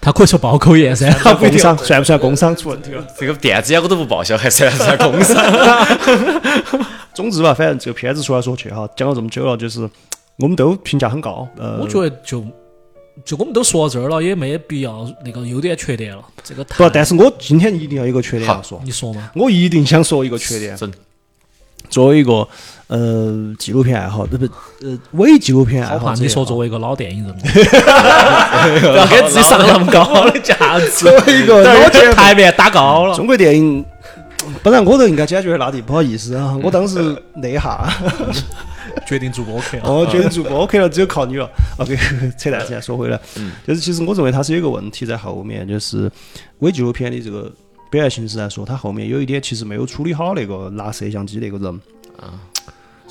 [SPEAKER 2] 他可以说爆口烟噻。
[SPEAKER 1] 工伤，算不算工伤出问题了？
[SPEAKER 3] 这个电子烟我都不报销，还算不
[SPEAKER 1] [laughs]
[SPEAKER 3] 算工伤？
[SPEAKER 1] 总之吧，反正这个片子说来说去哈，讲了这么久了，就是我们都评价很高。呃，
[SPEAKER 2] [laughs] 我觉得就就我们都说到这儿了，也没必要那个优点缺点了。这个
[SPEAKER 1] 不，
[SPEAKER 2] 太
[SPEAKER 1] 但是我今天一定要有一个缺点要说，
[SPEAKER 2] 你说嘛？
[SPEAKER 1] 我一定想说一个缺点。
[SPEAKER 3] 真
[SPEAKER 1] 作为一个呃纪录片爱好，呃不呃伪纪录片爱
[SPEAKER 2] 好
[SPEAKER 1] 好
[SPEAKER 2] 怕
[SPEAKER 1] 者，
[SPEAKER 2] 你说作为一个老电影人，
[SPEAKER 3] 不
[SPEAKER 2] [laughs] 不要给自己上那么高的价值， [laughs]
[SPEAKER 1] 作为一个
[SPEAKER 2] 等
[SPEAKER 1] 老
[SPEAKER 2] 会儿
[SPEAKER 1] 电
[SPEAKER 2] 哦 [laughs] 这台面打高了。
[SPEAKER 1] 中国电影本来我都应该解决那地，不好意思啊，我当时内哈，
[SPEAKER 4] 决定做播客
[SPEAKER 2] 嗯
[SPEAKER 1] [laughs]
[SPEAKER 4] 了。
[SPEAKER 1] 哦，决定做播客了，只有靠你了。OK，扯 [laughs] 淡，现在说回来，就是其实我认为它是有一个问题在后面，就是伪纪录片的这个表现形式来说，它后面有一点其实没有处理好那个拿摄像机那个人。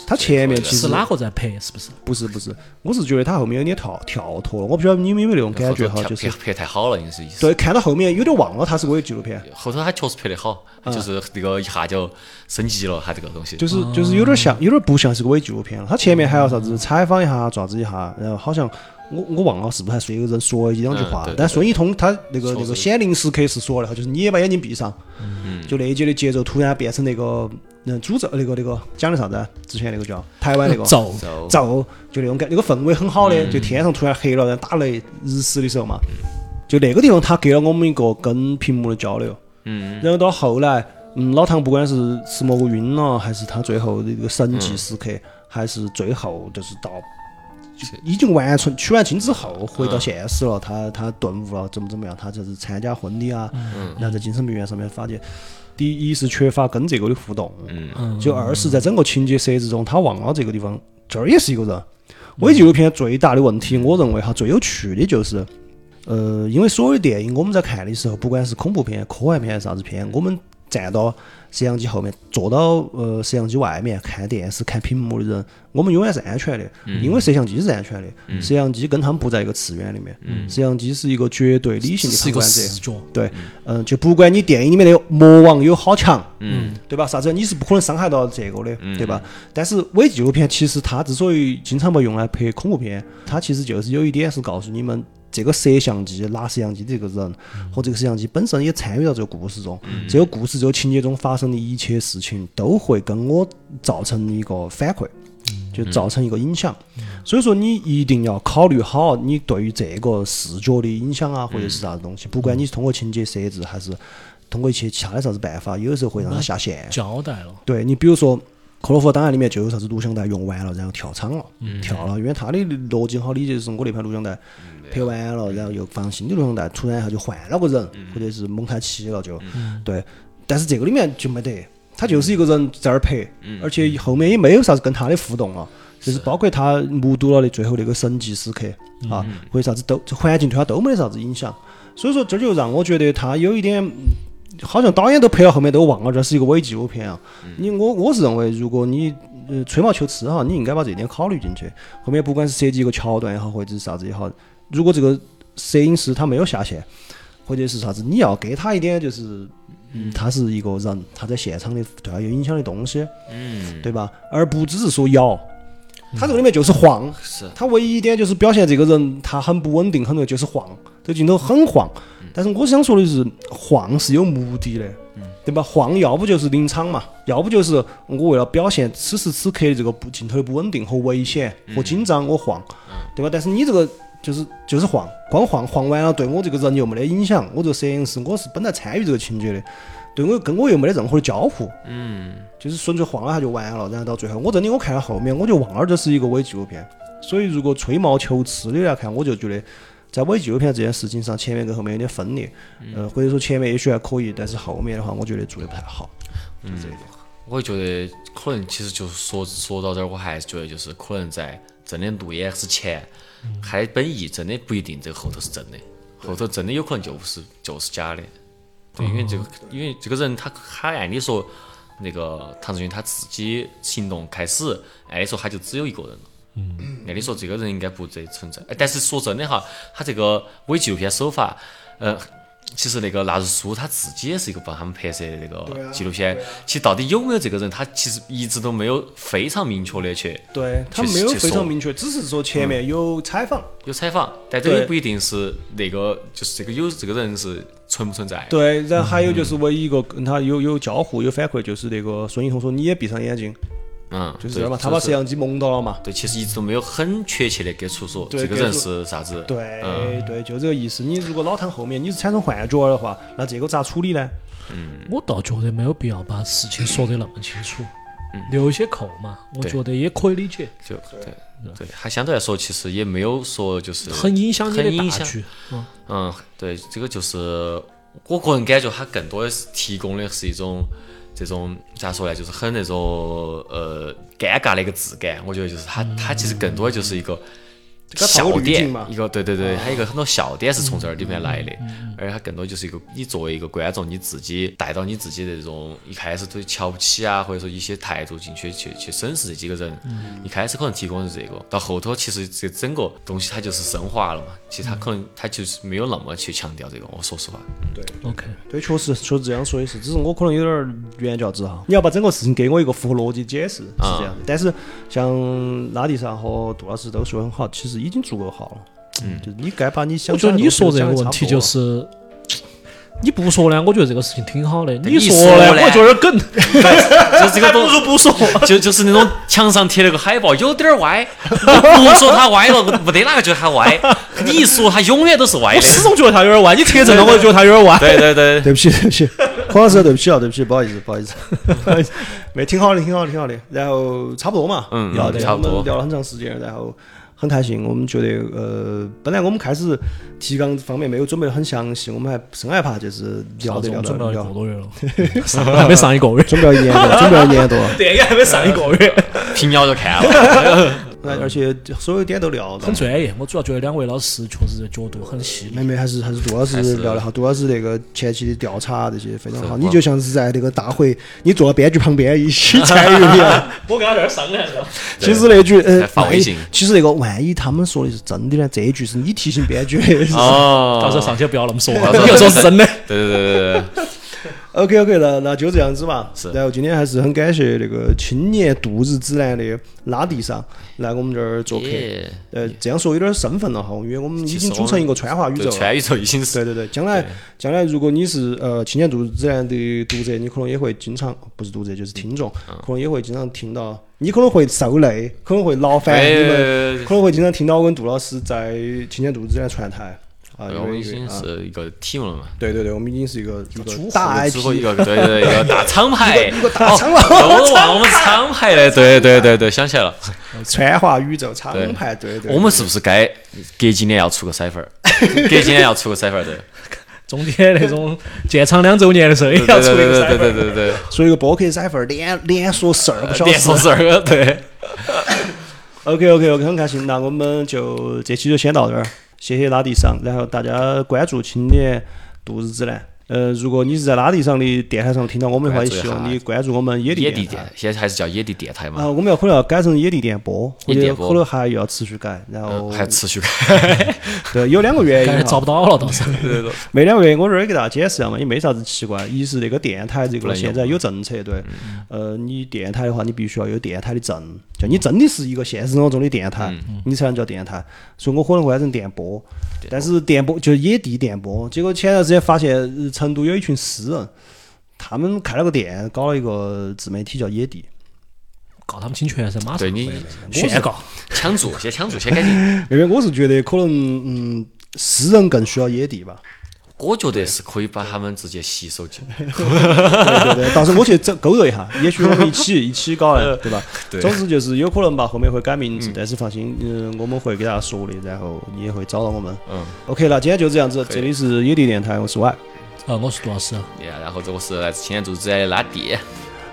[SPEAKER 1] 他前面其实
[SPEAKER 2] 是哪个在拍？是不是？
[SPEAKER 1] 不是不是，我是觉得他后面有点跳跳脱了，我不晓得你们有没有那种感觉哈，
[SPEAKER 3] 拍
[SPEAKER 1] 就是
[SPEAKER 3] 拍拍太好了，应该是意思。
[SPEAKER 1] 对，看到后面有点忘了它是个伪纪录片，
[SPEAKER 3] 后头他确实拍得好，就是那个一下就升级了他这个东西。
[SPEAKER 1] 嗯就是就是有点像，有点不像是个伪纪录片了。他前面还要啥子采访一下，爪子一下，然后好像我我忘了是不是还是有个人说了一两句话
[SPEAKER 3] 嗯对，对
[SPEAKER 1] 但孙一通他那个
[SPEAKER 3] 说
[SPEAKER 1] 那个
[SPEAKER 3] 是嗯
[SPEAKER 1] 显灵时刻是说的哈，就是你也把眼睛闭上，就那一节的节奏突然变成那个嗯诅咒那个那个讲的啥子啊？之前那个叫台湾那个
[SPEAKER 2] 走，
[SPEAKER 3] 走
[SPEAKER 1] 咒，就那种感，那个氛围很好的，就天上突然黑了，然后打雷日食的时候嘛，就那个地方他给了我们一个跟屏幕的交流。
[SPEAKER 3] 嗯，
[SPEAKER 1] 然后到后来，嗯，老唐不管是吃蘑菇晕了，还是他最后的这个神迹时刻，还是最后就是到就已经完全取完经之后回到现实了，他他顿悟了，怎么怎么样，他就是参加婚礼啊，然后在精神病院上面发现，第一是缺乏跟这个的互动，
[SPEAKER 2] 嗯，
[SPEAKER 1] 就二是在整个情节设置中，他忘了这个地方这儿也是一个人。伪纪录片最大的问题，我认为哈最有趣的就是，呃，因为所有的电影我们在看的时候，不管是恐怖片、科幻片还是啥子片，我们站到摄像机后面，坐到呃摄像机外面看电视、看屏幕的人，我们永远是安全的，因为摄像机是安全的，摄像机跟他们不在一个次元里面，摄像机是一个绝对理性的
[SPEAKER 2] 是一
[SPEAKER 1] 旁
[SPEAKER 2] 个
[SPEAKER 1] 观者。
[SPEAKER 2] 视觉，
[SPEAKER 1] 对，嗯，就不管你电影里面的魔王有好强，嗯，对吧？啥子，你是不可能伤害到这个的，对吧？但是伪纪录片其实它之所以经常被用来拍恐怖片，它其实就是有一点是告诉你们。这个摄像机拿摄像机的这个人和这个摄像机本身也参与到这个故事中，这个故事这个情节中发生的一切事情都会跟我造成一个反馈，就造成一个影响。所以说，你一定要考虑好你对于这个视觉的影响啊，或者是啥子东西。不管你是通过情节设置，还是通过一些其他的啥子办法，有的时候会让它下线。
[SPEAKER 2] 交代了，
[SPEAKER 1] 对你，比如说《克洛弗档案》里面就有啥子录像带用完了，然后跳场了，跳了，因为它的逻辑好理解，就是我那盘录像带拍完了，然后又放新的录像带，突然一下就换了个人，或者是蒙太奇了，就对。但是这个里面就没得，他就是一个人在那儿拍，而且后面也没有啥子跟他的互动了。就是包括他目睹了的最后那个神迹时刻啊，或者啥子都这环境对他都没得啥子影响，所以说这就让我觉得他有一点，嗯好像导演都拍到后面都忘了这是一个伪纪录片啊。你我我是认为，如果你呃吹毛求疵哈，你应该把这点考虑进去。后面不管是设计一个桥段也好，或者是啥子也好，如果这个摄影师他没有下线，或者是啥子，你要给他一点就是，嗯，他是一个人，他在现场的对他有影响的东西，
[SPEAKER 3] 嗯，
[SPEAKER 1] 对吧？而不只是说摇，他这个里面就是晃，
[SPEAKER 3] 是
[SPEAKER 1] 他唯一一点就是表现这个人他很不稳定，很多就是晃，这个镜头很晃。但是我想说的是，晃是有目的的，对吧？晃要不就是临场嘛，要不就是我为了表现此时此刻的这个不镜头的不稳定和危险和紧张，我晃，对吧？但是你这个。就是就是晃，光晃晃完了，对我这个人又没得影响。我这个摄影师，我是本来参与这个情节的，对我跟我又没得任何的交互，嗯，就是纯粹晃了一下就完了。然后到最后，我真的我看到后面，我就忘了这是一个伪纪录片。所以，如果吹毛求疵的来看，我就觉得在伪纪录片这件事情上，前面跟后面有点分裂，呃，或者说前面也许还可以，但是后面的话，我觉得做的不太好，就这一点。
[SPEAKER 3] 我觉得可能其实就是说说到这儿，我还是觉得就是可能在真的路演之前，开本意真的不一定这个后头是真的，后头真的有可能就是就是假的。对，因为
[SPEAKER 1] 哦
[SPEAKER 3] 这个因为这个人他他按理说那个唐志军他自己行动开始，按理说他就只有一个人了。
[SPEAKER 1] 嗯
[SPEAKER 3] 按理说这个人应该不得存在，哎但是说真的哈，他这个伪纪录片手法，呃，其实那个纳日苏他自己也是一个帮他们拍摄的那
[SPEAKER 1] 啊
[SPEAKER 3] 个纪录片，其实到底有没有这个人，他其实一直都没有非常明确的去
[SPEAKER 1] 对他没有非常明确，只是说前面有采访，
[SPEAKER 3] 有采访，但这个也
[SPEAKER 1] 对
[SPEAKER 3] 不一定是那个就是这个有这个人是存不存在。
[SPEAKER 1] 对，然后还有就是唯一一个跟他有有交互有反馈，就是那个孙一彤说你也闭上眼睛，
[SPEAKER 3] 嗯，
[SPEAKER 1] 就是这嗯
[SPEAKER 3] 对
[SPEAKER 1] 儿嘛，他把
[SPEAKER 3] 是
[SPEAKER 1] 摄像机蒙到了嘛，
[SPEAKER 3] 对，其实一直都没有很确切的给出说
[SPEAKER 1] 对
[SPEAKER 3] 这个
[SPEAKER 1] 给
[SPEAKER 3] 人
[SPEAKER 1] 出
[SPEAKER 3] 是啥子。
[SPEAKER 1] 对、
[SPEAKER 3] 嗯
[SPEAKER 1] 对，就这个意思。你如果老唐后面你是产生幻觉的话，那这个咋处理呢？
[SPEAKER 2] 我倒觉得没有必要把事情说得那么清楚，留一些空嘛，我
[SPEAKER 3] 对
[SPEAKER 2] 觉得也可以理解，
[SPEAKER 3] 就对对，它相对来说其实也没有说就是
[SPEAKER 2] 很影响你
[SPEAKER 3] 很
[SPEAKER 2] 的
[SPEAKER 3] 影
[SPEAKER 2] 大
[SPEAKER 3] 响
[SPEAKER 2] 局，嗯，
[SPEAKER 3] 嗯，对，这个就是我个人感觉，它更多的是提供的是一种这种咋说呢，就是很那种呃尴尬的一个质感。我觉得就是它，它其实更多的就是一个
[SPEAKER 1] 个套路
[SPEAKER 3] 笑
[SPEAKER 1] 滤
[SPEAKER 3] 点
[SPEAKER 1] 镜嘛，
[SPEAKER 3] 一个对对对，它有一个很多笑点是从这儿里面来的，而且它更多就是一个你作为一个观众，你自己带到你自己的这种一开始对瞧不起啊，或者说一些态度进去去去审视这几个人，一开始可能提供的是这个，到后头其实这整个东西它就是升华了嘛，其实它可能它就是没有那么去强调这个，我说 [laughs] 实话，
[SPEAKER 1] 对。
[SPEAKER 2] OK，
[SPEAKER 1] 对，确实确实这样说也是，只是我可能有点儿原教旨哈。你要把整个事情给我一个符合逻辑解释是这样的，但是像拉迪萨和杜老师都说得很好，其实已经足够好了。
[SPEAKER 3] 嗯
[SPEAKER 1] 就是你该把你想
[SPEAKER 2] 我觉
[SPEAKER 1] 讲
[SPEAKER 2] 得
[SPEAKER 1] 的
[SPEAKER 2] 你说
[SPEAKER 1] 东西
[SPEAKER 2] 这
[SPEAKER 1] 讲
[SPEAKER 2] 个
[SPEAKER 1] 得
[SPEAKER 2] 问
[SPEAKER 1] 差不
[SPEAKER 2] 题
[SPEAKER 1] 多
[SPEAKER 2] 就
[SPEAKER 1] 了
[SPEAKER 2] 是，你不说呢，我觉得这个事情挺好的。
[SPEAKER 3] 你
[SPEAKER 2] 说
[SPEAKER 3] 说
[SPEAKER 2] 呢，
[SPEAKER 3] 呢
[SPEAKER 2] 我觉得 [laughs] 梗，
[SPEAKER 3] 就是这个东
[SPEAKER 2] 不如不说。
[SPEAKER 3] [laughs] 就就是那种墙上贴了个海报，有点儿歪， [laughs] 不说它歪了，没得哪个觉得它 [laughs] 歪。你一说，它永远都是歪
[SPEAKER 2] 我
[SPEAKER 3] 的。
[SPEAKER 2] 始终觉得他有点啊歪，你贴正了，我就觉得他有点歪。
[SPEAKER 3] [laughs] 对对
[SPEAKER 1] [laughs]
[SPEAKER 3] 对，
[SPEAKER 1] 对不起，对不起，孔老师，对不起啊，对不起，不好意思，不好意思，不好意思 [laughs] 没挺好的，挺好的，挺好的。然后差不多嘛，
[SPEAKER 3] 嗯
[SPEAKER 1] 聊的
[SPEAKER 3] 差不多
[SPEAKER 1] 我们聊了很长时间，然后很开心。我们觉得，呃，本来我们开始提纲方面没有准备的很详细，我们还生害怕就是聊的聊
[SPEAKER 2] 准备
[SPEAKER 1] 的
[SPEAKER 2] 了一
[SPEAKER 1] 聊
[SPEAKER 3] 嗯
[SPEAKER 2] 个，多月了，上 [laughs] 还没上一个月，
[SPEAKER 1] 准备了一年多，准备了一年多，
[SPEAKER 2] 电影还没上一个月，
[SPEAKER 3] 平遥就看了。
[SPEAKER 1] [laughs] 那而且所有点都聊到
[SPEAKER 2] 很。专业。我主要觉得两位老师确实这角度很细腻。
[SPEAKER 1] 妹妹还是还是杜老师
[SPEAKER 3] 还是
[SPEAKER 1] 聊得好，杜老师那个前期的调查这些非常好，
[SPEAKER 3] 是
[SPEAKER 1] 你就像是在那个大会，你坐到编剧旁边一起参与一样。
[SPEAKER 2] 我跟他这儿商量了，
[SPEAKER 1] 其实那句呃
[SPEAKER 3] 在，发
[SPEAKER 1] 万
[SPEAKER 3] 微
[SPEAKER 1] 一
[SPEAKER 3] 信
[SPEAKER 1] 其实那个万一他们说的是真的呢，这一句是你提醒编剧
[SPEAKER 3] [laughs]
[SPEAKER 1] 的。
[SPEAKER 3] 哦，
[SPEAKER 2] 啊到时候上去不要那么说了，
[SPEAKER 3] 到时候
[SPEAKER 2] 你要说是真的。
[SPEAKER 3] 对对对对对，
[SPEAKER 1] OK OK，那那就这样子嘛。
[SPEAKER 3] 是
[SPEAKER 1] 然后今天还是很感谢那个青年度日指南的拉蒂莎来我们这儿做客。
[SPEAKER 3] 耶
[SPEAKER 1] 呃，这样说有点儿身份了哈，因为我们已
[SPEAKER 3] 其实
[SPEAKER 1] 经
[SPEAKER 3] 我
[SPEAKER 1] 组成一个川话宇宙
[SPEAKER 3] 对
[SPEAKER 1] 了。
[SPEAKER 3] 川宇宙已经
[SPEAKER 1] 对
[SPEAKER 3] 是
[SPEAKER 1] 对对，将来将来，如果你是呃青年读自然的读者，你可能也会经常不是读者就是听众，
[SPEAKER 3] 嗯
[SPEAKER 1] 可能也会经常听到，你可能会受累，可能会劳烦
[SPEAKER 3] 哎
[SPEAKER 1] 你
[SPEAKER 3] 哎哎
[SPEAKER 1] 们
[SPEAKER 3] 哎，
[SPEAKER 1] 可能会经常听到我跟杜老师在青年读自然传台啊，因
[SPEAKER 3] 对哎我们
[SPEAKER 1] 为
[SPEAKER 3] 已经
[SPEAKER 1] 啊，
[SPEAKER 3] 是一个 team 了嘛。
[SPEAKER 1] 对对对，我们已经是一个一
[SPEAKER 2] 组
[SPEAKER 1] 个
[SPEAKER 2] 合
[SPEAKER 1] 大
[SPEAKER 3] 只不过一
[SPEAKER 1] IP，
[SPEAKER 3] 个对对对一个大厂牌，
[SPEAKER 1] 一个大厂牌
[SPEAKER 3] 哦我都忘了我们厂牌了。对对对对，想起来了，
[SPEAKER 1] 川话宇宙厂
[SPEAKER 3] 对
[SPEAKER 1] 牌，对对，
[SPEAKER 3] 我们是不是该隔几年要出个 cipher？隔几年要出个 cipher 对。
[SPEAKER 2] 中间那种建厂两周年的时候也
[SPEAKER 3] 对
[SPEAKER 2] 要
[SPEAKER 3] 对
[SPEAKER 2] 出一
[SPEAKER 3] 对
[SPEAKER 2] 个
[SPEAKER 3] 对对
[SPEAKER 2] cyber
[SPEAKER 3] 对对对。
[SPEAKER 1] 所以一个播客 cipher 连连说十二个小
[SPEAKER 3] 呃连说
[SPEAKER 1] 时。
[SPEAKER 3] 十二个，对。
[SPEAKER 1] OK OK OK，很开心，那我们就这期就先到这儿，谢谢拉迪上，然后大家关注青年度日指南。呃，如果你是在拉迪上的电台上听到我们的话，也
[SPEAKER 3] 关
[SPEAKER 1] 希
[SPEAKER 3] 注一下
[SPEAKER 1] 望你关注我们野地
[SPEAKER 3] 野
[SPEAKER 1] 电
[SPEAKER 3] 地
[SPEAKER 1] 台
[SPEAKER 3] 电。，现在还是叫野地电台
[SPEAKER 1] 啊，
[SPEAKER 3] 嘛，
[SPEAKER 1] 我们要可能要改成野地电波，或
[SPEAKER 3] 野地
[SPEAKER 1] 者
[SPEAKER 3] 电波
[SPEAKER 1] 可能还要持续改，然
[SPEAKER 3] 嗯
[SPEAKER 1] 后
[SPEAKER 3] 还持续改。
[SPEAKER 1] 对，有两个原
[SPEAKER 2] 感觉
[SPEAKER 1] 因啊
[SPEAKER 2] 找
[SPEAKER 1] 哈，
[SPEAKER 2] 不到了，倒是。
[SPEAKER 1] 没两个原因，我这儿给大家解释一下嘛，也没啥子奇怪。一是那个电台这
[SPEAKER 3] 不
[SPEAKER 1] 个
[SPEAKER 3] 能用嗯
[SPEAKER 1] 现在有政策，对，呃，你电台的话，你必须要有电台的证，就你真的是一个现实生活中的电台，
[SPEAKER 3] 嗯
[SPEAKER 1] 你才能叫电台。所以我可能会改成电波，但是电波就是野地电波。结果前段时间发现，呃成都有一群诗人，他们开了个店，搞了一个自媒体叫野地。
[SPEAKER 2] 告他们侵权噻，马上
[SPEAKER 3] 对你
[SPEAKER 2] 宣告。
[SPEAKER 3] 抢注，先抢注，先赶紧。
[SPEAKER 1] 因为我是觉得可能，嗯，诗人更需要野地吧。
[SPEAKER 3] 我觉得是可以把他们直接吸收进来。
[SPEAKER 1] 对对对，到时候我去整勾勒一下，也许我们一起一起搞来，对吧？
[SPEAKER 3] 对
[SPEAKER 1] 总之就是有可能吧，后面会改名字，但是放心，嗯，我们会给大家说的，然后你也会找到我们。
[SPEAKER 3] 嗯，
[SPEAKER 1] OK，那今天就这样子，
[SPEAKER 3] 可以
[SPEAKER 1] 这里是野地电台，我是 Y。
[SPEAKER 2] 呃，我是杜老师，
[SPEAKER 3] 对呀，然后这个是来自青年组织的拉蒂，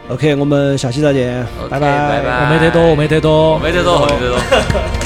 [SPEAKER 1] OK，我们下期再见，
[SPEAKER 3] OK，
[SPEAKER 1] 拜拜
[SPEAKER 3] 拜拜
[SPEAKER 2] 我没得多，我没得多，
[SPEAKER 3] 没得多，没得多。